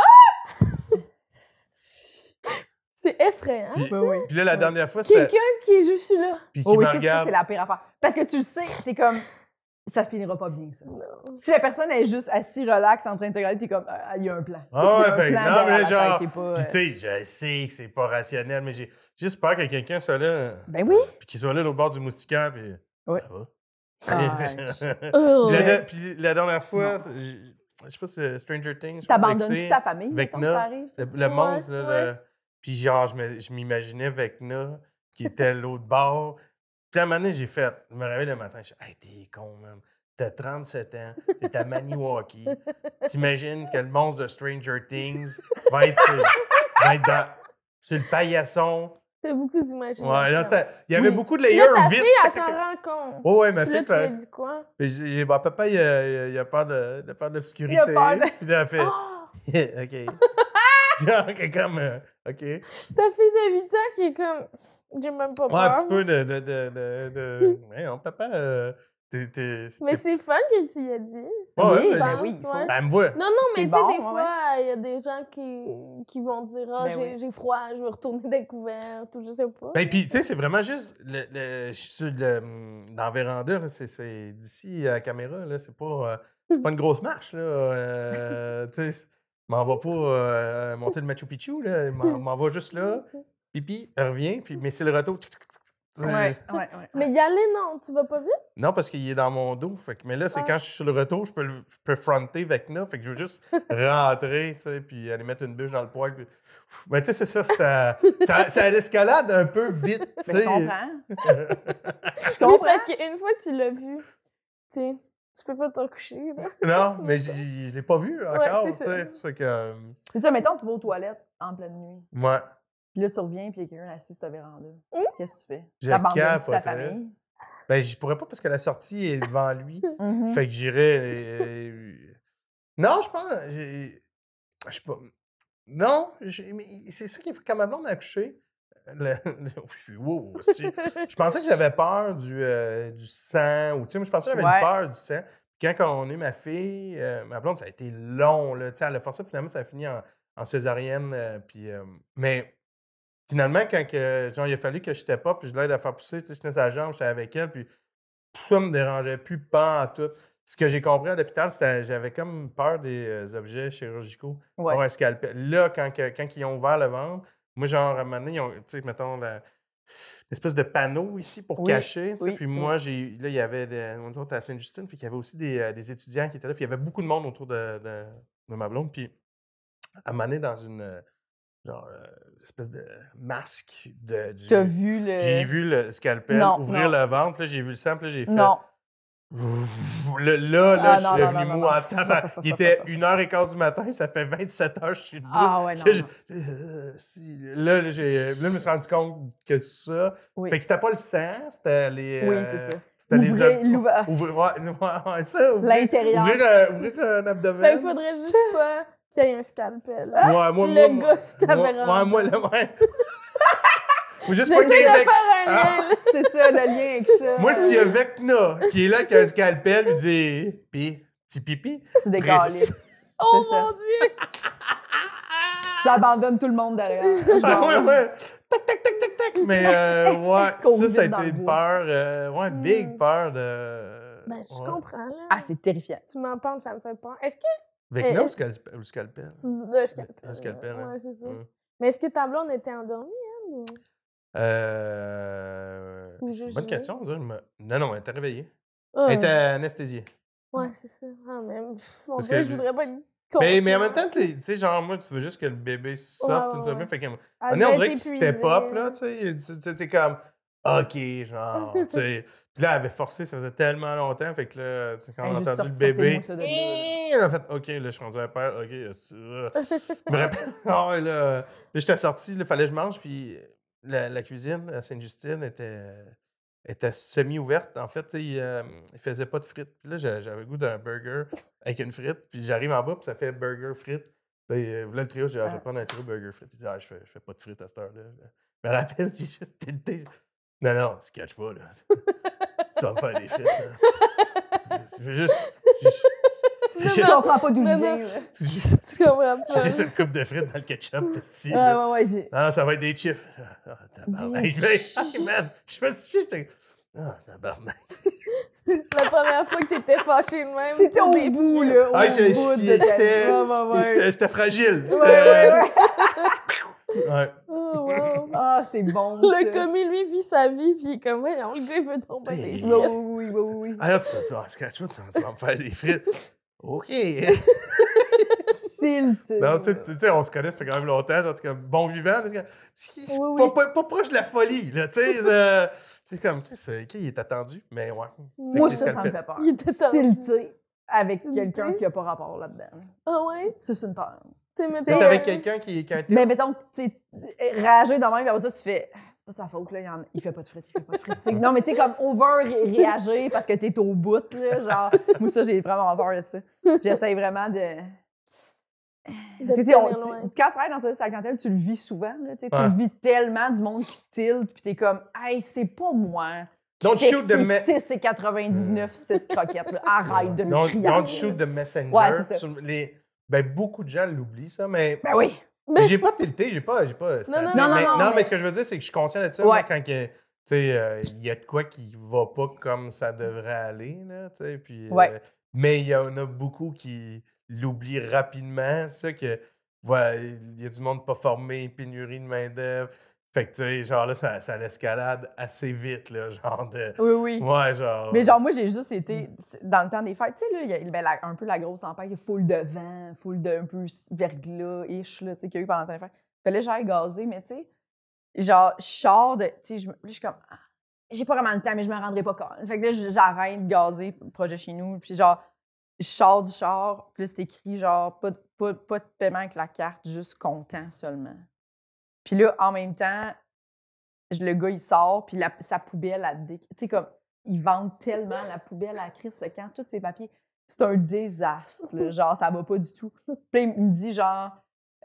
Speaker 3: C'est effrayant.
Speaker 4: Puis-
Speaker 2: Ben oui.
Speaker 4: Puis là, la dernière fois, c'était.
Speaker 3: Quelqu'un qui est juste là.
Speaker 4: Puis qui
Speaker 2: Oh oui,
Speaker 4: me
Speaker 2: c'est ça,
Speaker 4: regarde.
Speaker 2: c'est la pire affaire. Parce que tu le sais, t'es comme, ça finira pas bien, ça. Si la personne est juste assise, relax, en train de te regarder, t'es comme, Ah, il y a un plan. Il
Speaker 4: Ah
Speaker 2: y
Speaker 4: ouais,
Speaker 2: a un
Speaker 4: fait que
Speaker 2: plan
Speaker 4: non,
Speaker 2: derrière
Speaker 4: mais
Speaker 2: la
Speaker 4: genre,
Speaker 2: tête, t'es pas, euh,
Speaker 4: Puis, tu sais, je sais que c'est pas rationnel, mais j'ai juste peur que quelqu'un soit là. euh,
Speaker 2: Ben oui.
Speaker 4: Puis qu'il soit là, au bord du moustiquaire, puis.
Speaker 2: Ouais.
Speaker 4: Ça va.
Speaker 2: Ah,
Speaker 3: Oh.
Speaker 4: La-
Speaker 2: Ouais.
Speaker 4: la- Puis la dernière fois,
Speaker 2: Non.
Speaker 4: c'est- je je sais pas si c'est Stranger Things. je
Speaker 2: T'abandonnes-tu
Speaker 4: l'écoutais.
Speaker 2: ta famille,
Speaker 4: Avec
Speaker 2: mettons que ça
Speaker 4: Nat.
Speaker 2: arrive? ça?
Speaker 4: Le, le monstre, là.
Speaker 3: ouais.
Speaker 4: le- Puis genre, je me- je m'imaginais Vecna qui était à l'autre bord. Puis à un moment donné, j'ai fait, je me réveille le matin, je suis Hey, t'es con, man. T'as 37 ans, t'es à Maniwaki. T'imagines que le monstre de Stranger Things va être sur, va être dans- sur le paillasson.
Speaker 3: T'as beaucoup d'imagination.
Speaker 4: Ouais, là, c'était- il y avait
Speaker 2: Oui.
Speaker 4: beaucoup de
Speaker 3: Puis là,
Speaker 4: layers
Speaker 3: ta
Speaker 4: vite.
Speaker 3: fille, elle s'en rend compte.
Speaker 4: Oh, ouais, ma
Speaker 3: Puis là,
Speaker 4: fille,
Speaker 3: tu lui as
Speaker 4: fait-
Speaker 3: dit quoi?
Speaker 4: mais j'ai- bon, papa, il a, il a- il a peur de, de peur de l'obscurité.
Speaker 2: Il a peur de-
Speaker 4: Puis il a fait.
Speaker 3: Oh,
Speaker 4: OK. Genre, que comme. euh, OK. Ouais,
Speaker 3: ta fille de 8 ans qui est comme... J'ai même pas peur.
Speaker 4: un petit peu de. de, de, de, de- Ouais, non, papa, euh, t'es. t'es-
Speaker 3: Mais c'est fun que tu y aies dit.
Speaker 4: t'es- Ouais,
Speaker 2: Oui,
Speaker 4: ouais,
Speaker 2: ben
Speaker 4: je-
Speaker 2: oui, il faut.
Speaker 3: ouais.
Speaker 4: Elle me voit.
Speaker 3: Non, non,
Speaker 2: C'est
Speaker 3: mais tu sais,
Speaker 2: bon,
Speaker 3: des
Speaker 2: ouais.
Speaker 3: fois, il y a des gens qui, qui vont dire Ah,
Speaker 2: Ben
Speaker 3: j'ai
Speaker 2: oui.
Speaker 3: j'ai froid, je veux retourner découverte, ou je sais pas.
Speaker 4: Ben, puis, tu sais, c'est vraiment juste. Le, le- je suis sur le, hum, dans la véranda, là, c'est- c'est d'ici à la caméra, là, c'est pas, euh, c'est pas une grosse marche, là. euh, tu sais, je m'en va pas euh, monter le Machu Picchu, là. je M'en m'en va juste là. Pipi, elle revient, puis, mais c'est le retour.
Speaker 2: Ouais, ouais, ouais.
Speaker 3: Mais y aller, non, tu vas pas vite.
Speaker 4: Non, parce qu'il est dans mon dos. Fait que, mais là, c'est
Speaker 3: Ah.
Speaker 4: quand je suis sur le retour, je peux, le- je peux fronter Vecna. Fait que je veux juste rentrer, tu sais, puis aller mettre une bûche dans le poil. Puis... Mais tu sais, c'est ça, ça, ça, ça l'escalade un peu vite.
Speaker 2: Mais
Speaker 4: tu
Speaker 2: je
Speaker 4: sais.
Speaker 2: comprends. Je
Speaker 3: Oui,
Speaker 2: comprends.
Speaker 3: parce qu'une fois que tu l'as vu, tu sais, tu peux pas te recoucher. là.
Speaker 4: non, mais j- j- je l'ai pas vu
Speaker 3: Ouais,
Speaker 4: encore,
Speaker 3: c'est
Speaker 4: tu
Speaker 3: ça.
Speaker 4: sais. Fait que, euh,
Speaker 2: C'est ça, mettons, tu vas aux toilettes en pleine nuit.
Speaker 4: ouais,
Speaker 2: Puis là, tu reviens, puis il y a quelqu'un assis sur ta véranda.
Speaker 3: Hum?
Speaker 2: Qu'est-ce que tu fais?
Speaker 4: je hein.
Speaker 2: T'abandonnes-tu ta
Speaker 4: capoterais.
Speaker 2: famille?
Speaker 4: Ben, j'y pourrais pas parce que la sortie est devant lui.
Speaker 2: Mhm.
Speaker 4: Fait que j'irais. euh, Non, je pense. j'ai- Je sais pas. Non, j'ai- mais c'est ça qui fait quand ma blonde a accouché. euh, le- le- wow, c'est- je pensais que j'avais peur du, euh, du sang. Ou, tu sais, moi, je pensais que j'avais
Speaker 2: Ouais.
Speaker 4: une peur du sang. Puis Quand on est ma fille, euh, ma blonde, ça a été long. Là, Tu sais, elle a forcé, puis finalement, ça a fini en, en césarienne. euh, puis, euh, mais finalement, quand que, genre, il a fallu que je n'étais pas, puis je l'aide à faire pousser, tu sais, je tenais sa jambe, j'étais avec elle, puis tout ça me dérangeait plus, pas en tout. Ce que j'ai compris à l'hôpital, c'était j'avais comme peur des euh, objets chirurgicaux.
Speaker 2: Ouais.
Speaker 4: Comme un scalpel. Là, quand, que- quand ils ont ouvert le ventre, moi, genre, à un moment donné, ils ont, tu sais, mettons, la- l'espèce de panneau ici pour
Speaker 2: Oui,
Speaker 4: cacher. tu sais,
Speaker 2: oui,
Speaker 4: puis
Speaker 2: oui.
Speaker 4: moi, j'ai là, il y avait, des, on était à Sainte-Justine, puis il y avait aussi des, euh, des étudiants qui étaient là. Puis il y avait beaucoup de monde autour de, de, de ma blonde. Puis à un moment donné, dans une euh, genre, euh, espèce de masque de, du...
Speaker 2: Tu as vu le.
Speaker 4: J'ai vu le scalpel
Speaker 2: Euh, Non,
Speaker 4: ouvrir
Speaker 2: non.
Speaker 4: le ventre, puis là, j'ai vu le sang, puis là, j'ai fait...
Speaker 2: Non.
Speaker 4: Le- là, là,
Speaker 2: Ah,
Speaker 4: je
Speaker 2: non,
Speaker 4: suis
Speaker 2: non,
Speaker 4: devenu
Speaker 2: non, non,
Speaker 4: mou en
Speaker 2: non.
Speaker 4: tabac. Il était 1h15 du matin, ça fait 27 heures que je suis debout.
Speaker 2: Ah ouais, non.
Speaker 4: Je- je-
Speaker 2: non.
Speaker 4: Euh, si- là, là, j'ai- là, je me suis rendu compte que ça.
Speaker 2: Oui.
Speaker 4: Fait que c'était pas le sang, c'était les.
Speaker 2: Oui,
Speaker 4: euh,
Speaker 2: c'est ça.
Speaker 4: C'était les
Speaker 2: Ouvrez-
Speaker 4: ob-
Speaker 2: l'ouver-
Speaker 4: Ouvrir, ouais, ouais, ouais, ça, ouvrir-
Speaker 2: L'intérieur.
Speaker 4: Ouvrir, euh, ouvrir un abdomen.
Speaker 3: Fait qu'il faudrait juste pas qu'il y ait un scalpel. hein.
Speaker 4: Ouais, moi,
Speaker 3: le
Speaker 4: moi,
Speaker 3: gars sur ta
Speaker 4: moi-
Speaker 3: véranda.
Speaker 4: Ouais, moi, là, ouais. Faut juste pas qu'il
Speaker 3: J'essaie
Speaker 4: y ait
Speaker 3: de
Speaker 4: Vec-
Speaker 3: faire un
Speaker 4: Ah.
Speaker 3: lien, là.
Speaker 2: C'est ça, le lien avec ça.
Speaker 4: Moi, s'il y a Vecna qui est là, qui a un scalpel, lui dit. Pis, petit pipi.
Speaker 2: Tu décalisses.
Speaker 3: Oh
Speaker 2: C'est ça.
Speaker 3: mon dieu!
Speaker 2: J'abandonne tout le monde derrière.
Speaker 4: Ah ouais,
Speaker 2: Je
Speaker 4: ouais. Tac, tac, tac, tac, tac. Mais euh,
Speaker 2: Qu'on
Speaker 4: ouais, ça, ça a
Speaker 2: vide dans
Speaker 4: été
Speaker 2: le
Speaker 4: une
Speaker 2: bois.
Speaker 4: peur. euh, ouais,
Speaker 3: Hmm.
Speaker 4: big peur de.
Speaker 3: Ben, je
Speaker 4: ouais.
Speaker 3: comprends, là.
Speaker 2: Ah, c'est terrifiant.
Speaker 3: Tu m'en parles, ça me fait peur. Est-ce que
Speaker 4: Vecna
Speaker 3: Euh,
Speaker 4: ou scalp- ou scalpel?
Speaker 3: Le Mmh, scalpel.
Speaker 4: Le scalpel,
Speaker 3: ouais,
Speaker 4: hein.
Speaker 3: c'est ça.
Speaker 4: Mm.
Speaker 3: Mais est-ce que ta blonde était endormie, elle? ou-
Speaker 4: Euh...
Speaker 3: Ou
Speaker 4: c'est une
Speaker 3: juste
Speaker 4: bonne
Speaker 3: gelée.
Speaker 4: question. ça, je me- Non, non, elle était réveillée.
Speaker 3: Ah,
Speaker 4: Elle était anesthésiée.
Speaker 3: Ouais, c'est ça. Ah, mais pff, mon
Speaker 4: Parce
Speaker 3: Dieu,
Speaker 4: que
Speaker 3: je
Speaker 4: je-
Speaker 3: voudrais pas être
Speaker 4: Mais, mais en
Speaker 3: consciente.
Speaker 4: même temps, tu tu sais, genre, moi, tu veux juste que le bébé sorte,
Speaker 3: ouais,
Speaker 4: tout ça.
Speaker 3: ouais.
Speaker 4: Fait que,
Speaker 3: Elle
Speaker 2: Ah,
Speaker 4: on est- on
Speaker 3: devait
Speaker 4: dirait que
Speaker 3: être
Speaker 4: tu
Speaker 3: épuisée,
Speaker 4: step up, là, tu sais. tu- tu- T'es comme, OK, genre, tu sais. Puis là, elle avait forcé, ça faisait tellement longtemps. Fait que là, tu sais, quand
Speaker 2: Hey,
Speaker 4: on a
Speaker 2: juste
Speaker 4: entendu
Speaker 2: sorti-
Speaker 4: le
Speaker 2: sortez-moi
Speaker 4: bébé.
Speaker 2: ça de là, là.
Speaker 4: Eh, Elle a fait, OK, là, je suis rendu un père, OK. euh, c'est- euh. Je me rappelle, ah ouais, là, euh, là, j'étais sorti, il fallait que je mange, puis la, la cuisine à Sainte-Justine était, était semi-ouverte. En fait, tu sais, il, euh, il faisait pas de frites. Puis là, j'a- j'avais le goût d'un burger avec une frite, puis j'arrive en bas, puis ça fait burger frites. Puis, euh, là, le trio, j'ai dit, Ah, je vais
Speaker 2: Ah.
Speaker 4: prendre un trio burger frites. Il dit, ah, je fais, je fais pas de frites à cette heure-là. Je me rappelle, j'ai juste tilté. Non, non, tu catches pas, là. tu vas me faire des frites, là. Tu- Tu veux juste. juste-
Speaker 2: Je
Speaker 4: juste-
Speaker 2: comprends pas d'où je
Speaker 3: Non,
Speaker 2: viens. là.
Speaker 4: tu-
Speaker 3: Tu comprends
Speaker 4: j'ai
Speaker 3: pas.
Speaker 4: juste une coupe de frites dans le ketchup, petit.
Speaker 2: Ouais, ouais, ouais. j'ai-
Speaker 4: Ah, ça va être des chips. Ah, tabarnak.
Speaker 2: Des
Speaker 4: Hey, man, je me suis fait. j'étais- Ah, tabarnak.
Speaker 3: La première fois que t'étais fâché de même.
Speaker 2: C'était
Speaker 3: pour
Speaker 2: au
Speaker 3: des-
Speaker 2: bout, là. Au
Speaker 4: Ah, c'est-
Speaker 2: bout de
Speaker 4: c'était-
Speaker 2: ta-
Speaker 4: c'était-
Speaker 2: Ouais, ouais, ouais.
Speaker 4: C'était c'était fragile.
Speaker 2: Ouais, ouais,
Speaker 4: C'était.
Speaker 2: ouais.
Speaker 4: Ouais.
Speaker 3: Oh, wow.
Speaker 2: Ah, c'est bon.
Speaker 3: Le
Speaker 2: ça.
Speaker 3: commis, lui, vit sa vie, puis il est comme, voyons, le gars, il veut tomber des
Speaker 4: Hey.
Speaker 3: filles.
Speaker 2: Oui, oui, oui, oui, oui.
Speaker 4: Alors, tu sais, toi, en Saskatchewan, tu, tu vas me faire des frites. OK. hein.
Speaker 2: Tilt.
Speaker 4: Non, tu sais, tu sais, on se connaît, ça fait quand même longtemps. Genre, t'es comme bon vivant. là, c'est comme-
Speaker 3: Oui, oui.
Speaker 4: Pas, pas- pas proche de la folie, là, tu sais. euh, c'est comme, Chris, euh, OK, il est attendu, mais ouais.
Speaker 2: Moi,
Speaker 4: Fait que
Speaker 2: ça, ça me
Speaker 4: scalpel.
Speaker 2: fait peur.
Speaker 3: Il était tendu.
Speaker 2: Tilté avec
Speaker 3: Tilté.
Speaker 2: quelqu'un qui n'a pas rapport là-dedans.
Speaker 3: Ah ouais?
Speaker 2: Ça, c'est une peur.
Speaker 3: T'es mettons,
Speaker 4: T'es
Speaker 2: C'est
Speaker 4: avec
Speaker 3: euh,
Speaker 4: quelqu'un qui, qui a été.
Speaker 2: Mais mettons, que tu sais, rager de même, puis après ça, tu fais. Ah, C'est pas de sa faute, là. Il, en- il fait pas de frites, il fait pas de frites. Tu sais, non, mais tu sais, comme over ré- réagir parce que t'es au bout, là. Genre, moi, ça, j'ai vraiment peur de ça. J'essaie vraiment de.
Speaker 3: de
Speaker 2: Parce que,
Speaker 3: te
Speaker 2: tu sais, on-
Speaker 3: tenir
Speaker 2: tu-
Speaker 3: loin.
Speaker 2: quand tu travailles dans ce service à la clientèle, tu le vis souvent. Là, tu sais, tu
Speaker 4: Ouais.
Speaker 2: le vis tellement du monde qui tilte, puis t'es comme, hey, c'est pas moi. qui
Speaker 4: Don't
Speaker 2: fais
Speaker 4: shoot
Speaker 2: que
Speaker 4: the
Speaker 2: c'est
Speaker 4: me-
Speaker 2: 6 et 99, 6 croquettes. là. Arrête de me
Speaker 4: Don't,
Speaker 2: crier.
Speaker 4: don't shoot the messenger.
Speaker 2: Ouais, c'est ça.
Speaker 4: Sur les- Ben, beaucoup de gens l'oublient, ça, mais.
Speaker 2: Ben oui.
Speaker 3: Mais-
Speaker 4: J'ai pas tilté, j'ai pas. J'ai pas c'était-
Speaker 3: non,
Speaker 4: mais-
Speaker 2: non, non,
Speaker 4: mais-
Speaker 2: non,
Speaker 4: mais
Speaker 2: mais-
Speaker 4: ce que je veux dire, c'est que je suis conscient de ça
Speaker 2: Ouais.
Speaker 4: moi, quand que, tu sais, euh, il y a de quoi qui va pas comme ça devrait aller. Là, tu sais, puis, euh,
Speaker 2: Ouais.
Speaker 4: mais il y en a beaucoup qui l'oublient rapidement. Ça que, ouais, il y a du monde pas formé, pénurie de main-d'œuvre. Fait que, tu sais, genre là, ça, ça l'escalade assez vite, là, genre de.
Speaker 2: Oui, oui.
Speaker 4: Ah Ouais, genre.
Speaker 2: Mais genre, moi, j'ai juste été, c'est- dans le temps des fêtes, tu sais, là, il y a ben, la- un peu la grosse tempête, il y a full de vent, full de un peu s- verglas-ish, là, tu sais, qu'il y a eu pendant le temps des fêtes. Fallait que j'aille gazer, mais tu sais, genre, je sors de, tu sais, je me- là, je suis comme, Ah, j'ai pas vraiment le temps, mais je me rendrai pas compte. Fait que là, je- j'arrête de gazer, projet chez nous, puis genre, je sors du char, puis là, c'est écrit, genre, pas de, pas, pas de paiement avec la carte, juste comptant seulement. Puis là, en même temps, je- le gars, il sort, puis la- sa poubelle, à dé... tu sais, comme, ils vendent tellement la poubelle à Chris le camp, tous ces papiers. C'est un désastre, là. genre, ça va pas du tout. Puis là, il me dit, genre,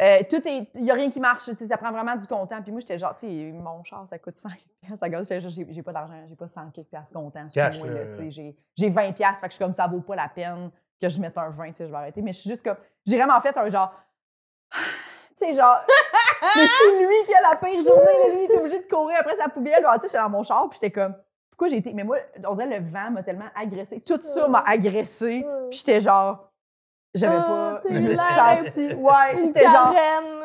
Speaker 2: euh, tout est, il y a rien qui marche, tu sais, ça prend vraiment du comptant. Puis moi, j'étais genre, tu sais, mon char, ça coûte 100 piastres à gaz. J'étais genre, J'ai j'ai pas d'argent, j'ai pas 100 quelques piastres comptant sur
Speaker 4: Cash,
Speaker 2: moi,
Speaker 4: là. euh.
Speaker 2: là, tu sais, j'ai- J'ai 20 piastres, fait que je suis comme, ça vaut pas la peine que je mette un 20, tu sais, je vais arrêter. Mais je suis juste comme, j'ai vraiment fait un genre, tu sais, genre, mais c'est lui qui a la pire journée. là. Lui, il est obligé de courir après sa poubelle. Alors, tu sais, j'étais dans mon char, puis j'étais comme, pourquoi j'ai été. Mais moi, on dirait le vent m'a tellement agressé. Tout ça m'a agressé. Puis j'étais genre, j'avais
Speaker 3: Ah,
Speaker 2: pas.
Speaker 3: t'as
Speaker 2: Je
Speaker 4: eu
Speaker 2: me
Speaker 3: l'air
Speaker 2: suis sentie. Ouais,
Speaker 3: Une
Speaker 2: j'étais genre,
Speaker 3: carène.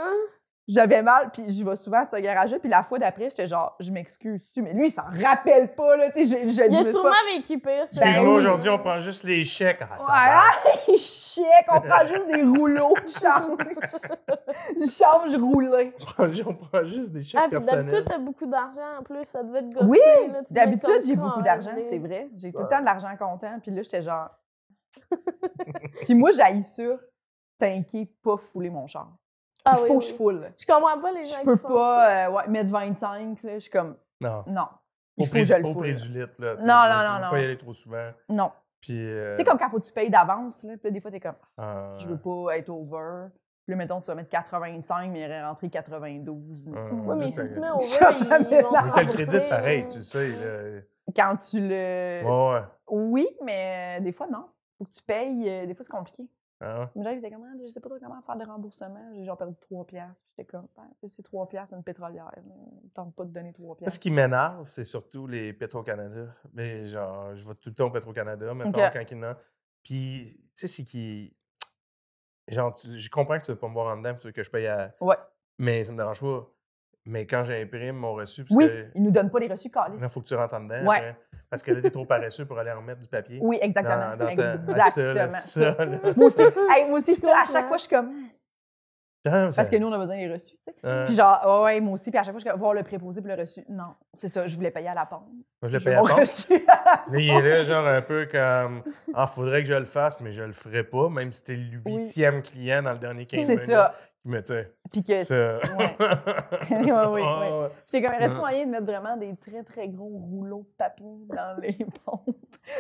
Speaker 2: j'avais mal, puis je vais souvent à ce garage-là. Puis la fois d'après, j'étais genre, je m'excuse-tu, mais lui, il s'en rappelle pas, là. Tu sais, je, je,
Speaker 3: Il
Speaker 2: je
Speaker 3: a
Speaker 2: me suis pas-
Speaker 3: sûrement vécu pire. c'est
Speaker 2: ben
Speaker 4: Excuse-moi,
Speaker 3: vrai.
Speaker 4: aujourd'hui, on prend juste les chèques. Ah, tabarnak.
Speaker 2: Ouais, chiec, on prend juste des rouleaux de change. Du change roulé.
Speaker 4: On prend ju- on prend juste des chèques
Speaker 3: Ah, puis
Speaker 4: personnels.
Speaker 3: d'habitude, t'as beaucoup d'argent en plus, ça devait te gosser.
Speaker 2: Oui,
Speaker 3: là, tu devais être
Speaker 2: D'habitude, j'ai
Speaker 3: comme,
Speaker 2: beaucoup
Speaker 3: Ah,
Speaker 2: d'argent,
Speaker 3: je l'ai.
Speaker 2: c'est vrai. J'ai tout le temps de l'argent comptant. Puis là, j'étais genre. puis moi, j'haïs ça. T'inquiète, pas fouler mon char.
Speaker 3: Ah
Speaker 2: Il
Speaker 3: oui,
Speaker 2: faut
Speaker 3: oui.
Speaker 2: que je foule.
Speaker 3: Je comprends pas les gens
Speaker 2: Je
Speaker 3: qui
Speaker 2: peux
Speaker 3: font ça.
Speaker 2: pas euh, ouais, mettre 25. là. Je suis comme,
Speaker 4: Non.
Speaker 2: non.
Speaker 4: Au
Speaker 2: Il faut
Speaker 4: prix
Speaker 2: que
Speaker 4: du-
Speaker 2: je le
Speaker 4: Au prix
Speaker 2: foule.
Speaker 4: du litre, là.
Speaker 2: Non,
Speaker 4: tu
Speaker 2: non,
Speaker 4: sais, tu
Speaker 2: non,
Speaker 4: veux
Speaker 2: non.
Speaker 4: pas y aller trop souvent.
Speaker 2: Non.
Speaker 4: Puis, euh,
Speaker 2: Tu sais, comme quand faut que tu payes d'avance, là, puis là, des fois, t'es comme, je veux pas être over. Puis là, mettons, tu vas mettre 85, mais il est rentré 92.
Speaker 3: Oui, mais si tu mets au
Speaker 2: Ça,
Speaker 3: vert,
Speaker 2: ça
Speaker 3: ils vont
Speaker 2: m'énerve. Mais
Speaker 3: te
Speaker 4: t'as le
Speaker 3: rembourser,
Speaker 4: crédit pareil,
Speaker 3: euh,
Speaker 4: tu sais. Là.
Speaker 2: Quand tu le.
Speaker 4: Ouais, hein. ouais.
Speaker 2: Oui, mais euh, des fois, non. Faut que tu payes. euh, des fois, c'est compliqué.
Speaker 4: Ah,
Speaker 2: Mais là, il était comme, Ah, je sais pas trop comment faire de remboursement. J'ai genre perdu 3 piastres. Puis j'étais comme, Ben, tu sais, c'est 3 piastres, c'est une pétrolière. On tente pas de donner 3
Speaker 4: Moi,
Speaker 2: piastres.
Speaker 4: ce qui m'énerve, c'est surtout les Petro-Canada. Mais genre, je vais tout le temps au Petro-Canada, maintenant,
Speaker 2: Ok.
Speaker 4: quand il y en a. Puis, tu sais, c'est qui. Genre, tu- je comprends que tu veux pas me voir en dedans, puis tu veux que je paye à.
Speaker 2: Ouais.
Speaker 4: Mais ça me dérange pas. Mais quand j'imprime mon reçu, parce
Speaker 2: Oui,
Speaker 4: que.
Speaker 2: ils nous donnent pas les reçus calices.
Speaker 4: Il faut que tu rentres en dedans.
Speaker 2: Ouais.
Speaker 4: après, parce que là, t'es trop paresseux pour aller en remettre du papier.
Speaker 2: Oui, exactement.
Speaker 4: Dans- dans ta- ah, ça, là,
Speaker 2: exactement. Ça.
Speaker 4: ça, là,
Speaker 2: Moi aussi,
Speaker 4: ça.
Speaker 2: hey, moi aussi, ça, à chaque
Speaker 3: Exactement.
Speaker 2: fois, je suis comme,
Speaker 4: Damn, ça-
Speaker 2: Mm. parce que nous, on a besoin des reçus, tu sais.
Speaker 4: Euh,
Speaker 2: Puis genre, ouais, ouais, moi aussi, puis à chaque fois, je suis comme, voir le préposé puis le reçu. Non, c'est ça, je voulais payer à la pompe.
Speaker 4: moi, je le
Speaker 2: Je
Speaker 4: paye
Speaker 2: veux
Speaker 4: à
Speaker 2: mon
Speaker 4: part.
Speaker 2: reçu.
Speaker 4: Mais il est là, genre, un peu comme Ah, faudrait que je le fasse, mais je le ferai pas, même si t'es le
Speaker 2: Oui.
Speaker 4: huitième client dans le dernier 15
Speaker 2: c'est
Speaker 4: minutes.
Speaker 2: ça.
Speaker 4: Mais tu sais.
Speaker 2: Puis que.
Speaker 4: Ça.
Speaker 2: ouais. oui, oui.
Speaker 4: Ah,
Speaker 2: J'étais comme, aurais-tu
Speaker 4: Ouais.
Speaker 2: moyen de mettre vraiment des très, très gros rouleaux de papier dans les pompes?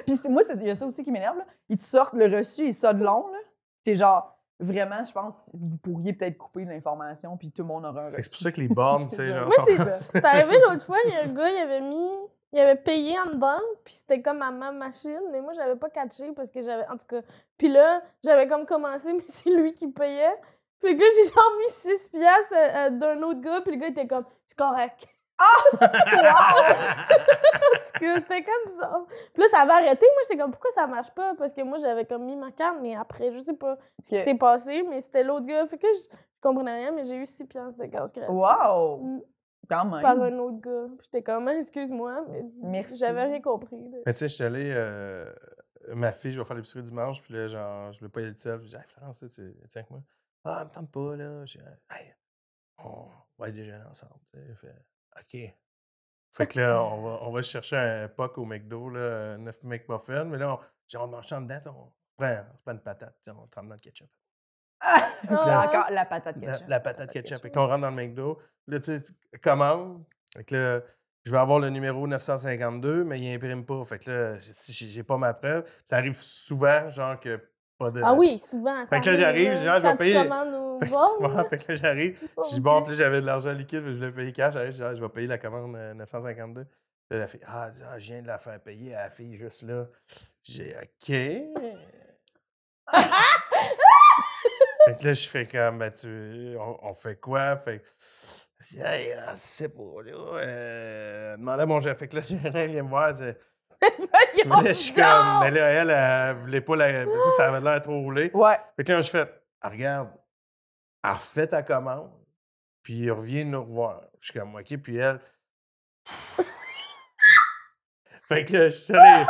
Speaker 2: Puis c'est- moi, c'est- il y a ça aussi qui m'énerve. là. Ils te sortent le reçu, ils sortent long. là. T'es genre, vraiment, je pense, vous pourriez peut-être couper de l'information, puis tout le monde aura un
Speaker 4: Fait que C'est
Speaker 2: reçu.
Speaker 4: pour ça que les bornes, tu sais, genre.
Speaker 3: Moi, c'est-
Speaker 4: sont-
Speaker 3: c'est arrivé l'autre fois, il y a un gars, il avait mis. Il avait payé en dedans, puis c'était comme à ma machine, mais moi, j'avais pas catché parce que j'avais. En tout cas. Puis là, j'avais comme commencé, mais c'est lui qui payait. Fait que là, j'ai genre mis 6 piastres euh, euh, d'un autre gars, puis le gars était comme, c'est correct.
Speaker 2: Ah!
Speaker 3: Parce que c'était comme bizarre. Puis là, ça avait arrêté. Moi, j'étais comme, pourquoi ça marche pas? Parce que moi, j'avais comme mis ma carte, mais après, je sais pas ce qui
Speaker 2: Ok.
Speaker 3: s'est passé, mais c'était l'autre gars. Fait que je je comprenais rien, mais j'ai eu 6 piastres de gaz gratuit.
Speaker 2: Wow!
Speaker 3: Mm.
Speaker 2: Quand même.
Speaker 3: Par un autre gars. Puis j'étais comme, Ah, excuse-moi, mais
Speaker 2: Merci.
Speaker 3: j'avais rien compris. là.
Speaker 4: Mais tu sais, je suis allé. euh, ma fille, je vais faire l'épicerie dimanche, puis là, genre, je voulais pas y aller tout seul. Je dis, hey, Florence, tu tu viens avec moi. Ah, elle me tente pas, là. Je dis, hey, on va aller déjeuner ensemble. tu sais. Elle fait, OK. Fait que là, on va, on va chercher un puck au McDo, là, 9 McMuffin, mais là, on, genre, on mange ça en dedans, puis on prend, on prend une patate, puis on trempe dans le ketchup.
Speaker 2: Ah,
Speaker 3: Ah,
Speaker 2: encore la patate
Speaker 4: La,
Speaker 2: ketchup.
Speaker 4: la patate ketchup. Fait qu'on rentre dans le McDo. Là, tu sais, tu commandes. Fait que là, je vais avoir le numéro 952, mais il imprime pas. Fait que là, j'ai- si j'ai j'ai pas ma preuve. Ça arrive souvent, genre que pas de.
Speaker 3: ah oui, souvent. ça
Speaker 4: Fait que là, j'arrive,
Speaker 3: arrive,
Speaker 4: genre, je vais
Speaker 3: quand tu
Speaker 4: payer-
Speaker 3: commandes au
Speaker 4: Fait que-
Speaker 3: bar, là.
Speaker 4: Ouais, fait que là, j'arrive. Je dis, bon,
Speaker 3: Mon
Speaker 4: puis là, j'avais de l'argent liquide, je voulais payer cash. J'arrive, je dis, ah, je vais payer la commande euh, 952. Là, la fille, ah, elle dit, ah, je viens de la faire payer à la fille juste là. J'ai, OK. fait que là, je fais comme, ben, tu, on, on fait quoi? Fait que, elle dit, hey, euh, c'est pour là. Euh, elle demandait à mon gérant. Fait que là, le gérant vient me voir, elle dit,
Speaker 3: Dieu.
Speaker 4: mais là, je suis comme, mais là, elle, elle, voulait pas la. tu sais, Ça avait l'air trop roulé.
Speaker 2: Ouais.
Speaker 4: Fait que là, je fais, Ah, regarde, elle refait ta commande, puis elle revient nous revoir. Je suis comme, OK, puis elle. fait que là, je suis allé.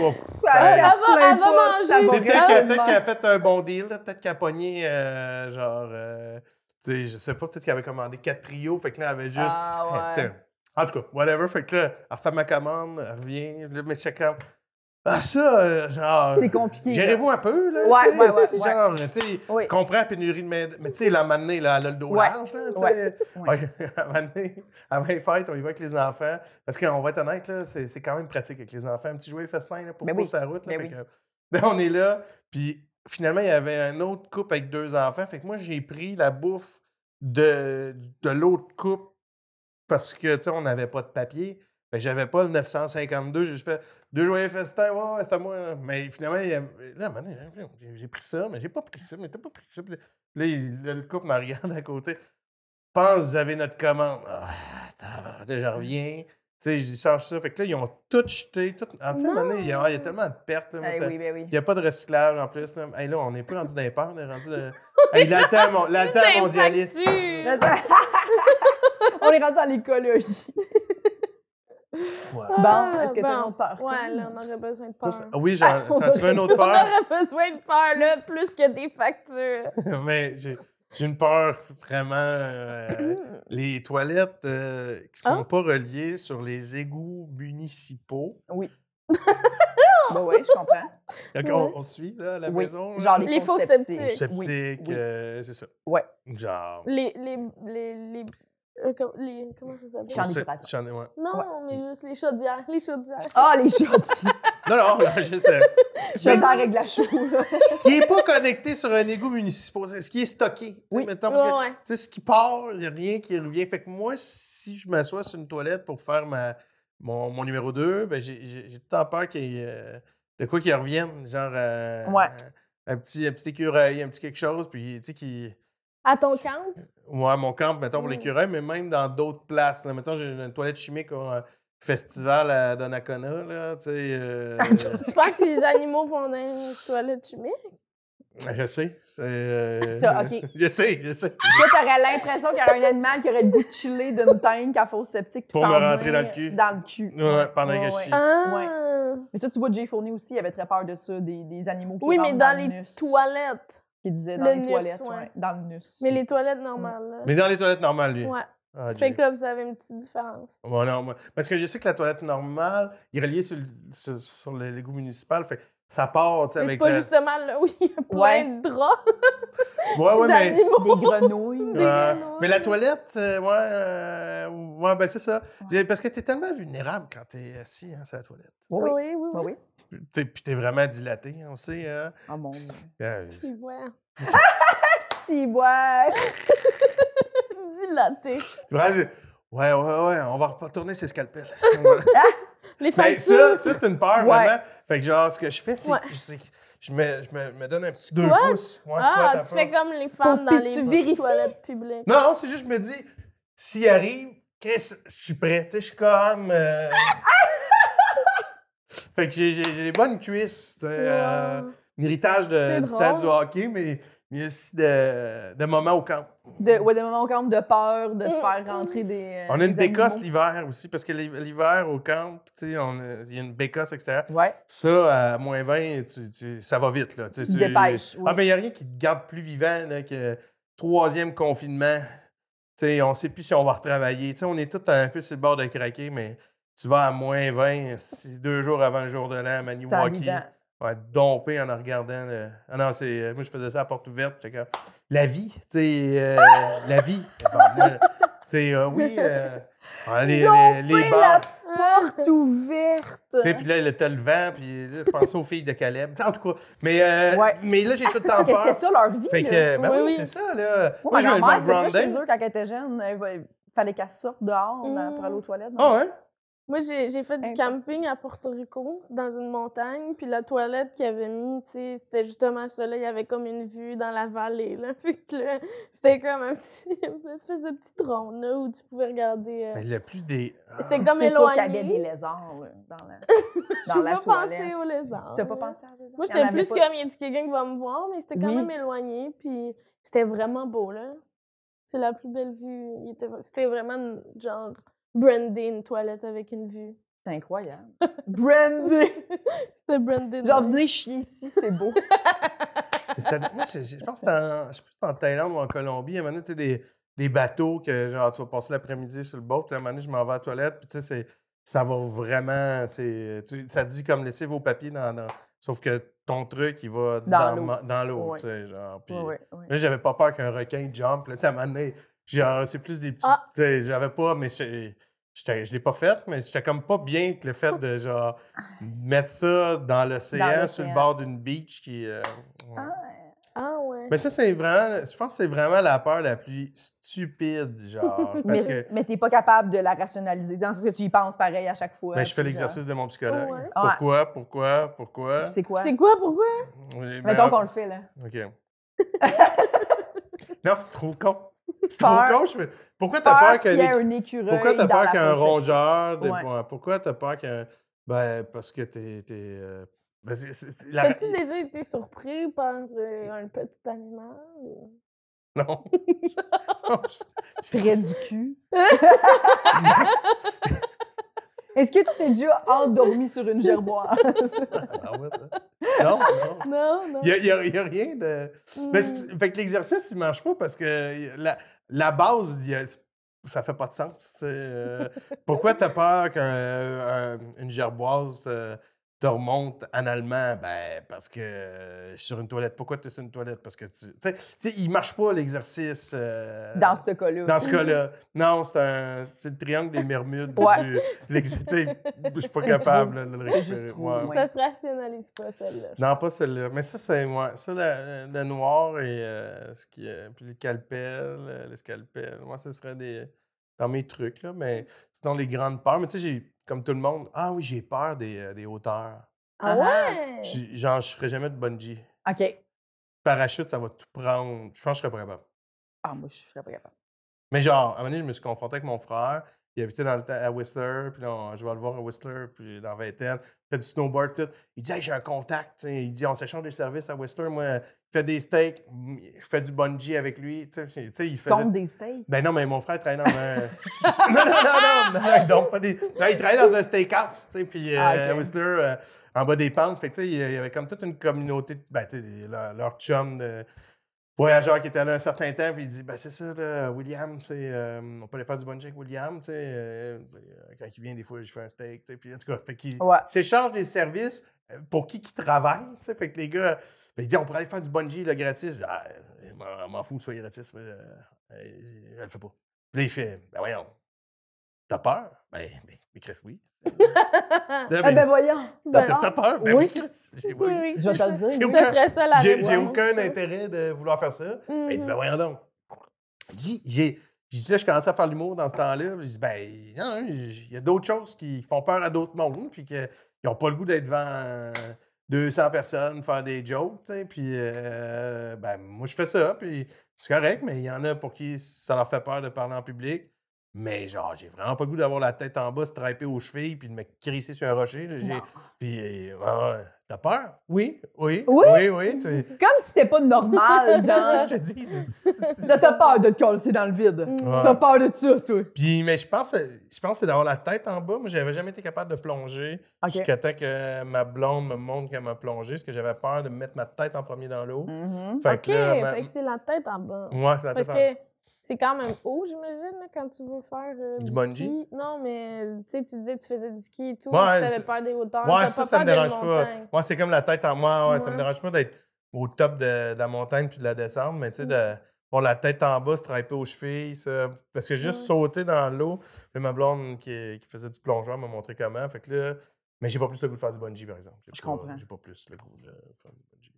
Speaker 4: Wow.
Speaker 2: Elle,
Speaker 3: va-
Speaker 2: se plaint
Speaker 3: elle va
Speaker 2: pas, ça va
Speaker 3: manger, Bon,
Speaker 4: Peut-être
Speaker 3: c'est
Speaker 2: vraiment.
Speaker 4: qu'elle- peut-être qu'elle a fait un bon deal, là, peut-être qu'elle a pogné, euh, genre, euh, tu sais, je sais pas, peut-être qu'elle avait commandé quatre trios, fait que là, elle avait juste. Eh,
Speaker 2: Ah
Speaker 4: Hey,
Speaker 2: ouais.
Speaker 4: tiens. En tout cas, whatever. Fait que là, elle refait ma commande, elle revient. Là, mais c'est comme. Ah, ça, euh, genre.
Speaker 2: C'est compliqué. là.
Speaker 4: Gérez-vous un peu, là.
Speaker 2: Ouais,
Speaker 4: tu sais,
Speaker 2: ouais, ouais,
Speaker 4: si,
Speaker 2: ouais.
Speaker 4: Genre, tu sais,
Speaker 2: Oui.
Speaker 4: comprends la pénurie de main Mais tu sais, la manée, là, elle a le dos
Speaker 2: Ouais,
Speaker 4: large, là. tu
Speaker 2: ouais,
Speaker 4: sais.
Speaker 2: ouais.
Speaker 4: Ouais, à manée, avant les fêtes, on y va avec les enfants. Parce qu'on va être honnête, là, c'est c'est quand même pratique avec les enfants. Un petit jouet festin, là, pour
Speaker 2: Ben
Speaker 4: course
Speaker 2: oui,
Speaker 4: sur la route, là.
Speaker 2: ben
Speaker 4: fait
Speaker 2: oui.
Speaker 4: que- là, on est là. Puis finalement, il y avait un autre couple avec deux enfants. Fait que moi, j'ai pris la bouffe de, de l'autre couple parce que, tu sais, on n'avait pas de papier. Fait que Ben, j'avais pas le 952. J'ai juste fait deux joyeux festins. Ouais, ouais, c'est à moi. Mais finalement, il y avait- là, à un moment donné, j'ai- j'ai pris ça, mais j'ai pas pris ça, mais t'as pas pris ça. Puis Là, là, il- là, le couple me regarde à côté. Pense, vous avez notre commande. Ah, tabarnak, là, je reviens. Tu sais, je dis, change ça. Fait que là, ils ont tout jeté. Tout... Ah, tu sais, à un moment donné, il y, a, il y a tellement de pertes. là, moi,
Speaker 2: Eh
Speaker 4: ça-
Speaker 2: oui, ben oui.
Speaker 4: il n'y a pas de recyclage en plus. Là, Hey, là on n'est pas rendu dans les peurs, on est rendu. de- Hey, l'alter mon- l'alter mondialiste.
Speaker 2: Là, ça- On est rendu à l'écologie.
Speaker 4: Ouais.
Speaker 2: Bon, est-ce que tu as une
Speaker 3: Ah, bon.
Speaker 2: autre peur?
Speaker 3: Ouais, là, on aurait besoin de peur.
Speaker 4: Ah Oui, j'en-
Speaker 2: On
Speaker 4: t'en- tu veux une autre
Speaker 3: On
Speaker 4: peur?
Speaker 3: aurait besoin de peur, là, plus que des factures.
Speaker 4: mais j'ai j'ai une peur
Speaker 2: Mmh.
Speaker 4: vraiment. euh, les toilettes euh, qui sont
Speaker 3: Ah.
Speaker 4: pas reliées sur les égouts municipaux.
Speaker 2: Ben oui, je comprends.
Speaker 4: Donc, on,
Speaker 3: Ouais.
Speaker 4: on suit là, à la
Speaker 2: Oui,
Speaker 4: maison. là?
Speaker 2: Genre les,
Speaker 3: Les faux
Speaker 2: conceptifs.
Speaker 3: sceptiques.
Speaker 4: Ou septique,
Speaker 2: Oui, oui.
Speaker 4: euh, c'est ça.
Speaker 2: Ouais.
Speaker 4: Genre.
Speaker 3: Les. les, les, les, euh, com- les- comment ça s'appelle?
Speaker 2: J'en ai
Speaker 4: on sait-
Speaker 2: vibration.
Speaker 4: j'en ai- ouais.
Speaker 3: Non, mais juste les chaudières. Les chaudières.
Speaker 2: Ah, les chaudières.
Speaker 4: Non, non, non, juste. euh,
Speaker 3: Ben
Speaker 2: Chaudières avec de la chaux.
Speaker 4: ce qui n'est pas connecté sur un égout municipal, c'est ce qui est stocké. Oui. Mettons, parce que,
Speaker 3: Ouais, ouais.
Speaker 4: tu sais, ce qui part, il n'y a rien qui revient. Fait que moi, si je m'assois sur une toilette pour faire ma, mon, mon numéro 2, ben j'ai j'ai- j'ai tout le temps peur qu'il y ait, euh, de quoi qu'il revienne. Genre euh,
Speaker 2: Ouais.
Speaker 4: un, petit, un petit écureuil, un petit quelque chose, puis tu sais, qui.
Speaker 3: À ton camp?
Speaker 4: Ouais, mon camp, mettons, pour
Speaker 3: Mm.
Speaker 4: l'écureuil, mais même dans d'autres places. Là. Mettons, j'ai une toilette chimique au euh, festival à Donnacona, là, tu sais. euh,
Speaker 3: Tu penses que les animaux vont dans une toilette chimique?
Speaker 4: je sais. c'est, euh,
Speaker 2: Ça, ok.
Speaker 4: Je sais, je sais.
Speaker 2: Toi, t'aurais l'impression qu'il y aurait un animal qui aurait le goût de chiller d'une tank à fausse sceptique. puis
Speaker 4: Pour
Speaker 2: s'en
Speaker 4: me rentrer
Speaker 2: venir
Speaker 4: dans le cul.
Speaker 2: Dans le cul.
Speaker 4: Ouais, pendant que je
Speaker 2: Ouais,
Speaker 4: chie.
Speaker 2: ouais.
Speaker 3: Ah!
Speaker 2: Mais ça, tu vois, Jay Fournier aussi, il avait très peur de ça, des, des animaux qui
Speaker 3: Oui, mais
Speaker 2: rentrent
Speaker 3: dans
Speaker 2: le
Speaker 3: les
Speaker 2: nus.
Speaker 3: toilettes.
Speaker 2: Il disait dans
Speaker 3: le
Speaker 2: les
Speaker 3: nus,
Speaker 2: toilettes,
Speaker 3: ouais.
Speaker 2: ouais, Dans le nus.
Speaker 3: Mais les toilettes normales, là.
Speaker 4: Mais dans les toilettes normales, lui.
Speaker 3: Ouais.
Speaker 4: Ah, Dieu.
Speaker 3: Fait que là, vous avez une petite différence.
Speaker 4: Ouais, non, moi- Parce que je sais que la toilette normale, il est relié sur, le- sur, sur le- l'égout municipal, fait que ça part, tu sais,
Speaker 3: Mais c'est
Speaker 4: avec
Speaker 3: pas
Speaker 4: le-
Speaker 3: justement là où il y a plein
Speaker 2: Ouais.
Speaker 3: de draps
Speaker 4: Ouais, ouais, mais...
Speaker 3: d'animaux.
Speaker 2: Des grenouilles.
Speaker 3: Des
Speaker 4: Ouais.
Speaker 3: grenouilles.
Speaker 4: Mais la toilette, euh, ouais, euh, ouais, ben c'est ça. J'ai- Parce que t'es tellement vulnérable quand t'es assis hein, sur la toilette.
Speaker 2: Oui, oui.
Speaker 3: oui, oui.
Speaker 2: Ah oui.
Speaker 4: T'es- Puis t'es vraiment dilaté, on sait. hein.
Speaker 2: Ah mon Dieu.
Speaker 4: Euh,
Speaker 3: C'est vrai.
Speaker 2: Si, ouais.
Speaker 3: Dilaté.
Speaker 4: vraiment, c'est- ouais, ouais, ouais, on va retourner ses scalpels. Sinon,
Speaker 3: Les
Speaker 4: Mais
Speaker 3: factures.
Speaker 4: Ben, ça, ça c'est une peur,
Speaker 2: Ouais.
Speaker 4: vraiment. Fait que genre, ce que je fais, c'est
Speaker 3: Ouais.
Speaker 4: que c'est que je me, je me, me donne un petit deux
Speaker 3: Squat?
Speaker 4: pouces. Ouais,
Speaker 3: Ah,
Speaker 4: squat un
Speaker 3: tu
Speaker 4: peu.
Speaker 3: fais comme les femmes
Speaker 2: Faut que
Speaker 3: dans
Speaker 2: tu
Speaker 3: les
Speaker 2: vérifies.
Speaker 3: toilettes publiques.
Speaker 4: Non, c'est juste, je me dis, s'il arrive, Chris, je suis prêt. Tu sais, je suis comme. euh, fait que j'ai- j'ai j'ai des bonnes cuisses. tu sais, euh,
Speaker 3: Wow.
Speaker 4: un héritage de-
Speaker 3: C'est
Speaker 4: du
Speaker 3: drôle.
Speaker 4: temps du hockey, mais, mais aussi de, de moments au camp.
Speaker 2: De, ouais, des moments au camp de peur, de te
Speaker 3: Mm.
Speaker 2: faire rentrer des. euh,
Speaker 4: On a une
Speaker 2: des
Speaker 4: bécosse
Speaker 2: animaux.
Speaker 4: l'hiver aussi, parce que l'hi- l'hiver au camp, tu sais, on a- il y a une bécosse extérieure.
Speaker 2: Ouais.
Speaker 4: Ça, à moins 20, tu- tu- ça va vite. Là.
Speaker 2: Tu te dépêches, oui.
Speaker 4: Ah, mais il n'y a rien qui te garde plus vivant là, que troisième confinement. Tu sais, on ne sait plus si on va retravailler. Tu sais, on est tous un peu sur le bord de craquer, mais tu vas à moins 20, si- deux jours avant le jour de l'an, à
Speaker 2: Tu te sens
Speaker 4: Maniwaki.
Speaker 2: vivant.
Speaker 4: On va être dompé en en regardant. le- Ah non, c'est... euh, moi, je faisais ça à porte ouverte. j'étais comme, La vie, tu sais, euh, la vie. C'est oui, euh, ah, les, les, les bars.
Speaker 2: Porte ouverte.
Speaker 4: Tu sais, puis là, le- t'as le vent, puis là, je pensais aux filles de Caleb. Tu sais, en tout cas, mais, euh,
Speaker 2: Ouais.
Speaker 4: mais là, j'ai tout le temps
Speaker 2: Parce que c'était
Speaker 4: peur.
Speaker 2: ça leur vie.
Speaker 4: Fait
Speaker 2: là.
Speaker 4: que, ben
Speaker 3: Oui,
Speaker 4: oui,
Speaker 3: oui.
Speaker 4: c'est ça, là.
Speaker 2: Moi, ma
Speaker 4: je vais
Speaker 2: grand-mère,
Speaker 4: me
Speaker 2: c'était ça chez
Speaker 4: grounder.
Speaker 2: eux quand elle était jeune. Elle va- Il fallait qu'elle sorte dehors dans- pour
Speaker 3: Mm.
Speaker 2: aller aux toilettes.
Speaker 4: Ah, ouais?
Speaker 3: Moi, j'ai j'ai fait du
Speaker 2: Impossible.
Speaker 3: camping à Porto Rico, dans une montagne, puis la toilette qu'ils avaient mis, tu sais, c'était justement ça, là, il y avait comme une vue dans la vallée, là. Fait que là, c'était comme un petit, une espèce de petit tronc, là, où tu pouvais regarder... euh,
Speaker 4: Mais le plus des. Ah,
Speaker 3: C'était comme
Speaker 2: C'est sûr qu'il y
Speaker 3: éloigné.
Speaker 2: avait des lézards là, dans la, dans
Speaker 3: J'ai
Speaker 2: la
Speaker 3: pas pensé
Speaker 2: toilette.
Speaker 3: aux lézards.
Speaker 2: T'as pas
Speaker 3: là.
Speaker 2: pensé à la lézard? Il
Speaker 3: Moi,
Speaker 2: y en
Speaker 3: j'étais
Speaker 2: avait
Speaker 3: plus
Speaker 2: pas.
Speaker 3: comme, il y a quelqu'un qui va me voir, mais c'était quand
Speaker 2: Oui.
Speaker 3: même éloigné, puis c'était vraiment beau, là. C'est la plus belle vue. Il était- C'était vraiment, une- genre, brandé, une toilette avec une vue.
Speaker 2: C'est incroyable. Brandy!
Speaker 3: C'était brandé. de
Speaker 2: Genre,
Speaker 3: même.
Speaker 2: venez chier ici, c'est beau.
Speaker 4: c'était- moi, je, je pense que c'était en, je sais plus si c'était en Thaïlande ou en Colombie. À un moment donné, tu sais, des, des bateaux que, genre, tu vas passer l'après-midi sur le bord, puis à un moment donné, je m'en vais à la toilette, puis tu sais, c'est- ça va vraiment. c'est- tu- ça dit comme laissez vos papiers dans. dans- sauf que ton truc, il va
Speaker 2: Dans
Speaker 4: dans,
Speaker 2: l'eau.
Speaker 4: ma- dans l'eau,
Speaker 2: Ouais.
Speaker 4: tu sais, genre. puis-
Speaker 2: Ouais, ouais, ouais.
Speaker 4: Là, j'avais pas peur qu'un requin jump. Là, tu sais, à un moment donné, genre, c'est plus des petits.
Speaker 3: Ah.
Speaker 4: tu sais, J'avais pas, mais c'est- j'étais- je l'ai pas fait, mais j'étais comme pas bien que le fait de genre mettre ça dans l'océan
Speaker 2: l'océan.
Speaker 4: sur le bord d'une beach qui. euh, ouais.
Speaker 2: Ah,
Speaker 3: Ah ouais.
Speaker 4: Mais ça, c'est vraiment. Je pense que c'est vraiment la peur la plus stupide, genre. parce
Speaker 2: mais
Speaker 4: que
Speaker 2: mais t'es pas capable de la rationaliser. Dans ce que tu y penses pareil à chaque fois.
Speaker 4: ben, je fais
Speaker 2: puis genre,
Speaker 4: l'exercice de mon psychologue.
Speaker 3: Ouais.
Speaker 2: Ah ouais.
Speaker 4: Pourquoi, pourquoi, pourquoi?
Speaker 2: C'est quoi?
Speaker 3: C'est quoi, pourquoi?
Speaker 4: Oui, Hein? ben,
Speaker 2: Mettons qu'on le fait, là.
Speaker 4: OK. non, c'est trop con. C'est trop
Speaker 2: Peur.
Speaker 4: con. je fais- Pourquoi t'as peur, que
Speaker 2: qu'il y
Speaker 4: les
Speaker 2: ait un écureuil
Speaker 4: Pourquoi t'as
Speaker 2: dans
Speaker 4: peur
Speaker 2: la
Speaker 4: qu'un
Speaker 2: fossette?
Speaker 4: rongeur? de-
Speaker 2: Ouais.
Speaker 4: Pourquoi t'as peur qu'un. Ben, parce que t'es. t'es, euh, ben, c'est- c'est- c'est la-
Speaker 3: T'as-tu déjà été surpris par euh, un petit animal? ou-
Speaker 4: Non.
Speaker 2: Près du cul. Est-ce que tu t'es déjà endormi sur une gerboise?
Speaker 4: Ah ouais, ça. non, non.
Speaker 2: Ah.
Speaker 3: Non, non.
Speaker 4: Il n'y a, y a rien de.
Speaker 3: Hmm.
Speaker 4: Ben, c'est- fait que l'exercice, il marche pas parce que euh, la, la base, il y a- ça fait pas de sens. tu sais, euh, pourquoi t'as peur qu'une gerboise te, te remonte analement? Ben, parce que euh, je suis sur une toilette. Pourquoi tu es sur une toilette? Parce que tu. Tu sais, tu sais, il marche pas l'exercice. euh,
Speaker 2: Dans ce cas-là.
Speaker 4: dans ce cas-là, non, c'est un c'est le triangle des Bermudes.
Speaker 2: Ouais.
Speaker 4: du- l'ex- tu sais, Je suis pas
Speaker 2: C'est
Speaker 4: capable
Speaker 2: trop.
Speaker 4: là, de le
Speaker 2: C'est
Speaker 4: récupérer.
Speaker 2: juste trop,
Speaker 4: Ouais.
Speaker 2: ouais.
Speaker 3: Ça se rationalise pas, celle-là.
Speaker 4: Non, pas celle-là. Mais ça, c'est moi. Ça, la- le noir et euh, ce qui est- puis le calpel, euh, le scalpel. Moi, ce serait des dans mes trucs là, mais sinon les grandes peurs. Mais tu sais, j'ai comme tout le monde. Ah oui, j'ai peur des, euh, des hauteurs.
Speaker 3: Ah
Speaker 2: Ah.
Speaker 3: ouais?
Speaker 4: J'ai- Genre, je ferais jamais de bungee.
Speaker 2: OK.
Speaker 4: Parachute, ça va tout prendre. Je pense que je serais pas capable.
Speaker 2: Ah, moi, je serais pas capable.
Speaker 4: Mais genre, à un moment donné, je me suis confronté avec mon frère. Il habitait dans le temps à Whistler, puis là, on- je vais le voir à Whistler, puis dans la vingtaine. Il fait du snowboard, tout. Il dit, Hey, j'ai un contact. tu sais. Il dit, on s'échange des services à Whistler. Moi, il fait des steaks, mm, je fais du bungee avec lui. Tu sais, tu sais, il fait.
Speaker 2: Compte des steaks.
Speaker 4: Ben non, mais mon frère travaille dans un. non, non, non, non, non, donc pas des. non, il travaille dans un steakhouse, tu sais, puis euh,
Speaker 2: Ah, ok.
Speaker 4: à Whistler, euh, en bas des pentes. Fait que, tu sais, il y avait comme toute une communauté, de- ben, tu sais, les- leur- leurs chums de voyageurs qui étaient là un certain temps, puis il dit, ben c'est ça, là, William, tu sais, euh, on peut aller faire du bungee avec William, tu sais, euh, quand il vient, des fois, je fais un steak, tu sais, puis en tout cas, fait qu'il
Speaker 2: Ouais.
Speaker 4: s'échange des services euh, pour qui qui travaille, tu sais, fait que les gars, ben, il dit, on pourrait aller faire du bungee, là, gratis. Je dis, Ah, je m'en- je m'en fous, que ce soit gratis, mais, euh, euh, je le fais pas. Puis là, il fait, ben voyons, t'as peur? Ben, ben, mais Chris, oui.
Speaker 2: Eh ben voyons.
Speaker 4: T'as-
Speaker 3: ben,
Speaker 4: T'as peur? Ben
Speaker 2: oui.
Speaker 4: oui, Chris. J'ai
Speaker 3: Oui,
Speaker 4: oui.
Speaker 3: oui,
Speaker 2: Je vais
Speaker 3: c'est
Speaker 2: te
Speaker 3: ça.
Speaker 2: le dire.
Speaker 4: J'ai
Speaker 3: Ça
Speaker 4: aucun-
Speaker 3: serait ça la
Speaker 4: J'ai
Speaker 3: réponse.
Speaker 4: j'ai aucun
Speaker 3: ça.
Speaker 4: intérêt de vouloir faire ça. Ben, il dit,
Speaker 2: Mmh
Speaker 3: Mhm.
Speaker 4: ben voyons donc. Il dit, j'ai. J'ai dit, là, je commençais à faire l'humour dans ce temps-là. Puis J'ai dit, ben, non, il y a d'autres choses qui font peur à d'autres mondes, puis qu'ils n'ont pas le goût d'être devant euh, 200 personnes, faire des jokes, tu sais. Puis, euh, ben, moi, je fais ça, puis c'est correct, mais il y en a pour qui ça leur fait peur de parler en public. Mais genre, j'ai vraiment pas le goût d'avoir la tête en bas, stripée aux chevilles, puis de me crisser sur un rocher. là. J'ai-
Speaker 2: Non.
Speaker 4: Puis, euh, ah, t'as peur? Oui, oui,
Speaker 2: Oui?
Speaker 4: oui, oui. tu-
Speaker 2: Comme si c'était pas normal,
Speaker 4: Qu'est-ce
Speaker 2: genre.
Speaker 4: que je te dis? C'est-
Speaker 2: Là, T'as peur de te coller dans le vide.
Speaker 4: Ouais.
Speaker 2: T'as peur de ça, toi.
Speaker 4: Puis, mais je pense, je pense que c'est d'avoir la tête en bas. Moi, j'avais jamais été capable de plonger
Speaker 2: OK.
Speaker 4: jusqu'à temps que ma blonde me montre qu'elle m'a plongé, parce que j'avais peur de mettre ma tête en premier dans l'eau.
Speaker 2: Mhm.
Speaker 4: Fait
Speaker 3: Mm. OK,
Speaker 4: que là, ma-
Speaker 3: fait que c'est la tête en bas.
Speaker 4: Ouais, c'est la
Speaker 3: Parce
Speaker 4: tête en
Speaker 3: que c'est quand même haut, j'imagine, là, quand tu veux faire euh,
Speaker 4: Du
Speaker 3: du,
Speaker 4: bungee?
Speaker 3: ski. Non, mais tu sais, tu disais que tu faisais du ski et tout.
Speaker 4: Ouais,
Speaker 3: tu
Speaker 4: c'est-
Speaker 3: T'avais peur des hauteurs.
Speaker 4: Ouais,
Speaker 3: t'as
Speaker 4: ça,
Speaker 3: pas
Speaker 4: ça
Speaker 3: peur
Speaker 4: me
Speaker 3: des
Speaker 4: dérange pas.
Speaker 3: montagnes.
Speaker 4: Moi, c'est comme la tête en moi. Ouais, Ça me
Speaker 3: Ouais.
Speaker 4: dérange pas d'être au top de, de la montagne puis de la descendre, mais tu sais,
Speaker 3: Mm.
Speaker 4: de bon, la tête en bas, se peu aux chevilles. ça. Parce que juste
Speaker 3: Ouais.
Speaker 4: sauter dans l'eau, puis ma blonde qui, qui faisait du plongeur m'a montré comment. Fait que là, mais j'ai pas plus le goût de faire du bungee, par exemple. J'ai
Speaker 2: Je
Speaker 4: pas-
Speaker 2: comprends.
Speaker 4: J'ai pas plus le goût de faire du bungee.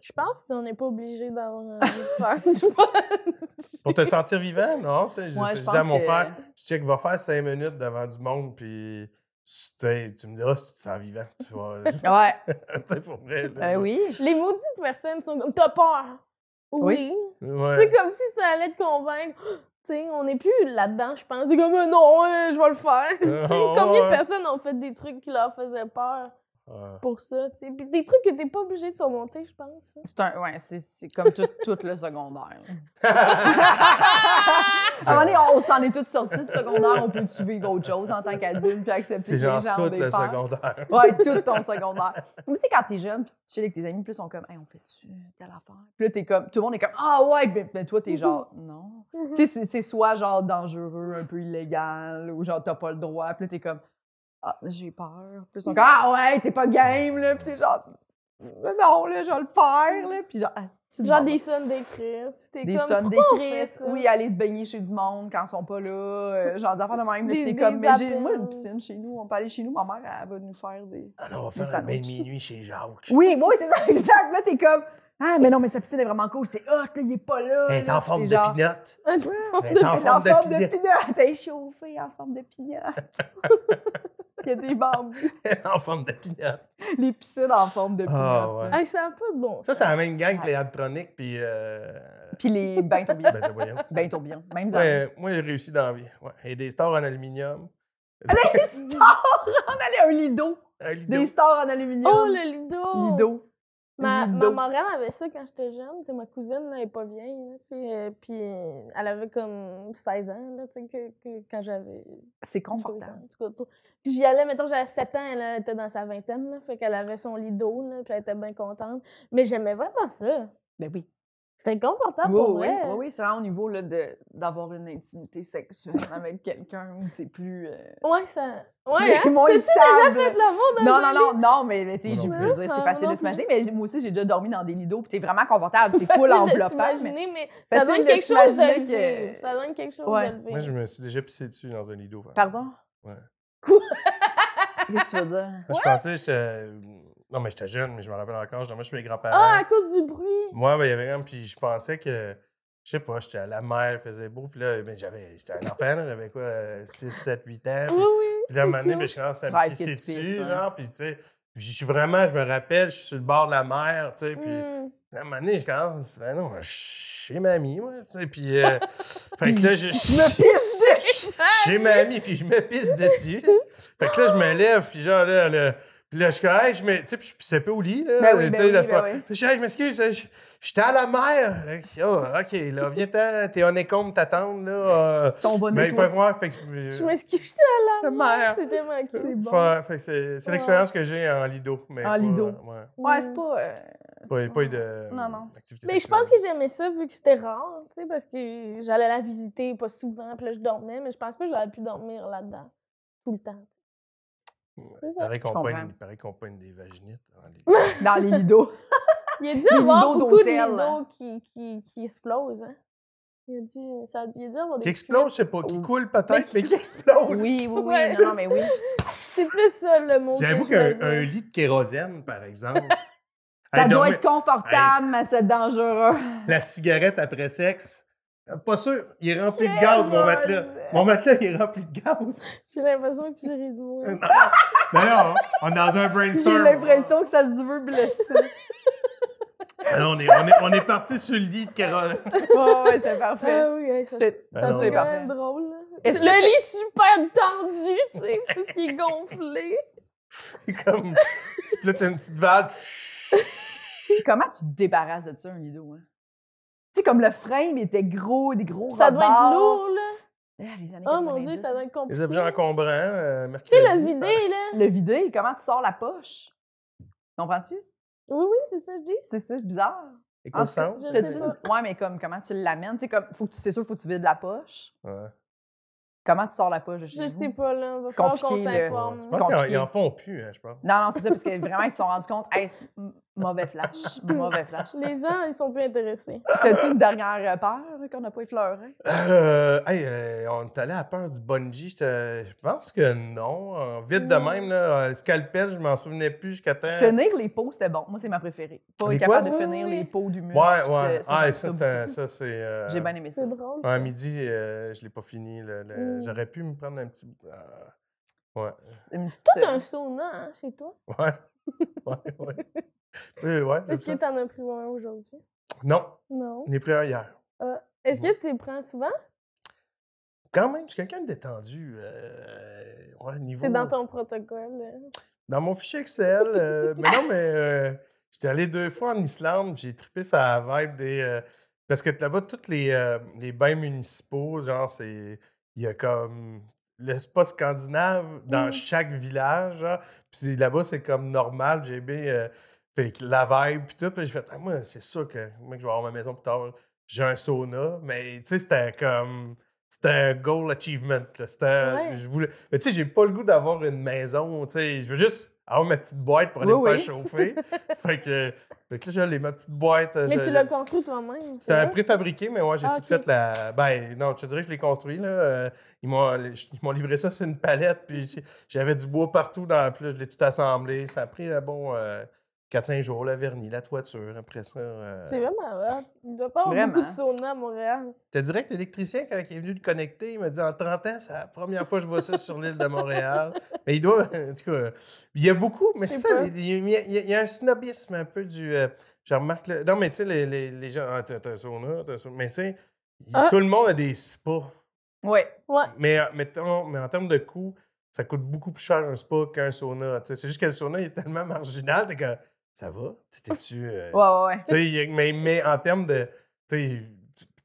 Speaker 3: Je pense qu'on n'est pas obligé d'avoir envie de faire du bungee.
Speaker 4: Pour te sentir vivant, non? tu sais,
Speaker 2: Ouais,
Speaker 4: je
Speaker 2: je
Speaker 4: je
Speaker 2: pense
Speaker 4: dis à mon
Speaker 2: que-
Speaker 4: frère, je check, va faire cinq minutes devant du monde, puis tu sais, tu me diras si tu te sens vivant. Tu vois, tu
Speaker 2: Ouais,
Speaker 4: sais, pour vrai.
Speaker 2: euh,
Speaker 4: là,
Speaker 2: oui.
Speaker 3: Les maudites personnes sont comme t'as peur. Oui.
Speaker 4: Ouais.
Speaker 3: C'est comme si ça allait te convaincre. Tu sais, on n'est plus là-dedans, je pense. C'est comme euh, non, euh, je vais le faire. Tu sais,
Speaker 4: Ouais,
Speaker 3: Combien
Speaker 4: ouais.
Speaker 3: de personnes ont fait des trucs qui leur faisaient peur
Speaker 4: Ouais.
Speaker 3: pour ça, tu sais? Puis des trucs que t'es pas obligé de surmonter, je pense. hein.
Speaker 2: C'est un, ouais, c'est, c'est comme tout, tout le secondaire. là. À un moment donné, on, on s'en est toutes sorties du secondaire. On peut-tu vivre autre chose en tant qu'adulte puis accepter
Speaker 4: C'est
Speaker 2: que les
Speaker 4: genre
Speaker 2: gens ont
Speaker 4: tout
Speaker 2: des
Speaker 4: le
Speaker 2: peurs?
Speaker 4: secondaire.
Speaker 2: Ouais, tout ton secondaire. Mais tu sais, quand t'es jeune, puis tu chill avec tes amis, plus on comme, hey, on fait-tu telle affaire? Puis là, t'es comme, tout le monde est comme, ah ouais, ben, ben toi,
Speaker 3: Mm-hmm.
Speaker 2: t'es genre, non. tu sais, c'est- c'est soit genre dangereux, un peu illégal, ou genre t'as pas le droit, puis là, t'es comme, ah, j'ai peur. Plus on comme, ah ouais, t'es pas game, là, puis t'es genre, non, là, je vais le faire, là, puis genre, Ah, c'est
Speaker 3: Genre
Speaker 2: bon.
Speaker 3: des sons des crises. T'es
Speaker 2: Des
Speaker 3: comme,
Speaker 2: sons des
Speaker 3: pourquoi on fait
Speaker 2: crises,
Speaker 3: ça?
Speaker 2: oui, aller se baigner chez du monde quand ils sont pas là, euh, genre des affaires de même, là, puis
Speaker 3: Des-
Speaker 2: t'es comme,
Speaker 3: des
Speaker 2: mais j'ai,
Speaker 3: appels.
Speaker 2: moi, une piscine chez nous, on peut aller chez nous, ma mère, elle va nous faire des...
Speaker 4: on va
Speaker 2: faire un bain de
Speaker 4: minuit chez Jacques.
Speaker 2: Oui, oui, c'est ça, exact. Là, t'es comme, ah, mais non, mais sa piscine est vraiment cool, c'est hot, là, il est pas là. là. C'est genre,
Speaker 4: pinotte.
Speaker 3: Un
Speaker 4: est en
Speaker 2: Elle est en
Speaker 4: forme de
Speaker 2: forme de
Speaker 4: pinotte.
Speaker 2: pinotte. Elle est chauffée en forme de pinotte. il y a des bambous.
Speaker 4: en forme de pinotte.
Speaker 2: Les piscines en forme de
Speaker 4: Ah,
Speaker 2: pinotte.
Speaker 4: ouais.
Speaker 3: Hey, ça a pas de bon
Speaker 4: Ça,
Speaker 3: sens.
Speaker 4: c'est la même gang que les Abtronics, puis... Euh...
Speaker 2: Puis les bains tourbillons.
Speaker 4: ben, de voyons.
Speaker 2: Bains tourbillons. Même ça.
Speaker 4: Ouais, moi, j'ai réussi dans la vie. Ouais. Et des stars en aluminium.
Speaker 2: Des stars! On allait à un lido.
Speaker 4: Un lido.
Speaker 2: Des stars en aluminium.
Speaker 3: Oh, le lido!
Speaker 2: Lido.
Speaker 3: Ma, ma
Speaker 2: Lido.
Speaker 3: marraine avait ça quand j'étais jeune. Tu sais, ma cousine, là, elle est pas vieille. Là, tu sais, euh, puis euh, elle avait comme 16 ans là, tu sais, que, que- quand j'avais
Speaker 2: C'est
Speaker 3: 12 ans.
Speaker 2: confortable.
Speaker 3: En tout cas, tout. Puis j'y allais, mettons, j'avais 7 ans, elle était dans sa vingtaine. Là, fait qu'elle avait son lido, là, puis elle était bien contente. Mais j'aimais vraiment ça.
Speaker 2: Ben oui.
Speaker 3: C'était confortable
Speaker 2: Oui,
Speaker 3: Ah, pour
Speaker 2: oui,
Speaker 3: vrai.
Speaker 2: oui, oui, c'est vraiment au niveau là, de, d'avoir une intimité sexuelle avec quelqu'un où c'est plus. euh,
Speaker 3: Ouais, ça.
Speaker 2: c'est
Speaker 3: Ouais, hein?
Speaker 2: moins
Speaker 3: T'as-tu déjà
Speaker 2: stable.
Speaker 3: fait de l'amour dans
Speaker 2: Non,
Speaker 3: un
Speaker 2: non, non, non, mais, mais tu sais,
Speaker 4: Moi
Speaker 2: je
Speaker 4: non
Speaker 2: veux
Speaker 3: plus.
Speaker 2: dire,
Speaker 3: Ah,
Speaker 2: c'est facile
Speaker 3: moi
Speaker 2: de
Speaker 3: non
Speaker 2: s'imaginer, mais moi aussi, j'ai déjà dormi dans des lidos, puis t'es vraiment confortable, c'est
Speaker 3: facile
Speaker 2: cool
Speaker 3: de
Speaker 2: enveloppant, mais
Speaker 3: s'imaginer, mais ça
Speaker 2: Facile
Speaker 3: donne
Speaker 2: de
Speaker 3: quelque chose de
Speaker 2: s'imaginer
Speaker 3: le
Speaker 2: que-
Speaker 3: vivre. Ça donne quelque chose
Speaker 2: Ouais.
Speaker 3: de le
Speaker 4: Moi, je
Speaker 3: vivre.
Speaker 4: me suis déjà pissé dessus dans un lido. par exemple.
Speaker 2: Pardon?
Speaker 4: Ouais.
Speaker 3: Quoi?
Speaker 2: Qu'est-ce que tu veux dire?
Speaker 4: Moi, je pensais, j'étais... Non, mais j'étais jeune, mais je me rappelle encore. J'étais chez mes grands-parents.
Speaker 3: Ah, à cause du bruit.
Speaker 4: Moi, ben, il y avait même, puis je pensais que, je sais pas, j'étais à la mer, il faisait beau, puis là, ben, j'avais, j'étais un enfant, là, j'avais quoi, euh, 6, 7, 8 ans. Puis,
Speaker 3: Oui, oui.
Speaker 4: puis là, à
Speaker 3: c'est
Speaker 4: un moment donné,
Speaker 3: cute.
Speaker 4: ben, je commence
Speaker 2: Tu
Speaker 4: à me
Speaker 2: rêves que
Speaker 4: pisser
Speaker 2: tu pisses,
Speaker 4: dessus,
Speaker 2: hein.
Speaker 4: genre, puis tu sais, puis je suis vraiment, je me rappelle, je suis sur le bord de la mer, tu sais, puis
Speaker 3: Hmm.
Speaker 4: là, à un moment donné, je commence, ben non, je suis chez mamie, moi, tu sais, puis, euh, fait que là, je,
Speaker 2: Je me pisse dessus!
Speaker 4: chez mamie, puis je me pisse dessus. fait que là, je me lève, puis genre, là, là, puis là, je suis comme, Hey, je me, tu sais, puis je pissais peu au lit, là,
Speaker 2: Ben oui, ben
Speaker 4: tu sais, là,
Speaker 2: oui,
Speaker 4: c'est
Speaker 2: ben
Speaker 4: pas-
Speaker 2: oui.
Speaker 4: Puis je dis, Hey, je m'excuse, je- j'étais à la mer. Fait que, Oh, OK, là, viens-t'en, t'es en écombe, t'attendre, là. euh,
Speaker 2: Son bon
Speaker 4: ben, il faut
Speaker 2: étoile.
Speaker 4: voir, fait que je-
Speaker 3: Je m'excuse, j'étais à la
Speaker 4: La
Speaker 3: merde.
Speaker 4: merde.
Speaker 3: C'était ma
Speaker 2: C'est
Speaker 3: cute.
Speaker 2: bon.
Speaker 4: Fait- fait que c'est c'est
Speaker 3: Ouais.
Speaker 4: l'expérience que j'ai en lido. Mais
Speaker 2: En
Speaker 4: pas-
Speaker 2: lido.
Speaker 4: Ouais.
Speaker 2: Ouais, c'est pas... euh,
Speaker 4: Pas,
Speaker 2: c'est
Speaker 4: pas eu de.
Speaker 2: Non, non.
Speaker 4: activité
Speaker 3: Mm. Mais je
Speaker 4: sexuelle.
Speaker 3: pense que j'aimais ça vu que c'était rare, tu sais, parce que j'allais la visiter pas souvent, puis là, je dormais, mais je pense pas que j'aurais pu dormir là-dedans tout le temps. C'est ça.
Speaker 4: Pareil qu'on
Speaker 2: Je comprends.
Speaker 4: pogne- pareil qu'on pogne des vaginites en lido.
Speaker 2: Dans les lidos.
Speaker 3: Il y a dû
Speaker 2: Les
Speaker 3: avoir
Speaker 2: lidos
Speaker 3: beaucoup de
Speaker 2: d'hôtel,
Speaker 3: lidos
Speaker 2: hein.
Speaker 3: qui, qui, qui explosent, hein. Il y a dû, ça, a dû- il y a dû avoir des.
Speaker 4: qui explose, je sais pas, qui
Speaker 2: Oh.
Speaker 4: coule
Speaker 3: Mais
Speaker 4: peut-être,
Speaker 3: qui-
Speaker 4: mais qui explose.
Speaker 2: Oui, oui, oui,
Speaker 3: Ouais.
Speaker 2: non, mais oui.
Speaker 3: C'est plus ça le mot.
Speaker 4: J'avoue
Speaker 3: que je voulais
Speaker 4: qu'un un
Speaker 3: dire.
Speaker 4: lit de kérosène, par exemple.
Speaker 2: Ça
Speaker 4: Hey,
Speaker 2: doit
Speaker 4: dormir-
Speaker 2: être confortable, mais c'est dangereux.
Speaker 4: La cigarette après sexe. euh, Pas sûr. Il est rempli de
Speaker 2: Quel
Speaker 4: gaz, mon
Speaker 2: bon
Speaker 4: matelas.
Speaker 2: Dieu.
Speaker 4: Mon matelas, il est rempli de gaz.
Speaker 3: J'ai l'impression que hein. tu ris de moi.
Speaker 4: Non. D'ailleurs, on est dans un brainstorm.
Speaker 2: J'ai l'impression que ça se veut blessé.
Speaker 4: Alors, Ah on, est, on, est, on est parti sur le lit de Carole.
Speaker 2: Oh, ouais, c'était parfait.
Speaker 3: Ah oui, ouais, ça,
Speaker 2: C'était-
Speaker 4: Ben
Speaker 3: ça,
Speaker 4: non.
Speaker 3: c'est
Speaker 4: C'est
Speaker 3: quand
Speaker 2: parfait.
Speaker 3: même drôle. là.
Speaker 2: Est-ce que-
Speaker 3: Le lit super tendu, tu sais, parce qu'il est gonflé.
Speaker 4: comme, tu ploutes une petite valve.
Speaker 2: Comment tu te débarrasses de ça, un lido? Hein? Tu sais, comme le frame était gros, des gros
Speaker 3: Ça doit être
Speaker 2: rebords.
Speaker 3: lourd, là.
Speaker 2: Ah, les années
Speaker 3: Oh mon dieu,
Speaker 2: 90.
Speaker 3: ça doit être
Speaker 4: Les
Speaker 3: compliqué.
Speaker 4: objets encombrants, euh,
Speaker 3: Tu
Speaker 4: mercredi.
Speaker 3: sais, le vidé, là.
Speaker 2: Le vider, comment tu sors la poche? Comprends-tu?
Speaker 3: Oui, oui, c'est ça, que je dis.
Speaker 2: C'est ça, c'est bizarre.
Speaker 4: Éco-centre.
Speaker 3: Je
Speaker 2: T'as-tu
Speaker 3: sais
Speaker 2: une- Ouais, mais comme, comment tu l'amènes? Tu sais, comme, faut que tu, c'est sûr, faut que tu vides la poche.
Speaker 4: Ouais.
Speaker 2: Comment tu sors la poche de chez
Speaker 3: Je
Speaker 2: vous?
Speaker 3: sais pas, là. Va falloir qu'on
Speaker 2: compliqué, là.
Speaker 3: s'informe.
Speaker 4: Je
Speaker 2: C'est
Speaker 4: pense qu'ils en-
Speaker 2: compliqué.
Speaker 4: ils en font plus, hein, je pense.
Speaker 2: Non, non, c'est ça, parce que vraiment, ils se sont rendus compte, hey, c'est- m- mauvais flash, mauvais flash.
Speaker 3: Les gens, ils sont plus intéressés.
Speaker 2: T'as-tu une dernière euh, peur qu'on n'a pas effleurée?
Speaker 4: Euh, hey, euh, on est allé à peur du bungee. Je, te- je pense que non. Euh, Vite de
Speaker 3: Non.
Speaker 4: même, là, euh, le scalpel, je m'en souvenais plus jusqu'à temps.
Speaker 2: Finir les pots, c'était bon. Moi, c'est ma préférée. Pas
Speaker 4: Euh. Les
Speaker 2: être capable
Speaker 3: quoi?
Speaker 2: de finir
Speaker 3: Oui, oui.
Speaker 2: les pots du muscle.
Speaker 4: Ouais, ouais.
Speaker 2: euh, Ça,
Speaker 4: Ah,
Speaker 2: j'aime
Speaker 4: et ça,
Speaker 2: ça
Speaker 4: c'est. un-
Speaker 2: beaucoup.
Speaker 4: ça, c'est, euh,
Speaker 2: J'ai bien aimé ça.
Speaker 3: C'est drôle.
Speaker 4: À
Speaker 3: ça.
Speaker 4: midi, euh, je l'ai pas fini. le- le-
Speaker 3: Mm.
Speaker 4: J'aurais pu me prendre un petit. ah, ouais.
Speaker 2: C'est Une petite,
Speaker 3: Toi, t'as
Speaker 2: euh,
Speaker 3: un sauna, hein, chez toi?
Speaker 4: Ouais. ouais, ouais. Oui, ouais, j'aime
Speaker 3: Est-ce
Speaker 4: ça.
Speaker 3: que t'en as pris un aujourd'hui?
Speaker 4: Non,
Speaker 3: Non.
Speaker 4: on est pris un hier.
Speaker 3: Est-ce que tu les prends souvent?
Speaker 4: Quand même, je suis quelqu'un de détendu. euh, ouais, niveau...
Speaker 3: C'est dans ton protocole. euh.
Speaker 4: Dans mon fichier Excel. euh, mais non, mais euh, j'étais allé deux fois en Islande, puis j'ai trippé sa vibe des. euh, parce que là-bas, tous les, euh, les bains municipaux, genre, c'est. Il y a comme. Le spa scandinave dans
Speaker 3: Mm.
Speaker 4: chaque village, genre. Puis là-bas, c'est comme normal. J'ai bien. euh, fait que la vibe, puis tout. Puis j'ai fait, Ah, moi, c'est sûr que moi, que je vais avoir ma maison plus tard. J'ai un sauna. Mais, tu sais, c'était comme. C'était un goal achievement. là. C'était.
Speaker 3: Ouais.
Speaker 4: Je voulais. Mais tu sais, j'ai pas le goût d'avoir une maison. Tu sais, je veux juste avoir ma petite boîte pour aller
Speaker 2: Oui,
Speaker 4: me faire
Speaker 2: oui.
Speaker 4: chauffer. fait que, fait que là, j'allais ma petite boîte. euh,
Speaker 3: Mais
Speaker 4: je-
Speaker 3: tu l'as construit toi-même.
Speaker 4: C'était un
Speaker 3: vrai?
Speaker 4: préfabriqué, mais ouais, j'ai
Speaker 3: Ah,
Speaker 4: tout
Speaker 3: ok.
Speaker 4: fait la. Ben, non, je te dirais que je l'ai construit, là. Euh, ils m'ont ils m'ont livré ça sur une palette, puis j'ai- j'avais du bois partout dans la puis là, je l'ai tout assemblé. Ça a pris, un bon, euh, 4-5 jours, le vernis, la toiture, après ça. euh,
Speaker 3: C'est vraiment hot. Il doit pas avoir
Speaker 2: Vraiment.
Speaker 3: beaucoup de sauna à Montréal.
Speaker 4: Je te dirais que l'électricien, quand il est venu le connecter, il m'a dit en 30 ans, c'est la première fois que je vois ça sur l'île de Montréal. Mais il doit. En tout cas, il y a beaucoup, mais
Speaker 3: Je
Speaker 4: c'est
Speaker 3: sais
Speaker 4: ça,
Speaker 3: pas.
Speaker 4: il y, a- il y a- il y a un snobisme un peu du. euh, je remarque. le- non, mais tu sais, les, les- les gens. Ah, t'as t'as un sauna, t'as un sauna. Mais tu sais, il-
Speaker 3: Ah.
Speaker 4: tout le monde a des spas.
Speaker 2: Ouais.
Speaker 3: Ouais.
Speaker 4: Mais, euh, mettons, mais en termes de coût, ça coûte beaucoup plus cher un spa qu'un sauna. tu sais. C'est juste que le sauna, il est tellement marginal, t'es que. Ça va? T'étais-tu. euh,
Speaker 2: Ouais, ouais, ouais.
Speaker 4: tu sais, il y a- mais, mais en termes de. tu sais,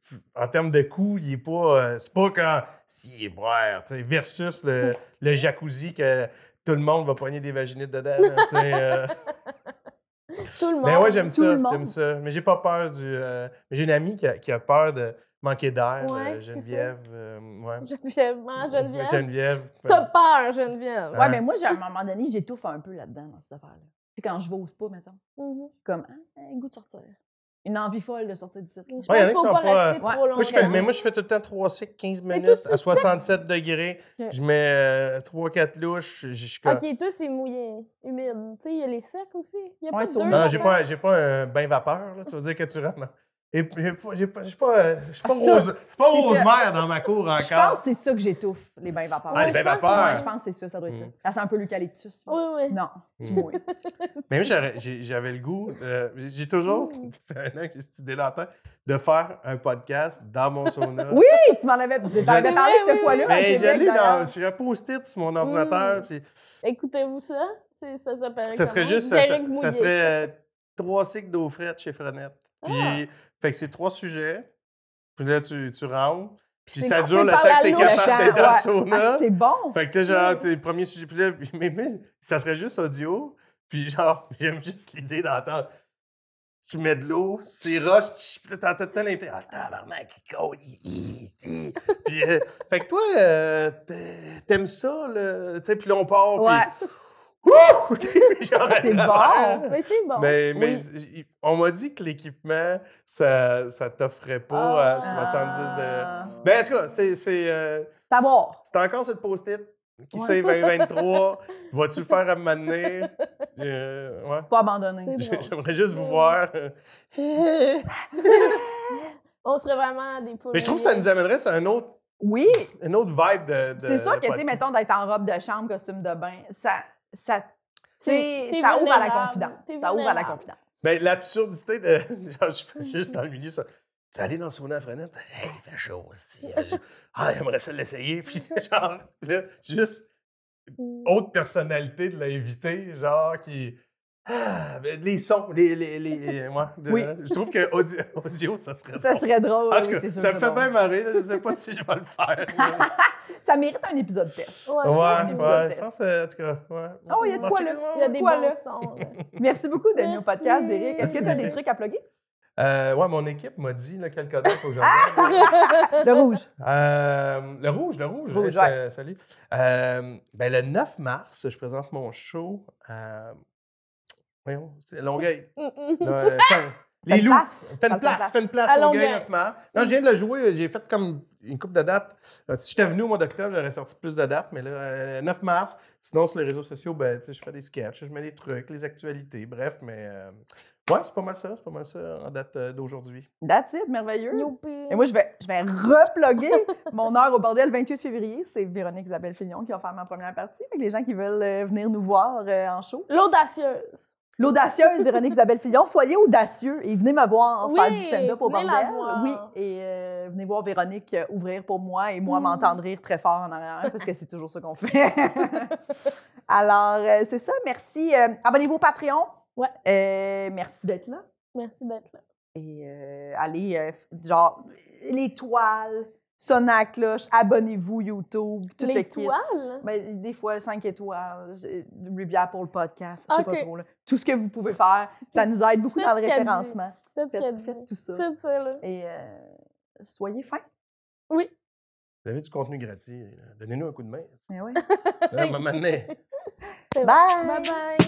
Speaker 4: tu- tu- En termes de coût, il est pas. euh, c'est pas quand. Si, il est boire, tu sais, versus le, le jacuzzi que tout le monde va poigner des vaginites dedans. là, tu sais, euh.
Speaker 3: Tout le monde.
Speaker 4: Mais Ben ouais, j'aime
Speaker 2: tout
Speaker 4: ça.
Speaker 2: le monde.
Speaker 4: J'aime ça. Mais j'ai pas peur du. euh, Mais j'ai une amie qui a, qui a peur de manquer d'air,
Speaker 3: Ouais,
Speaker 4: euh,
Speaker 3: c'est ça.
Speaker 4: Geneviève. euh, ouais.
Speaker 3: Geneviève, hein, Geneviève.
Speaker 4: Geneviève.
Speaker 3: T'as peur, Geneviève.
Speaker 4: Ouais.
Speaker 2: Ouais, mais moi, j'ai- à un moment donné, j'étouffe un peu là-dedans, dans cette affaire-là. Tu sais, quand je vais au spa, mettons,
Speaker 3: Mhm.
Speaker 2: je suis comme, ah, un goût de sortir. Une envie folle de sortir d'ici.
Speaker 3: Je pense
Speaker 4: Ouais, y en
Speaker 3: qu'il
Speaker 4: a qui
Speaker 3: faut
Speaker 4: sont
Speaker 3: pas
Speaker 4: pas,
Speaker 3: rester
Speaker 2: euh,
Speaker 3: trop longtemps.
Speaker 4: Moi, je fais, mais moi, je fais tout le temps 3 cycles, 15
Speaker 3: Mais
Speaker 4: minutes
Speaker 3: toi, c'est
Speaker 4: à 67 degrés.
Speaker 2: Ok.
Speaker 4: Je mets 3-4 louches. Je je suis comme.
Speaker 3: Ok, toi, c'est mouillé, humide. Tu sais, il y a les secs aussi. Il y a
Speaker 2: Ouais,
Speaker 3: pas de
Speaker 2: sauna.
Speaker 3: deux.
Speaker 4: Non, Ben, j'ai
Speaker 3: affaires.
Speaker 4: pas, j'ai pas un bain vapeur, là. Tu veux dire que tu rentres dans- Et puis, j'ai pas, j'ai pas, j'ai pas, euh, je suis pas
Speaker 2: Ah, ça,
Speaker 4: rose, c'est pas
Speaker 2: c'est ça.
Speaker 4: rosemère dans ma cour encore.
Speaker 2: Je pense que c'est ça que j'étouffe, les bains vapeurs.
Speaker 4: Ah,
Speaker 3: Ouais,
Speaker 4: les bains
Speaker 3: je pense que
Speaker 4: vapeurs.
Speaker 2: Ouais, je pense que c'est ça, ça doit être ça.
Speaker 4: Mm.
Speaker 2: Ça sent un peu l'eucalyptus.
Speaker 3: Oui, oui.
Speaker 2: Non, tu
Speaker 4: Mm.
Speaker 2: mouilles.
Speaker 4: Mais moi, j'aurais- j'ai- j'avais le goût, euh, j'ai j'ai toujours, ça fait un an que j'ai cette idée-là en tête, de faire un podcast dans mon sauna.
Speaker 2: Oui, tu m'en avais, t'en avais
Speaker 4: Je-
Speaker 2: parlé
Speaker 3: Oui,
Speaker 2: cette
Speaker 3: oui,
Speaker 2: fois-là.
Speaker 3: oui.
Speaker 2: à
Speaker 4: Mais
Speaker 2: Québec,
Speaker 4: j'allais
Speaker 2: d'ailleurs.
Speaker 4: dans, j'ai un post-it sur mon ordinateur,
Speaker 3: Mm.
Speaker 4: puis
Speaker 3: Écoutez-vous ça? C'est- Ça s'appelle.
Speaker 4: ça serait
Speaker 3: comment?
Speaker 4: juste, ça,
Speaker 3: Derek
Speaker 4: ça- ça
Speaker 3: Mouillé.
Speaker 4: serait euh, trois cycles d'eau frette chez Frenette. Puis,
Speaker 2: Ah!
Speaker 4: fait que c'est trois sujets, puis là, tu, tu rentres,
Speaker 3: c'est
Speaker 4: puis ça dure
Speaker 3: coupé
Speaker 4: le temps
Speaker 3: par la
Speaker 4: que t'es
Speaker 3: louche.
Speaker 4: capable d'être dans le
Speaker 2: Ouais.
Speaker 4: sauna.
Speaker 2: Ah, c'est bon.
Speaker 4: Fait que là, genre, t'es le premier sujet, puis là, puis- mais, mais ça serait juste audio, puis genre, j'aime juste l'idée d'entendre. Tu mets de l'eau, c'est roche, tch, puis là, t'entends tout le temps l'invité. Ah, tabarnak, il colle, hi, hi, hi. Puis, euh, fait que toi, euh, t'es- t'aimes ça, là, tu sais, puis là, on part,
Speaker 2: Ouais.
Speaker 4: puis. Ouh! Puis genre, à
Speaker 2: C'est
Speaker 4: travers.
Speaker 2: bon.
Speaker 3: Mais c'est bon.
Speaker 4: Mais, mais
Speaker 2: Oui.
Speaker 4: j- j- on m'a dit que l'équipement, ça, ça t'offrait pas à 70 de.
Speaker 2: Ah.
Speaker 4: Ben, en tout cas, c'est. c'est, euh,
Speaker 2: T'as boire.
Speaker 4: c'est encore sur le post-it. Qui
Speaker 2: Ouais.
Speaker 4: sait, 2023, vas-tu le faire à me mener? Euh, ouais.
Speaker 2: C'est pas abandonné.
Speaker 3: C'est-
Speaker 4: J'ai-
Speaker 3: drôle.
Speaker 4: J'aimerais juste vous voir. Mais
Speaker 3: On serait vraiment des poules.
Speaker 4: je trouve que ça nous amènerait sur un autre,
Speaker 2: Oui,
Speaker 4: une autre vibe de. de-
Speaker 2: c'est sûr
Speaker 4: de
Speaker 2: que, tu sais,
Speaker 4: podcast.
Speaker 2: mettons, d'être en robe de chambre, costume de bain, ça, ça, tu sais,
Speaker 3: T'es- t'es
Speaker 2: ça ouvre à la
Speaker 3: vulnérable.
Speaker 2: confidence.
Speaker 3: T'es
Speaker 2: Ça ouvre à la
Speaker 3: vulnérable.
Speaker 2: confidence.
Speaker 4: Ben, l'absurdité de. Genre, je fais juste dans le milieu, ça. Tu es allé dans le sauna à la frenette? Hey, il fait chaud aussi. Il fait chaud. Ah, j'aimerais ça l'essayer. Puis, genre, là, juste
Speaker 3: Mm,
Speaker 4: autre personnalité de l'invité, genre, qui. Ah, ben, les sons, les. les, les... ouais, de-
Speaker 2: Oui.
Speaker 4: Je trouve que audio, audio, ça serait.
Speaker 2: Ça
Speaker 4: drôle.
Speaker 2: serait drôle.
Speaker 4: En tout
Speaker 2: oui,
Speaker 4: cas,
Speaker 2: c'est sûr
Speaker 4: ça
Speaker 2: que
Speaker 4: me
Speaker 2: c'est
Speaker 4: fait
Speaker 2: drôle.
Speaker 4: bien marrer. Je sais pas si je vais le faire.
Speaker 2: Ça mérite un épisode test.
Speaker 3: Ouais, je
Speaker 4: Ouais,
Speaker 3: pense
Speaker 2: qu'il y a une
Speaker 4: ouais,
Speaker 2: vitesse.
Speaker 4: je pense, euh, en tout cas, ouais.
Speaker 2: Oh, il y a de quoi, là.
Speaker 3: qu'il y a des
Speaker 2: Quoi, là?
Speaker 3: bons sons. là.
Speaker 2: Merci beaucoup de nos
Speaker 3: Merci.
Speaker 2: podcasts, Derek. Est-ce que tu as des
Speaker 4: Merci.
Speaker 2: trucs à plugger?
Speaker 4: Euh, ouais, mon équipe m'a dit, là, quel codec aujourd'hui.
Speaker 2: Ah! Le rouge.
Speaker 4: Euh, le rouge, le rouge.
Speaker 2: Rouge,
Speaker 4: eh, sa- Salut. Euh, ben, le 9 mars, je présente mon show. Euh, voyons, c'est Longueuil.
Speaker 3: Mm, mm.
Speaker 4: Là, euh, fin- les
Speaker 2: Fais une
Speaker 4: loups.
Speaker 2: place.
Speaker 4: Fais une place, fais une place,
Speaker 3: À
Speaker 4: Longueuil,
Speaker 3: Longueuil.
Speaker 4: 9 mars. Non, je viens de le jouer. J'ai fait comme une coupe de dates. Euh, Si j'étais venu au mois d'octobre, j'aurais sorti plus de dates. Mais là, euh, 9 mars. Sinon, sur les réseaux sociaux, ben, tu sais, je fais des sketchs, je mets des trucs, les actualités. Bref, mais euh, ouais, c'est pas mal ça. C'est pas mal ça en date euh, d'aujourd'hui.
Speaker 2: That's it, merveilleux.
Speaker 3: Youpi.
Speaker 2: Et moi, je vais, je vais reploguer mon heure au bordel le 28 février. C'est Véronique Isabelle Fillon qui va faire ma première partie. Fait que les gens qui veulent euh, venir nous voir euh, en show.
Speaker 3: L'audacieuse.
Speaker 2: L'audacieuse Véronique Isabelle Fillon, soyez audacieux et venez me voir
Speaker 3: Oui,
Speaker 2: faire du stand-up au
Speaker 3: venez
Speaker 2: bordel.
Speaker 3: la voir.
Speaker 2: Oui, et euh, venez voir Véronique euh, ouvrir pour moi et moi
Speaker 3: Mm.
Speaker 2: m'entendre rire très fort en arrière parce que c'est toujours ce qu'on fait. Alors, euh, c'est ça. Merci. Euh, Abonnez-vous au Patreon.
Speaker 3: Ouais.
Speaker 2: Euh, merci d'être là.
Speaker 3: Merci d'être là.
Speaker 2: et euh, allez, euh, f- genre, l'étoile, sonnez à la cloche, abonnez-vous YouTube, tout le
Speaker 3: Les
Speaker 2: kit.
Speaker 3: toiles.
Speaker 2: Ben, des fois, 5 étoiles, j'ai- Rivière pour le podcast, je sais
Speaker 3: Ok.
Speaker 2: pas trop. Là. Tout ce que vous pouvez faire, ça nous aide beaucoup
Speaker 3: Faites
Speaker 2: dans le
Speaker 3: ce qu'elle dit.
Speaker 2: référencement.
Speaker 3: Faites ce qu'elle
Speaker 2: Faites,
Speaker 3: dit.
Speaker 2: faites tout ça.
Speaker 3: Faites ça, là.
Speaker 2: Et euh, soyez fins.
Speaker 3: Oui.
Speaker 4: Vous avez du contenu gratuit. là. Donnez-nous un coup de main.
Speaker 2: Mais Eh ouais.
Speaker 4: Là, à un moment donné.
Speaker 3: Bye bye.